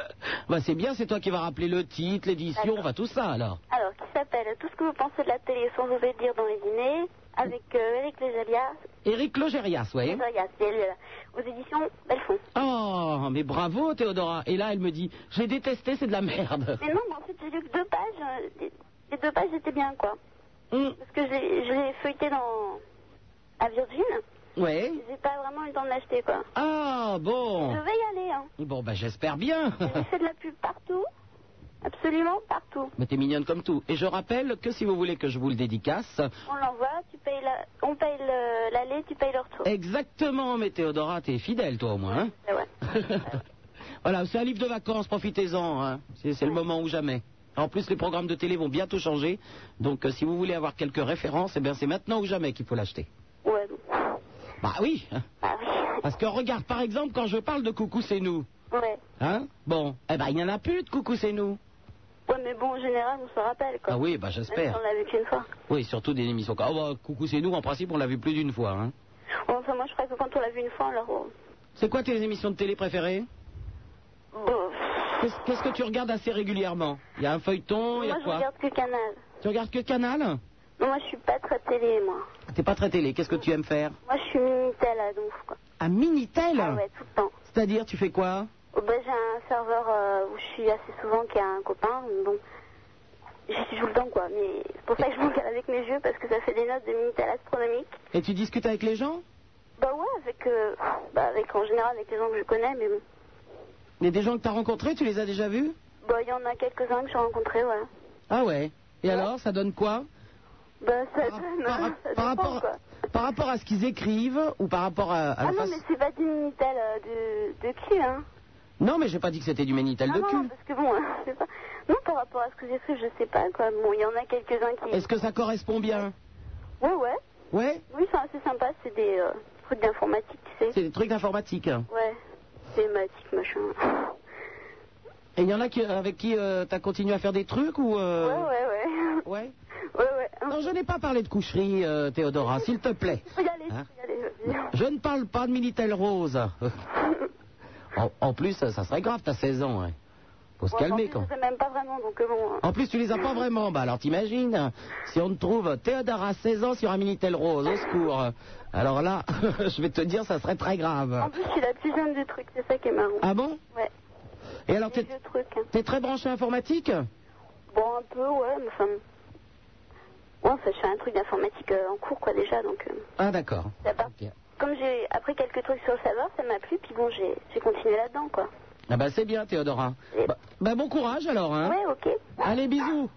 Speaker 4: bah, c'est bien, c'est toi qui vas rappeler le titre, l'édition, va tout ça alors.
Speaker 23: Alors, qui s'appelle Tout ce que vous pensez de la télé sans oser dire dans les dîners, avec euh, Eric Legeria,
Speaker 4: Éric Logérias, oui.
Speaker 23: Legeria, c'est elle, euh, aux éditions Belfond.
Speaker 4: Oh, mais bravo, Théodora. Et là, elle me dit, j'ai détesté, c'est de la merde.
Speaker 23: Mais non, mais en fait, j'ai lu que deux pages. euh, Les les deux pages étaient bien, quoi.
Speaker 4: Hmm.
Speaker 23: Parce que j'ai- je l'ai feuilleté dans... à Virgin.
Speaker 4: Ouais.
Speaker 23: J'ai pas vraiment eu le temps de l'acheter, quoi.
Speaker 4: Ah, bon.
Speaker 23: Je vais y aller, hein.
Speaker 4: Bon, bah, j'espère bien.
Speaker 23: J'ai fait de la pub partout. Absolument partout.
Speaker 4: mais t'es mignonne comme tout. Et je rappelle que si vous voulez que je vous le dédicace,
Speaker 23: On l'envoie, tu payes la... on paye le- l'aller, tu payes le retour.
Speaker 4: exactement, mais Théodora, t'es fidèle, toi, au moins.
Speaker 23: hein.
Speaker 4: voilà, c'est un livre de vacances, profitez-en. hein. C'est c'est le moment ou jamais. En plus, les programmes de télé vont bientôt changer. Donc, euh, si vous voulez avoir quelques références, eh bien, c'est maintenant ou jamais qu'il faut l'acheter.
Speaker 23: Ouais.
Speaker 4: Bah oui. Parce que regarde, par exemple, quand je parle de Coucou, c'est nous.
Speaker 23: Ouais.
Speaker 4: Hein Bon, eh ben, il n'y en a plus de Coucou, c'est nous.
Speaker 23: Ouais, mais bon, en général, on se rappelle, quoi.
Speaker 4: Ah oui, bah
Speaker 23: Même si
Speaker 4: j'espère.
Speaker 23: on l'a vu qu'une fois.
Speaker 4: Oui, surtout des émissions. Ah bah, Coucou, c'est nous, en principe, on l'a vu plus d'une fois. hein.
Speaker 23: Bon, enfin, moi, je crois que quand on l'a vu une fois, on l'a... re-
Speaker 4: C'est quoi tes émissions de télé préférées
Speaker 23: Bon,
Speaker 4: Qu'est-ce qu'est-ce que tu regardes assez régulièrement Il y a un feuilleton, il y
Speaker 23: moi,
Speaker 4: a
Speaker 23: je
Speaker 4: quoi
Speaker 23: regarde que Canal.
Speaker 4: Tu regardes que Canal
Speaker 23: Non, moi, je suis pas très télé, moi.
Speaker 4: T'es pas très télé, qu'est-ce que tu aimes faire
Speaker 23: Moi, je suis Minitel, à donc, quoi.
Speaker 4: Un Minitel
Speaker 23: Ah ouais, tout le temps.
Speaker 4: C'est-à-dire, tu fais quoi
Speaker 23: Oh, bah, j'ai un serveur euh, où je suis assez souvent, qui a un copain, donc... J'y suis tout le temps, quoi. Mais c'est pour ça que je m'en cale avec mes vieux, parce que ça fait des notes de Minitel astronomique.
Speaker 4: Et tu discutes avec les gens
Speaker 23: Bah ouais, avec... euh, Bah, avec, en général, avec les gens que je connais, mais bon.
Speaker 4: Il y a des gens que t'as rencontrés, tu les as déjà vus
Speaker 23: Bah, il y en a quelques-uns que j'ai rencontrés, ouais.
Speaker 4: Ah ouais Et alors, ça donne quoi
Speaker 23: Bah,
Speaker 4: Ah,
Speaker 23: ça donne... ça dépend, quoi.
Speaker 4: Par rapport à ce qu'ils écrivent ou par rapport à, à
Speaker 23: Ah
Speaker 4: la
Speaker 23: non,
Speaker 4: façon-
Speaker 23: mais c'est pas du Minitel euh, de, de cul, hein.
Speaker 4: Non, mais j'ai pas dit que c'était du Minitel
Speaker 23: non,
Speaker 4: de
Speaker 23: Ah non,
Speaker 4: cul.
Speaker 23: non, parce que bon, je sais pas. Non, par rapport à ce que j'ai fait, je sais pas, quoi. Bon, il y en a quelques-uns qui...
Speaker 4: Est-ce que ça correspond bien
Speaker 23: Ouais, ouais.
Speaker 4: Ouais
Speaker 23: Oui, c'est assez sympa, c'est des euh, trucs d'informatique, tu sais.
Speaker 4: C'est des trucs d'informatique.
Speaker 23: Ouais, thématique, machin.
Speaker 4: Et il y en a qui- avec qui euh, t'as continué à faire des trucs ou euh,
Speaker 23: Ouais, ouais, ouais.
Speaker 4: Ouais
Speaker 23: Ouais, ouais.
Speaker 4: Non, je n'ai pas parlé de coucherie, euh, Théodora, s'il te plaît.
Speaker 23: Faut y aller,
Speaker 4: Hein
Speaker 23: faut y aller, je veux dire.
Speaker 4: Je ne parle pas de Minitel Rose. en, en plus, ça serait grave, t'as 16 ans. ouais. Faut se
Speaker 23: Bon, en
Speaker 4: calmer
Speaker 23: plus,
Speaker 4: quand.
Speaker 23: Je sais même pas vraiment, donc euh, bon...
Speaker 4: En plus, tu les as pas vraiment. Bah alors, t'imagines si on te trouve Théodora 16 ans sur un Minitel Rose, au secours. Alors là, je vais te dire, ça serait très grave.
Speaker 23: En plus, je suis la plus jeune du truc, c'est ça qui est marrant.
Speaker 4: Ah bon
Speaker 23: Ouais.
Speaker 4: Et alors, t'es
Speaker 23: hein.
Speaker 4: t'es très branché informatique
Speaker 23: Bon, un peu, ouais, mais enfin. Ouais, enfin, je fais un truc d'informatique euh, en cours, quoi, déjà, donc. euh,
Speaker 4: Ah, d'accord.
Speaker 23: ça part. Comme j'ai appris quelques trucs sur le savoir, ça m'a plu, puis bon, j'ai j'ai continué là-dedans, quoi.
Speaker 4: Ah bah c'est bien Théodora. Bah, bah, bon courage alors. Hein.
Speaker 23: Ouais, ok.
Speaker 4: Allez, bisous.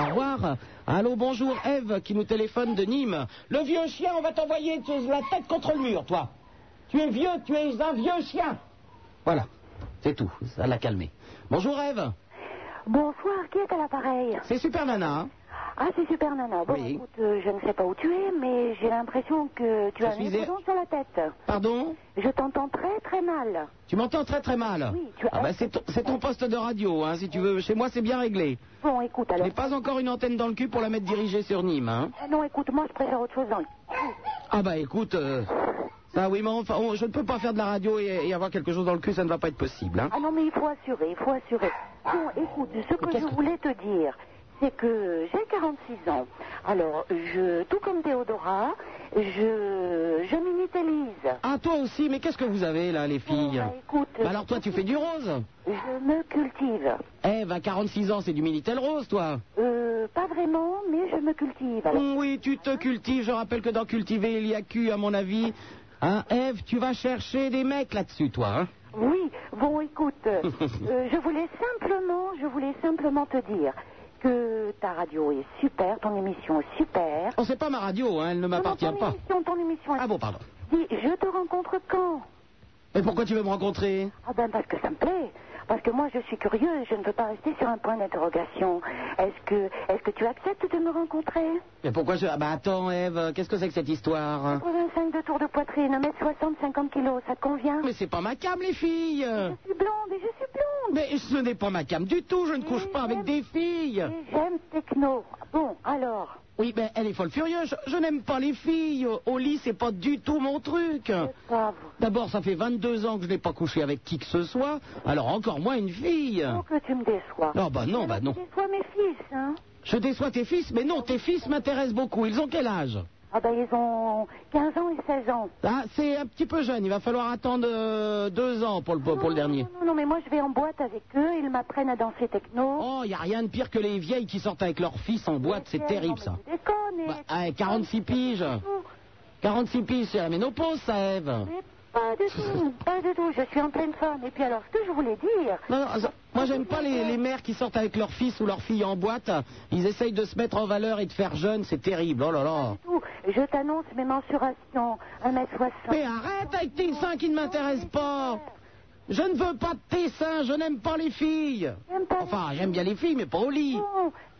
Speaker 4: Au revoir. Allô, bonjour Eve qui nous téléphone de Nîmes. Le vieux chien, on va t'envoyer tu es la tête contre le mur, toi. Tu es vieux, tu es un vieux chien. Voilà, c'est tout, ça l'a calmé. Bonjour Eve.
Speaker 11: Bonsoir, qui est à l'appareil
Speaker 4: C'est Super Nana.
Speaker 11: Ah, c'est Super Nana. Bon,
Speaker 4: Hein Oui.
Speaker 11: écoute, euh, je ne sais pas où tu es, mais j'ai l'impression que tu
Speaker 4: Je
Speaker 11: as un
Speaker 4: suis er-
Speaker 11: époudon sur la tête.
Speaker 4: Pardon
Speaker 11: Je t'entends très très mal.
Speaker 4: Tu m'entends très très mal. Ah bah, c'est ton, c'est ton poste de radio, hein, si tu veux. Chez moi, c'est bien réglé.
Speaker 11: Bon, écoute,
Speaker 4: Je
Speaker 11: alors...
Speaker 4: n'ai pas encore une antenne dans le cul pour la mettre dirigée sur Nîmes. Hein.
Speaker 11: Ah non, écoute, moi, je préfère autre chose dans le...
Speaker 4: Ah bah écoute, euh, ça oui, mais enfin, on- je ne peux pas faire de la radio et, et avoir quelque chose dans le cul, ça ne va pas être possible. Hein.
Speaker 11: Ah non, mais il faut assurer, il faut assurer. Bon, écoute, ce que je voulais te dire, c'est que j'ai 46 ans. Alors, je, tout comme Théodora, je, je minitalise.
Speaker 4: Ah toi aussi, mais qu'est-ce que vous avez là, les filles Bah, Alors toi, tu fais du rose
Speaker 11: Je me cultive.
Speaker 4: Eve, à 46 ans, c'est du Minitel rose, toi
Speaker 11: Euh, pas vraiment, mais je me cultive. alors.
Speaker 4: Mm, Oui, tu te cultives. Je rappelle que dans cultiver, il y a cul, à mon avis. Hein, Eve, tu vas chercher des mecs là-dessus, toi. hein.
Speaker 11: Oui, bon, écoute, euh, je voulais simplement, je voulais simplement te dire que ta radio est super, ton émission est super.
Speaker 4: Oh, c'est pas ma radio, hein, elle ne m'appartient
Speaker 11: ton
Speaker 4: pas.
Speaker 11: émission, ton émission.
Speaker 4: Ah bon, pardon.
Speaker 11: Dis, je te rencontre quand
Speaker 4: Mais pourquoi tu veux me rencontrer
Speaker 11: Ah ben parce que ça me plaît. Parce que moi je suis curieuse, je ne veux pas rester sur un point d'interrogation. Est-ce que, est-ce que tu acceptes de me rencontrer
Speaker 4: Mais pourquoi je... Ah bah attends, Eve, qu'est-ce que c'est que cette histoire
Speaker 11: 85 de tour de poitrine, 1m60, 50 kilos, ça te convient
Speaker 4: Mais c'est pas ma cam, les filles
Speaker 11: Je suis blonde et je suis blonde
Speaker 4: Mais ce n'est pas ma cam du tout, je ne couche pas avec des filles
Speaker 11: J'aime techno. Bon, alors,
Speaker 4: Oui, ben elle est folle furieuse. Je n'aime pas les filles. Au lit, c'est pas du tout mon truc. D'abord, ça fait 22 ans que je n'ai pas couché avec qui que ce soit. Alors encore moins une fille.
Speaker 11: faut que tu me déçois.
Speaker 4: Non, bah non, bah non.
Speaker 11: Tu déçois mes fils, hein
Speaker 4: Je déçois tes fils, mais non, tes fils m'intéressent beaucoup. Ils ont quel âge
Speaker 11: Ah ben ils ont 15 ans et 16 ans.
Speaker 4: Ah, c'est un petit peu jeune. Il va falloir attendre euh, deux ans pour le, pour le dernier.
Speaker 11: Non, non, mais moi je vais en boîte avec eux, ils m'apprennent à danser techno.
Speaker 4: Oh, il n'y a rien de pire que les vieilles qui sortent avec leurs fils en boîte. C'est terrible, ça.
Speaker 11: Tu déconnes,
Speaker 4: Bah, ah, 46 piges. 46 piges, c'est la ménopause, ça, Ève.
Speaker 11: pas du tout, pas du tout, je suis en pleine forme. Et puis alors, ce que je voulais dire...
Speaker 4: Non, non, ça- Euh, moi j'aime pas les, les mères qui sortent avec leur fils ou leur fille en boîte. Ils essayent de se mettre en valeur et de faire jeune, c'est terrible. Oh là là.
Speaker 11: tout, Je t'annonce mes mensurations, 1m60.
Speaker 4: Mais arrête avec tes seins qui ne
Speaker 11: Oh,
Speaker 4: m'intéressent pas. Je ne veux pas de tes seins, je n'aime pas les filles. Enfin, j'aime bien les filles, mais pas au lit.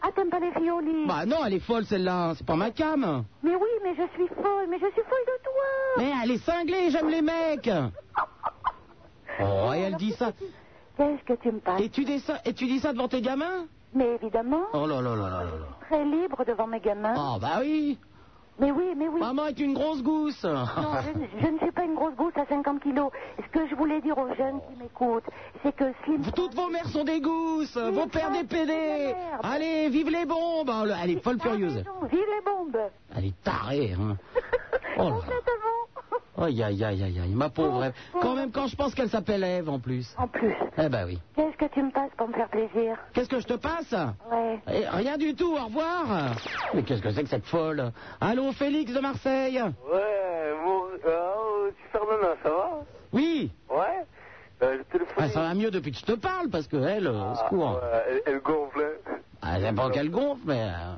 Speaker 11: Ah, t'aimes pas les filles au lit
Speaker 4: Bah non, elle est folle celle-là, c'est pas ma cam.
Speaker 11: Mais oui, mais je suis folle, mais je suis folle de toi
Speaker 4: Mais elle est cinglée, j'aime les mecs. Oh, et elle dit ça.
Speaker 11: Qu'est-ce que tu me parles
Speaker 4: Et tu dis ça, et tu dis ça devant tes gamins
Speaker 11: Mais évidemment,
Speaker 4: Oh là là là là là là.
Speaker 11: très libre devant mes gamins.
Speaker 4: Oh bah oui.
Speaker 11: Mais oui, mais oui.
Speaker 4: Maman est une grosse gousse.
Speaker 11: Non, je, ne- je ne suis pas une grosse goutte à 50 kilos. Ce que je voulais dire aux jeunes qui m'écoutent, c'est que Slim...
Speaker 4: Toutes vos mères sont des gousses, vos pères des PD. Allez, vive les bombes. Oh là, Elle est folle furieuse.
Speaker 11: Vive les bombes
Speaker 4: Elle est tarée. Hein. Oh là là. Aïe, aïe, aïe, aïe, aïe, ma pauvre Ève. Quand même, quand je pense qu'elle s'appelle Ève en plus.
Speaker 11: Oh, En plus.
Speaker 4: Eh ben oui.
Speaker 11: Qu'est-ce que tu me passes pour me faire plaisir
Speaker 4: Qu'est-ce que je te passe
Speaker 11: Ouais.
Speaker 4: Eh, Rien du tout, au revoir. Mais qu'est-ce que c'est que cette folle Allô, Félix de Marseille
Speaker 28: Ouais, bon, euh, super nana, ça va
Speaker 4: Oui
Speaker 28: Ouais euh, le téléphone, ah,
Speaker 4: Ah, Ça va mieux depuis que je te parle, parce que elle, euh, au secours.
Speaker 28: ouais, elle, elle gonfle. hein.
Speaker 4: Ah, j'aime pas qu'elle gonfle, mais... euh,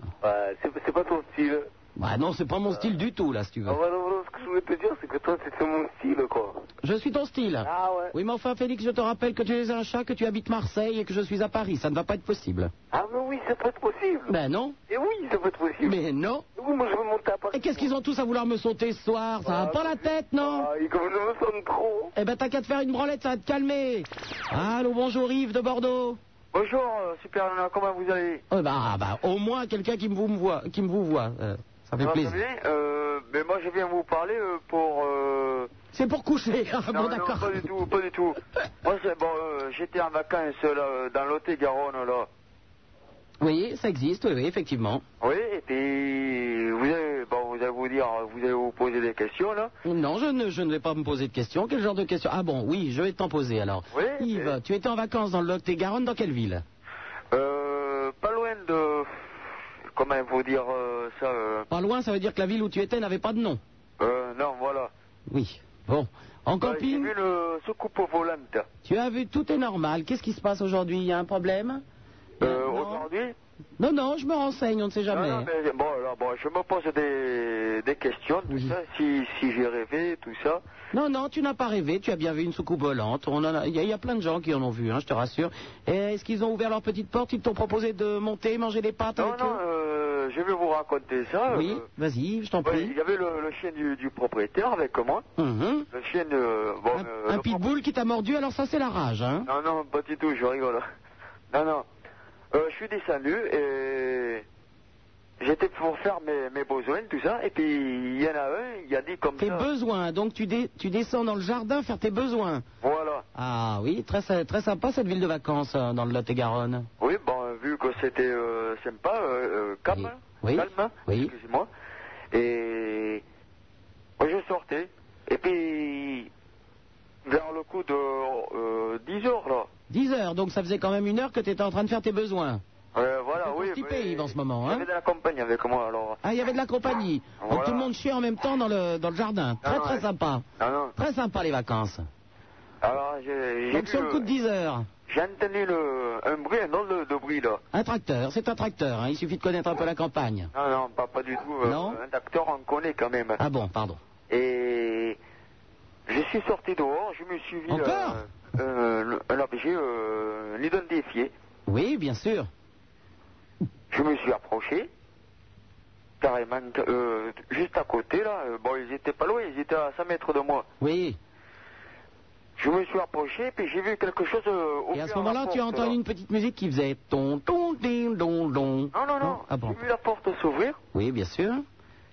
Speaker 28: Ouais, c'est c'est pas ton style.
Speaker 4: Bah non, c'est pas mon style du tout, là, si tu veux.
Speaker 28: Ah, voilà, voilà, ce que je voulais te dire, c'est que toi, c'était mon style, quoi.
Speaker 4: Je suis ton style.
Speaker 28: Ah ouais
Speaker 4: Oui, mais enfin, Félix, je te rappelle que tu es un chat, que tu habites Marseille et que je suis à Paris. Ça ne va pas être possible.
Speaker 28: Ah, mais oui, ça peut être possible.
Speaker 4: Ben non.
Speaker 28: Et oui, ça peut être possible.
Speaker 4: Mais non.
Speaker 28: Oui, moi, je veux monter à Paris.
Speaker 4: Et qu'est-ce qu'ils ont tous à vouloir me sauter ce soir Ça va pas la tête, non
Speaker 28: Ah, ils commencent à me sonner trop.
Speaker 4: Eh ben, t'as qu'à te faire une branlette, ça va te calmer. Allô, bonjour Yves de Bordeaux.
Speaker 28: Bonjour, euh, super nana, comment vous allez
Speaker 4: Oh, bah, bah, au moins quelqu'un qui me vous me voit, qui me vous voit. euh, ça fait
Speaker 28: va
Speaker 4: plaisir.
Speaker 28: bien euh, Mais moi, je viens vous parler euh, pour... euh,
Speaker 4: C'est pour coucher. Ah,
Speaker 28: non,
Speaker 4: bon,
Speaker 28: non,
Speaker 4: d'accord.
Speaker 28: pas du tout, pas du tout. Moi, c'est bon, euh, j'étais en vacances là, euh, dans l'Ot-et-Garonne, là.
Speaker 4: Oui, ça existe, oui, oui, effectivement.
Speaker 28: Oui, et puis vous avez, bon, vous
Speaker 9: allez vous dire, vous allez vous poser des questions là.
Speaker 4: Non, je ne, je ne vais pas me poser de questions. Quel genre de questions Ah bon, oui, je vais t'en poser alors.
Speaker 9: Oui,
Speaker 4: Yves, tu étais en vacances dans le Lot-et-Garonne, dans quelle ville
Speaker 9: Euh, pas loin de. Comment il faut dire euh, ça euh,
Speaker 4: Pas loin, ça veut dire que la ville où tu étais n'avait pas de nom.
Speaker 9: euh, Non, voilà. Euh,
Speaker 4: Oui. Bon, en
Speaker 9: J'ai
Speaker 4: camping,
Speaker 9: vu le soucoupe volante.
Speaker 4: tu as vu, tout est normal. Qu'est-ce qui se passe aujourd'hui Il y a un problème
Speaker 9: Euh, aujourd'hui
Speaker 4: Non, non, je me renseigne, on ne sait jamais.
Speaker 9: Non, non, mais bon, là, bon, je me pose des, des questions, tout ça, si, si j'ai rêvé, tout ça.
Speaker 4: Non, non, tu n'as pas rêvé, tu as bien vu une soucoupe volante. On en a- Il y, a- il y a plein de gens qui en ont vu, hein, je te rassure. Et Est-ce qu'ils ont ouvert leur petite porte Ils t'ont proposé de monter, manger des pâtes
Speaker 9: Non,
Speaker 4: avec
Speaker 9: non,
Speaker 4: eux
Speaker 9: euh, je vais vous raconter ça.
Speaker 4: Oui,
Speaker 9: euh,
Speaker 4: vas-y, je t'en
Speaker 9: ouais,
Speaker 4: prie.
Speaker 9: il y avait le, le chien du, du propriétaire avec moi.
Speaker 4: Mhm.
Speaker 9: Le chien de. Bon, euh,
Speaker 4: Un
Speaker 9: le-
Speaker 4: pitbull qui t'a mordu, alors ça c'est la rage, hein
Speaker 9: Non, non, pas du tout, je rigole. Non, non. Euh, je suis descendu et j'étais pour faire mes, mes besoins, tout ça. Et puis il y en a un, il a dit comme
Speaker 4: Tes
Speaker 9: ça.
Speaker 4: besoins, donc tu, dé- tu descends dans le jardin faire tes besoins.
Speaker 9: Voilà.
Speaker 4: Ah oui, très, sy- très sympa cette ville de vacances euh, dans le Lot-et-Garonne.
Speaker 9: Oui, bon, vu que c'était euh, sympa, euh, euh, calme,
Speaker 4: Oui.
Speaker 9: calme, hein,
Speaker 4: Oui.
Speaker 9: excusez-moi. Et moi, je sortais. Et puis vers le coup de euh, 10 heures là.
Speaker 4: 10 heures, donc ça faisait quand même une heure que tu étais en train de faire tes besoins.
Speaker 9: Euh, voilà, oui.
Speaker 4: Petit pays en ce moment, hein
Speaker 9: J'avais de la compagne avec moi alors.
Speaker 4: Ah, il y avait de la compagnie. Donc
Speaker 9: Voilà.
Speaker 4: tout le monde chiait en même temps dans le, dans le jardin. Très
Speaker 9: Ah,
Speaker 4: très
Speaker 9: ouais.
Speaker 4: sympa.
Speaker 9: Non, non.
Speaker 4: Très sympa les vacances.
Speaker 9: Alors j'ai j'ai
Speaker 4: Donc
Speaker 9: vu
Speaker 4: sur le
Speaker 6: euh,
Speaker 4: coup de 10 heures,
Speaker 9: J'ai entendu le, un bruit, un drôle de, de bruit là.
Speaker 4: un tracteur, c'est un tracteur, hein, il suffit de connaître un peu la campagne.
Speaker 9: Non, non, pas, pas du tout. euh, Un acteur en connaît quand même.
Speaker 4: Ah bon, pardon.
Speaker 9: Et je suis sorti dehors, je me suis vu euh, Encore un objet euh, un identifié.
Speaker 4: Oui, bien sûr.
Speaker 9: Je me suis approché, carrément, euh, juste à côté là. Euh, Bon, ils étaient pas loin, ils étaient à 100 mètres de moi.
Speaker 4: Oui.
Speaker 9: Je me suis approché, puis j'ai vu quelque chose euh, au
Speaker 4: Et à
Speaker 9: pied
Speaker 4: ce
Speaker 9: à la
Speaker 4: moment-là,
Speaker 9: porte,
Speaker 4: tu as entendu
Speaker 9: là.
Speaker 4: une petite musique qui faisait ton ton ding dong dong.
Speaker 9: Non, non, non.
Speaker 4: Ah bon.
Speaker 9: J'ai vu la porte s'ouvrir.
Speaker 4: Oui, bien sûr.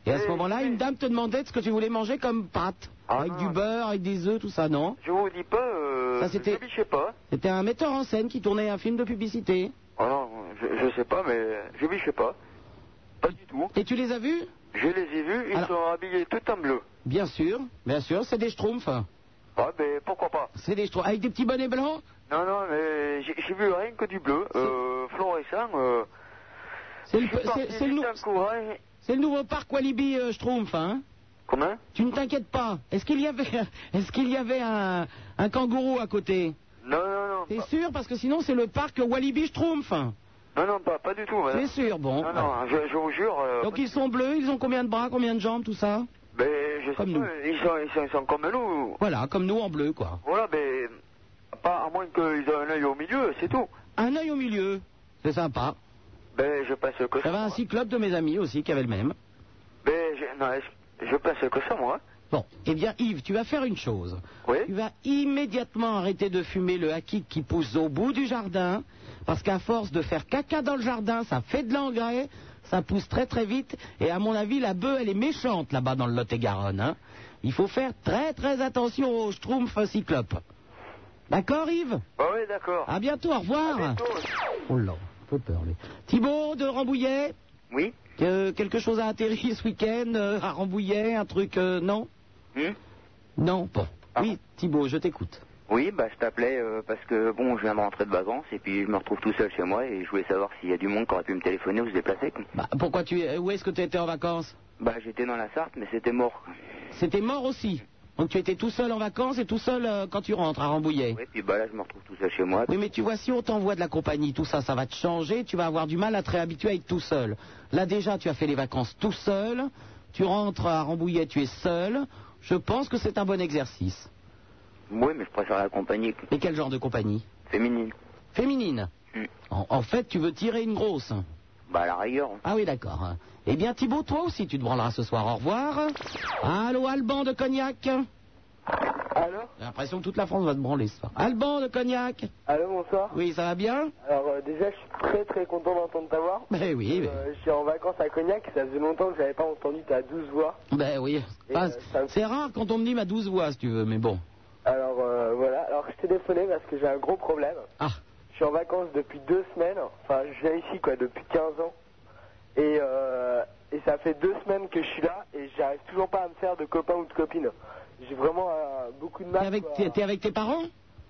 Speaker 4: Et à ce moment-là, une dame te demandait ce que tu voulais manger comme pâte.
Speaker 9: Ah,
Speaker 4: avec du beurre, avec des œufs, tout ça, non
Speaker 9: Je vous dis pas, euh,
Speaker 4: Ça, c'était-
Speaker 9: je ne sais pas.
Speaker 4: C'était un metteur en scène qui tournait un film de publicité.
Speaker 9: Oh non, je, je sais pas, mais je ne sais pas. Pas du tout.
Speaker 4: Et tu les as vus
Speaker 9: Je les ai vus, ils sont habillés tout en bleu.
Speaker 4: Bien sûr, bien sûr, c'est des schtroumpfs.
Speaker 9: Ah, ben pourquoi pas
Speaker 4: C'est des schtroumpfs. Avec des petits bonnets blancs
Speaker 9: Non, non, mais j'ai j'ai vu rien que du bleu, euh, fluorescent. Euh,
Speaker 4: C'est le,
Speaker 9: Je suis
Speaker 4: c'est-
Speaker 9: parti
Speaker 4: c'est le nou-
Speaker 9: juste un coup, hein.
Speaker 4: c'est le nouveau parc Walibi euh, Schtroumpf, hein
Speaker 9: Comment
Speaker 4: Tu ne t'inquiètes pas. Est-ce qu'il y avait, est-ce qu'il y avait un, un kangourou à côté
Speaker 9: Non, non, non.
Speaker 4: T'es
Speaker 9: pas-
Speaker 4: sûr Parce que sinon, c'est le parc Walibi Schtroumpf.
Speaker 9: Non, non, pas, pas du tout. madame.
Speaker 4: C'est sûr, bon.
Speaker 9: Non, non, je, je vous jure. euh,
Speaker 4: Donc
Speaker 9: pas-
Speaker 4: ils sont bleus, ils ont combien de bras, combien de jambes, tout ça
Speaker 9: ben, je sais
Speaker 4: comme
Speaker 9: pas,
Speaker 4: nous.
Speaker 9: Ils, sont, ils, sont, ils sont comme nous.
Speaker 4: Voilà, comme nous en bleu, quoi.
Speaker 9: Voilà, ben, pas, à moins qu'ils aient un œil au milieu, c'est tout.
Speaker 4: Un œil au milieu, c'est sympa.
Speaker 9: Ben, je pense que ça.
Speaker 4: J'avais un cyclope de mes amis aussi qui avait le même.
Speaker 9: Ben, je, non, je- je pense que ça, moi.
Speaker 4: Bon, eh bien Yves, tu vas faire une chose.
Speaker 9: Oui.
Speaker 4: Tu vas immédiatement arrêter de fumer le hakik qui pousse au bout du jardin, parce qu'à force de faire caca dans le jardin, ça fait de l'engrais, ça pousse très très vite, et à mon avis, la bœuf, elle est méchante là-bas dans le Lot-et-Garonne. hein. Il faut faire très très attention aux schtroumpfs cyclopes. D'accord Yves
Speaker 9: Ah oui, d'accord.
Speaker 4: À bientôt, au revoir. Oh là, un peu peur lui. Thibaut de Rambouillet
Speaker 6: Oui.
Speaker 4: quelque chose a atterri ce week-end euh, à Rambouillet, un truc, euh, non
Speaker 6: Hmm
Speaker 4: Non, bon. oui, Thibaut, je t'écoute.
Speaker 6: Oui, bah, je t'appelais euh, parce que bon, je viens de rentrer de vacances et puis je me retrouve tout seul chez moi et je voulais savoir s'il y a du monde qui aurait pu me téléphoner ou se déplacer. quoi.
Speaker 4: Bah, pourquoi tu es, où est-ce que tu étais en vacances
Speaker 6: Bah, j'étais dans la Sarthe, mais c'était mort.
Speaker 4: C'était mort aussi. Donc tu étais tout seul en vacances et tout seul euh, quand tu rentres à Rambouillet.
Speaker 6: Et puis bah là, je me retrouve tout seul chez moi.
Speaker 4: Oui, mais tu vois, si on t'envoie de la compagnie, tout ça, ça va te changer. Tu vas avoir du mal à te réhabituer à être tout seul. Là, déjà, tu as fait les vacances tout seul. Tu rentres à Rambouillet, tu es seul. Je pense que c'est un bon exercice.
Speaker 6: Oui, mais je préfère la compagnie quoi.
Speaker 4: Et quel genre de compagnie
Speaker 6: féminine.
Speaker 4: Féminine. Oh,
Speaker 6: Mm.
Speaker 4: En, en fait, tu veux tirer une grosse.
Speaker 6: Bah, à la rigueur.
Speaker 4: Ah oui, d'accord. Eh bien, Thibaut, toi aussi, tu te branleras ce soir. Au revoir. Allô, Alban de Cognac
Speaker 29: Allô
Speaker 4: J'ai l'impression que toute la France va se branler ce soir. Alban de Cognac
Speaker 29: Allô, bonsoir.
Speaker 4: Oui, ça va bien
Speaker 29: Alors euh, déjà, je suis très très content d'entendre ta voix.
Speaker 4: Ben oui, ben-
Speaker 29: Euh, je suis en vacances à Cognac, ça faisait longtemps que j'avais pas entendu ta douce voix.
Speaker 4: Ben oui. Pas- c'est rare quand on me dit ma douze voix, si tu veux, mais bon.
Speaker 29: Alors euh, voilà, alors je t'ai téléphoné parce que j'ai un gros problème.
Speaker 4: Ah.
Speaker 29: Je suis en vacances depuis deux semaines, enfin je viens ici quoi depuis 15 ans.
Speaker 5: Et, euh, et ça fait deux semaines que je suis là et j'arrive toujours pas à me faire de copain ou de copine. J'ai vraiment euh, beaucoup de mal.
Speaker 4: Avec-
Speaker 5: quoi.
Speaker 4: T'es t'es avec tes parents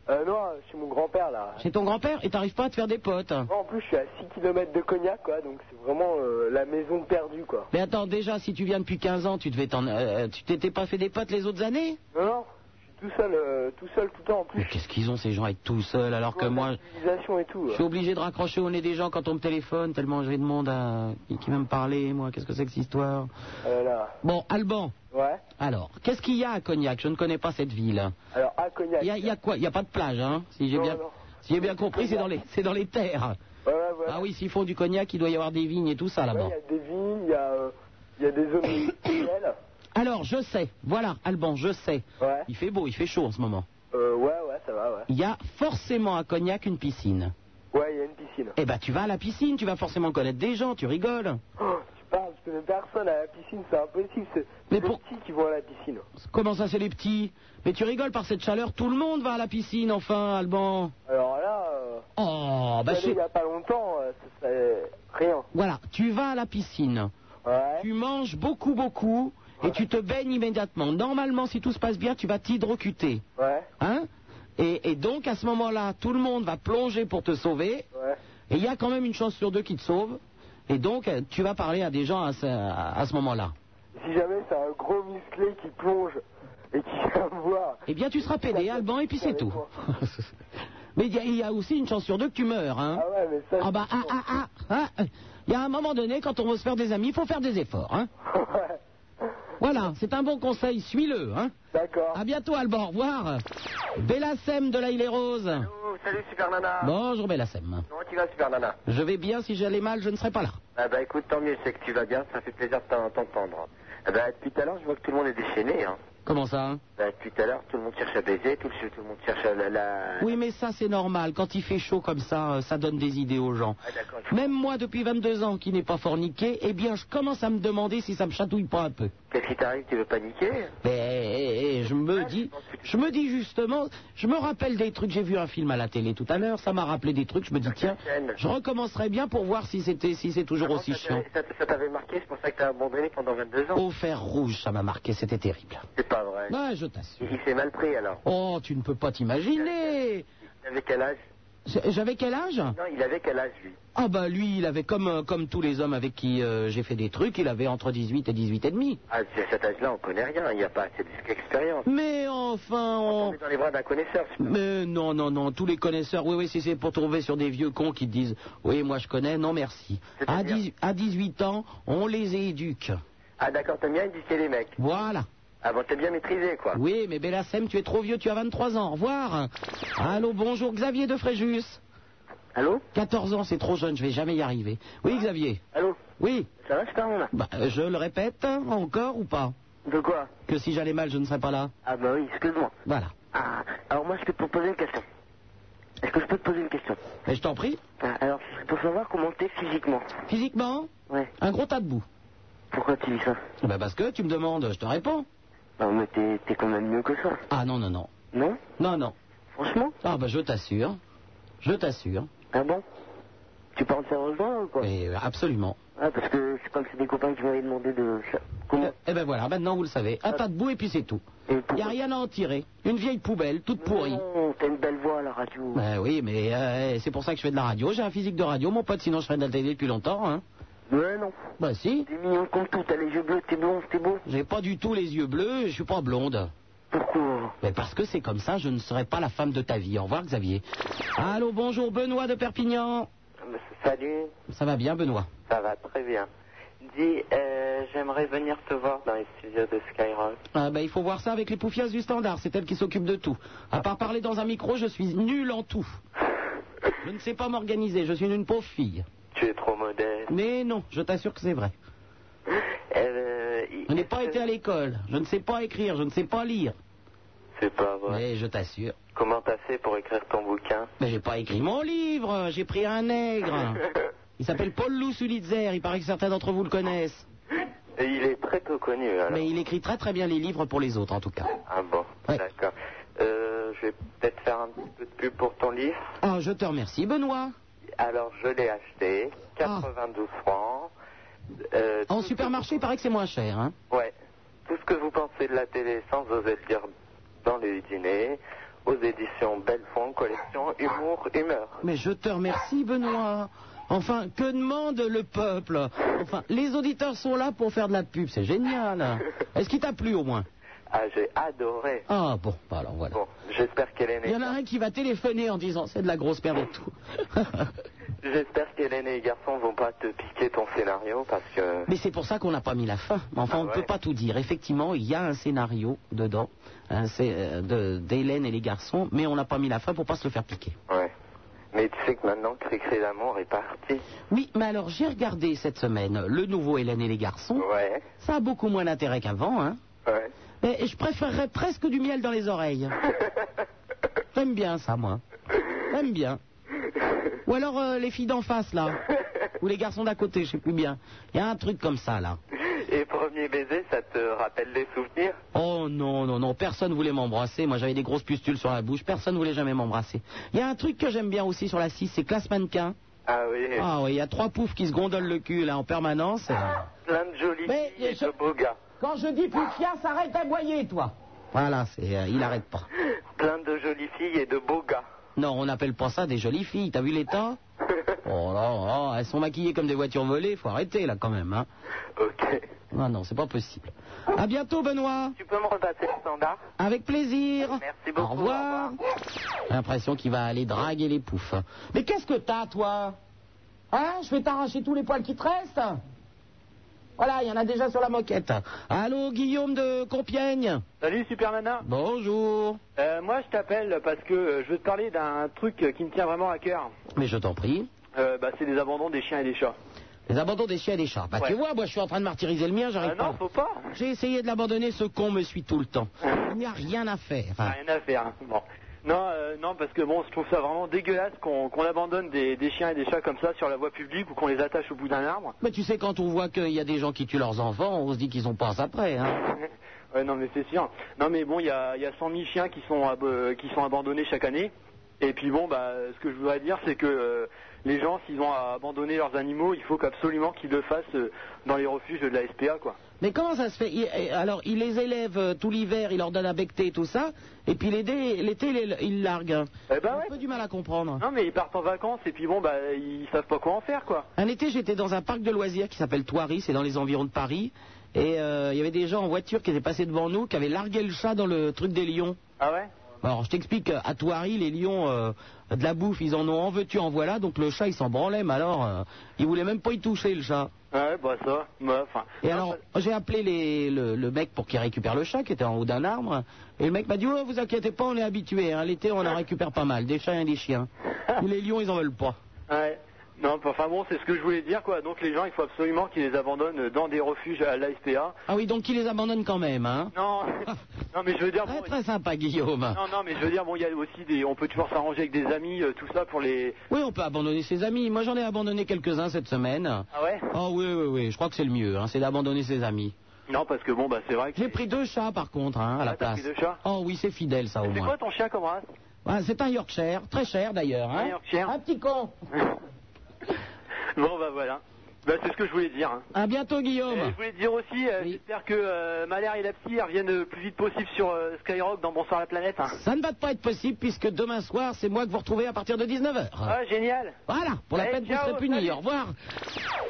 Speaker 5: Euh, non, chez mon grand-père là.
Speaker 4: Chez ton grand-père et t'arrives pas à te faire des potes
Speaker 5: En plus, je suis à 6 km de Cognac quoi, donc c'est vraiment euh, la maison perdue quoi.
Speaker 4: Mais attends, déjà, si tu viens depuis 15 ans, tu devais t'en, euh, tu t'étais pas fait des potes les autres années
Speaker 5: Non, non, je suis tout seul, euh, tout seul tout le temps en plus.
Speaker 4: Qu'est-ce qu'ils ont ces gens à être tout seuls alors que moi,
Speaker 5: Civilisation et tout.
Speaker 29: hein.
Speaker 4: je suis obligé de raccrocher au nez des gens quand on me téléphone tellement j'ai de monde à... qui vient me parler. Moi, qu'est-ce que c'est que cette histoire
Speaker 5: Euh, là.
Speaker 4: Bon, Alban.
Speaker 5: Ouais.
Speaker 4: Alors, qu'est-ce qu'il y a à Cognac Je ne connais pas cette ville.
Speaker 5: Alors à Cognac.
Speaker 4: Il y a, il y a quoi Il y a pas de plage, hein Si j'ai bien, si j'ai bien compris, c'est dans les, c'est dans les terres. Ah oui, s'ils font du cognac, il doit y avoir des vignes et tout ça là-bas.
Speaker 5: Il y a des vignes, il y a, euh, il y a des zones industrielles.
Speaker 4: Alors, je sais. Voilà, Alban, je sais.
Speaker 5: Ouais.
Speaker 4: Il fait beau, il fait chaud en ce moment.
Speaker 5: Euh, ouais, ouais, ça va, ouais.
Speaker 4: Il y a forcément à Cognac une piscine.
Speaker 5: Ouais, il y a une piscine.
Speaker 4: Eh ben, tu vas à la piscine, tu vas forcément connaître des gens, tu rigoles.
Speaker 5: Oh, tu parles, je connais personne à la piscine, c'est impossible. C'est les petits qui vont à la piscine.
Speaker 4: Comment ça, c'est les petits Mais tu rigoles par cette chaleur, tout le monde va à la piscine, enfin, Alban.
Speaker 5: Alors là, euh,
Speaker 4: Oh, bah
Speaker 5: j'y allais
Speaker 4: c'est...
Speaker 5: il y a pas longtemps, euh, ça serait rien.
Speaker 4: Voilà, tu vas à la piscine. Tu manges beaucoup, beaucoup, et tu te baignes immédiatement. Normalement, si tout se passe bien, tu vas t'hydrocuter.
Speaker 5: Ouais.
Speaker 4: Hein et, et donc, à ce moment-là, tout le monde va plonger pour te sauver. Et il y a quand même une chance sur deux qui te sauve. Et donc, euh, tu vas parler à des gens à ce, à ce moment-là.
Speaker 5: Si jamais c'est un gros musclé qui plonge et qui vient me voir.
Speaker 4: Eh bien, tu seras pédé, Alban, et puis c'est tout. Mais il y, a- il y a aussi une chance sur deux que tu meurs. Hein. Ah bah, ah, ah, ah, ah, euh, Il y a un moment donné, quand on veut se faire des amis, il faut faire des efforts. Hein. Voilà, c'est un bon conseil, suis-le. Hein.
Speaker 5: D'accord.
Speaker 4: À bientôt, Alban, au revoir. Bellassem de la Île et Rose.
Speaker 17: Oh, salut Super Nana.
Speaker 4: Bonjour, Bellassem.
Speaker 17: Comment tu vas Super Nana
Speaker 4: Je vais bien, si j'allais mal, je ne serais pas là.
Speaker 17: Ah bah écoute, tant mieux, c'est que tu vas bien, ça fait plaisir de t'en- t'entendre. Ah bah depuis tout à l'heure, je vois que tout le monde est déchaîné. Hein.
Speaker 4: Comment ça hein
Speaker 17: Bah depuis tout à l'heure, tout le monde cherche à baiser, tout le, tout le monde cherche à la... la-
Speaker 4: Oui, mais ça, c'est normal. Quand il fait chaud comme ça, euh, ça donne des idées aux gens. Même moi, depuis 22 ans, qui n'ai pas forniqué, eh bien, je commence à me demander si ça me chatouille pas un peu.
Speaker 17: Qu'est-ce qui t'arrive, tu veux paniquer
Speaker 4: Mais Ah, je me dis, je me dis justement, je me rappelle des trucs. J'ai vu un film à la télé tout à l'heure, ça m'a rappelé des trucs. Je me dis Ah, tiens, Ah, je recommencerai bien pour voir si c'était, si c'est toujours aussi chiant.
Speaker 17: Ah Ça, ça t'avait marqué, c'est pour ça que t'as abandonné pendant 22 ans.
Speaker 4: Au fer rouge, ça m'a marqué, c'était terrible.
Speaker 17: C'est pas vrai.
Speaker 4: Ouais, je t'assure.
Speaker 17: Il s'est mal pris alors.
Speaker 4: Oh, tu ne peux pas t'imaginer. Ah.
Speaker 17: T'avais quel âge
Speaker 4: J'avais quel âge
Speaker 17: Non, il avait quel âge lui
Speaker 4: Ah bah lui, il avait comme euh, comme tous les hommes avec qui euh, j'ai fait des trucs, il avait entre 18 et 18 et demi.
Speaker 17: Ah, à cet âge-là, on connaît rien, il n'y a pas assez d'expérience.
Speaker 4: Mais enfin, on...
Speaker 17: On est dans les bras d'un connaisseur.
Speaker 4: Mais non, non, non, tous les connaisseurs, oui, oui, si c'est pour trouver sur des vieux cons qui te disent, oui, moi je connais, non merci. Ah, À, 10 à 18 ans, on les éduque.
Speaker 17: Ah d'accord, t'aimes bien éduquer les mecs.
Speaker 4: Voilà.
Speaker 17: Ah bon, t'es bien maîtrisé quoi.
Speaker 4: Oui, mais Bellassem, tu es trop vieux, tu as 23 ans, au revoir. Allô, bonjour, Xavier de Fréjus.
Speaker 17: Allô Ah.
Speaker 4: 14 ans, c'est trop jeune, je vais jamais y arriver. Oui, Xavier
Speaker 17: Allô
Speaker 4: Oui
Speaker 17: Ça va, super Nana
Speaker 4: Bah, euh, Je le répète, hein, encore ou pas
Speaker 17: De quoi
Speaker 4: Que si j'allais mal, je ne serais pas là.
Speaker 17: Ah bah oui, excuse-moi.
Speaker 4: Voilà.
Speaker 17: Ah, alors moi je peux te poser une question. Est-ce que je peux te poser une question
Speaker 4: Mais je t'en prie,
Speaker 17: Ah, Alors, ce serait pour savoir comment t'es physiquement.
Speaker 4: physiquement,
Speaker 17: Ouais.
Speaker 4: un gros tas de boue.
Speaker 17: Pourquoi tu dis ça
Speaker 4: Bah parce que tu me demandes, je te réponds.
Speaker 17: Non mais t'es t'es quand même mieux que ça.
Speaker 4: Ah non, non, non.
Speaker 17: Non
Speaker 4: Non, non.
Speaker 17: Franchement
Speaker 4: Ah bah je t'assure. Je t'assure.
Speaker 17: Ah bon Tu parles sérieusement ou quoi
Speaker 4: Mais euh, absolument.
Speaker 17: Ah parce que c'est comme c'est des copains qui m'avaient demandé de... Comment
Speaker 4: Eh ben voilà, maintenant vous le savez. Un tas de boue et puis c'est tout. Il n'y a rien à en tirer. Une vieille poubelle, toute pourrie.
Speaker 17: Non, t'as une belle voix à la radio.
Speaker 4: Ben oui, mais euh, c'est pour ça que je fais de la radio. J'ai un physique de radio, mon pote, sinon je ferais de la télé depuis longtemps. Hein.
Speaker 17: Ouais non.
Speaker 4: Bah si.
Speaker 17: T'es mignon comme tout, t'as les yeux bleus, t'es blond, t'es beau.
Speaker 4: J'ai pas du tout les yeux bleus, je suis pas blonde.
Speaker 17: Pourquoi
Speaker 4: Mais parce que c'est comme ça, je ne serai pas la femme de ta vie. Au revoir Xavier. Allô, bonjour Benoît de Perpignan.
Speaker 17: Ah,
Speaker 6: Salut,
Speaker 4: Ça va bien Benoît
Speaker 6: ça va très bien. Dis, euh, j'aimerais venir te voir dans les studios de Skyrock.
Speaker 4: Ah ben, il faut voir ça avec les poufias du standard, c'est elle qui s'occupe de tout. À part parler dans un micro, je suis nul en tout. Je ne sais pas m'organiser, je suis une pauvre fille.
Speaker 6: Tu es trop modeste.
Speaker 4: Mais non, je t'assure que c'est vrai.
Speaker 6: Euh, il-
Speaker 4: Je n'ai pas été à l'école, je ne sais pas écrire, je ne sais pas lire.
Speaker 6: C'est pas vrai.
Speaker 4: Mais je t'assure.
Speaker 6: Comment t'as fait pour écrire ton bouquin
Speaker 4: Mais j'ai pas écrit mon livre, j'ai pris un nègre. Il s'appelle Paul Lou Sulitzer, il paraît que certains d'entre vous le connaissent.
Speaker 6: Et il est très peu connu alors.
Speaker 4: Mais il écrit très très bien les livres pour les autres en tout cas.
Speaker 6: Ah bon, d'accord. Euh, je vais peut-être faire un petit peu de pub pour ton livre.
Speaker 4: Ah, je te remercie Benoît.
Speaker 6: Alors je l'ai acheté, 92 francs.
Speaker 28: euh,
Speaker 4: En supermarché, il paraît que c'est moins cher. Hein.
Speaker 28: ouais, tout ce que vous pensez de la télé sans oser le dire dans les dîners, aux éditions Bellefond, collection Humour, Humeur.
Speaker 4: Mais je te remercie, Benoît. Enfin, que demande le peuple Enfin, les auditeurs sont là pour faire de la pub, c'est génial. Est-ce qu'il t'a plu au moins
Speaker 28: Ah, j'ai adoré.
Speaker 4: Ah bon, bah alors voilà.
Speaker 28: Bon, j'espère qu'elle est
Speaker 4: Il y
Speaker 28: née.
Speaker 4: en a un qui va téléphoner en disant c'est de la grosse merde et tout.
Speaker 28: J'espère qu'Hélène et les garçons vont pas te piquer ton scénario parce que.
Speaker 4: Mais c'est pour ça qu'on n'a pas mis la fin. Mais Enfin, on ne peut pas tout dire. Effectivement, il y a un scénario dedans, hein, c'est euh, de- d'Hélène et les garçons, mais on n'a pas mis la fin pour pas se le faire piquer.
Speaker 28: Ouais. Mais tu sais que maintenant, Cricré d'amour est parti.
Speaker 4: Oui, mais alors j'ai regardé cette semaine le nouveau Hélène et les garçons.
Speaker 28: Ouais.
Speaker 4: Ça a beaucoup moins d'intérêt qu'avant, hein.
Speaker 28: Ouais.
Speaker 4: Mais je préférerais presque du miel dans les oreilles. J'aime bien ça, moi. J'aime bien. Ou alors euh, les filles d'en face, là. Ou les garçons d'à côté, je sais plus bien. Il y a un truc comme ça, là.
Speaker 28: Et premier baiser, ça te rappelle des souvenirs
Speaker 4: Oh non, non, non, personne voulait m'embrasser. Moi, j'avais des grosses pustules sur la bouche. Personne voulait jamais m'embrasser. Il y a un truc que j'aime bien aussi sur la 6, c'est classe mannequin.
Speaker 28: Ah oui.
Speaker 4: Ah oui, il y a trois poufs qui se gondolent le cul, là, en permanence.
Speaker 28: Plein de jolies filles et de beaux gars.
Speaker 4: Ah. Quand je dis plus fiasse, arrête d'aboyer, toi. Voilà, c'est, euh, il arrête pas.
Speaker 28: Plein de jolies filles et de beaux gars.
Speaker 4: Non, on n'appelle pas ça des jolies filles. T'as vu les temps Oh là là, elles sont maquillées comme des voitures volées. Faut arrêter, là, quand même, hein. Ah
Speaker 28: Ok.
Speaker 4: Non, non, c'est pas possible. À bientôt, Benoît.
Speaker 28: Tu peux me repasser le standard
Speaker 4: Avec plaisir.
Speaker 28: Merci beaucoup.
Speaker 4: Au revoir. J'ai l'impression qu'il va aller draguer les poufs. hein. Mais qu'est-ce que t'as, toi Hein Je vais t'arracher tous les poils qui te restent Voilà, il y en a déjà sur la moquette. Allô, Guillaume de Compiègne
Speaker 6: Salut Super Nana.
Speaker 4: Bonjour.
Speaker 6: Euh, moi je t'appelle parce que euh, je veux te parler d'un truc euh, qui me tient vraiment à cœur.
Speaker 4: Mais je t'en prie.
Speaker 6: Euh, bah, c'est les abandons des chiens et des chats.
Speaker 4: Les abandons des chiens et des chats. Bah, tu vois, moi, je suis en train de martyriser le mien, j'arrive
Speaker 6: Ah non,
Speaker 4: pas.
Speaker 6: faut pas.
Speaker 4: J'ai essayé de l'abandonner, ce con me suit tout le temps. Il n'y a rien à faire.
Speaker 6: Rien à faire. hein. Bon. Non, euh, non, parce que bon, je trouve ça vraiment dégueulasse qu'on qu'on abandonne des, des chiens et des chats comme ça sur la voie publique ou qu'on les attache au bout d'un arbre.
Speaker 4: Mais tu sais, quand on voit qu'il y a des gens qui tuent leurs enfants, on se dit qu'ils ont pas après. Hein.
Speaker 6: Ouais, non, mais c'est sûr. Non, mais bon, il y a, il y a 100 000 chiens qui sont, ab- euh, qui sont abandonnés chaque année. Et puis bon, bah, ce que je voudrais dire, c'est que euh, les gens, s'ils ont abandonné leurs animaux, il faut qu'absolument qu'ils le fassent euh, dans les refuges de la SPA, quoi.
Speaker 4: Mais comment ça se fait Il- eh, Alors, il les élève euh, tout l'hiver, il leur donne à becter et tout ça, et puis l'été, l'été, il les- il largue.
Speaker 6: Eh ben
Speaker 4: J'ai un peu du mal à comprendre.
Speaker 6: Non, mais ils partent en vacances et puis bon, bah, ils savent pas quoi en faire, quoi.
Speaker 4: Un été, j'étais dans un parc de loisirs qui s'appelle Toiry, c'est dans les environs de Paris, et euh, il y avait des gens en voiture qui étaient passés devant nous, qui avaient largué le chat dans le truc des lions.
Speaker 6: Ah ouais
Speaker 4: Alors, je t'explique, à Toiry, les lions, euh, de la bouffe, ils en ont en veux-tu, en voilà, donc le chat, il s'en branlait, mais alors, euh, il voulait même pas y toucher, le chat.
Speaker 6: Ouais, bah ça, bah, enfin.
Speaker 4: Et alors, j'ai appelé les- le, le mec pour qu'il récupère le chat qui était en haut d'un arbre. Et le mec m'a dit Oh, vous inquiétez pas, on est habitué. Hein. L'été, on en récupère pas mal, des chats et des chiens. Tous les lions, ils en veulent pas.
Speaker 6: Ouais. Non, enfin bon, c'est ce que je voulais dire, quoi. Donc les gens, il faut absolument qu'ils les abandonnent dans des refuges à la SPA.
Speaker 4: Ah oui, donc ils les abandonnent quand même. Hein.
Speaker 6: Non, non, mais je veux dire. bon,
Speaker 4: Très, très sympa, Guillaume.
Speaker 6: Non, non, mais je veux dire, bon, il y a aussi des. On peut toujours s'arranger avec des amis, euh, tout ça pour les.
Speaker 4: Oui, on peut abandonner ses amis. Moi, j'en ai abandonné quelques-uns cette semaine.
Speaker 6: Ah ouais
Speaker 4: Oh oui, oui, oui. Je crois que c'est le mieux, hein, c'est d'abandonner ses amis.
Speaker 6: Non, parce que bon, bah c'est vrai que.
Speaker 4: J'ai pris deux chats, par contre, hein, à la
Speaker 6: Ah, t'as
Speaker 4: place.
Speaker 6: pris deux chats
Speaker 4: oh oui, c'est fidèle, ça, au
Speaker 6: C'est
Speaker 4: moins.
Speaker 6: quoi ton chien comme race
Speaker 4: Ah, c'est un Yorkshire, très cher d'ailleurs. Hein.
Speaker 6: Un Yorkshire.
Speaker 4: Un petit con.
Speaker 6: Bon, bah voilà. Bah, c'est ce que je voulais dire. hein.
Speaker 4: À bientôt,
Speaker 6: Et
Speaker 4: Guillaume.
Speaker 6: je voulais te dire aussi, euh, j'espère que euh, Malher et la psy reviennent le plus vite possible sur euh, Skyrock dans Bonsoir la planète. hein.
Speaker 4: Ça ne va pas être possible puisque demain soir, c'est moi que vous retrouvez à partir de 19h.
Speaker 6: Ah, génial
Speaker 4: Voilà, pour la
Speaker 6: Allez,
Speaker 4: peine, vous
Speaker 6: ciao,
Speaker 4: serez punis.
Speaker 6: salut.
Speaker 4: Au revoir.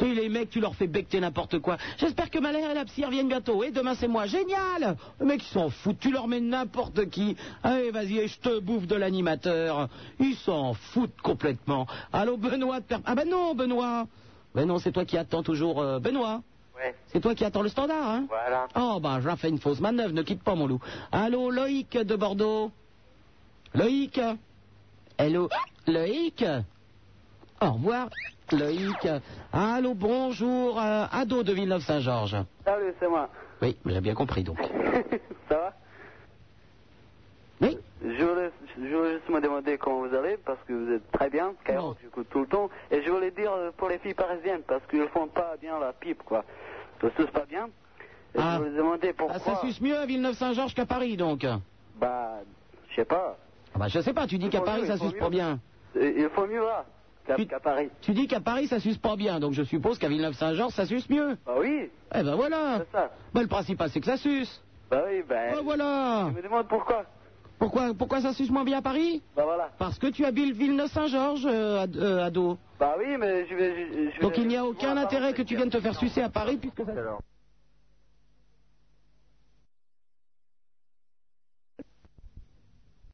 Speaker 4: Et les mecs, tu leur fais becter n'importe quoi. J'espère que Malher et la psy reviennent bientôt. Et demain, c'est moi. Génial Les mecs, ils s'en foutent. Tu leur mets n'importe qui. Allez, vas-y, et je te bouffe de l'animateur. Ils s'en foutent complètement. Allô, Benoît de Per- Ah ben non, Benoît Ben non, c'est toi qui attends toujours euh, Benoît.
Speaker 28: Ouais.
Speaker 4: C'est toi qui attends le standard, hein
Speaker 28: Voilà.
Speaker 4: Oh, ben, j'en fais une fausse manœuvre, ne quitte pas mon loup. Allô, Loïc de Bordeaux Loïc Hello Loïc Au revoir, Loïc. Allô, bonjour, euh, Ado de Villeneuve-Saint-Georges.
Speaker 15: Salut, Ah, c'est moi.
Speaker 4: Oui, j'ai bien compris donc.
Speaker 15: Ça va Euh,
Speaker 4: Oui
Speaker 15: je voulais, je voulais juste me demander comment vous allez, parce que vous êtes très bien, car j'écoute tout le temps. Et je voulais dire euh, pour les filles parisiennes, parce qu'elles font pas bien la pipe, quoi. Ça se pas bien. Et je voulais demander pourquoi.
Speaker 4: Ah, ça suce mieux à Villeneuve-Saint-Georges qu'à Paris donc Ah
Speaker 15: Bah, je sais pas.
Speaker 4: bah, Je sais pas, tu dis qu'à Paris ça suce pas bien.
Speaker 15: Euh, Il faut mieux là tape qu'à Paris.
Speaker 4: Tu dis qu'à Paris ça suce pas bien, donc je suppose qu'à Villeneuve-Saint-Georges ça suce mieux.
Speaker 15: Bah oui,
Speaker 4: Eh ben voilà.
Speaker 15: c'est ça.
Speaker 4: Bah, le principal c'est que ça suce.
Speaker 15: Bah oui, ben.
Speaker 4: Ah voilà.
Speaker 15: Je me demande pourquoi.
Speaker 4: Pourquoi, pourquoi ça suce moins bien à Paris
Speaker 15: Bah voilà.
Speaker 4: Parce que tu habites Villeneuve-Saint-Georges, euh, ad- euh, ado.
Speaker 15: Bah oui, mais je vais. je- je vais-
Speaker 4: Donc il n'y a aucun intérêt que tu viennes te faire sucer à Paris puisque ça.
Speaker 15: Alors.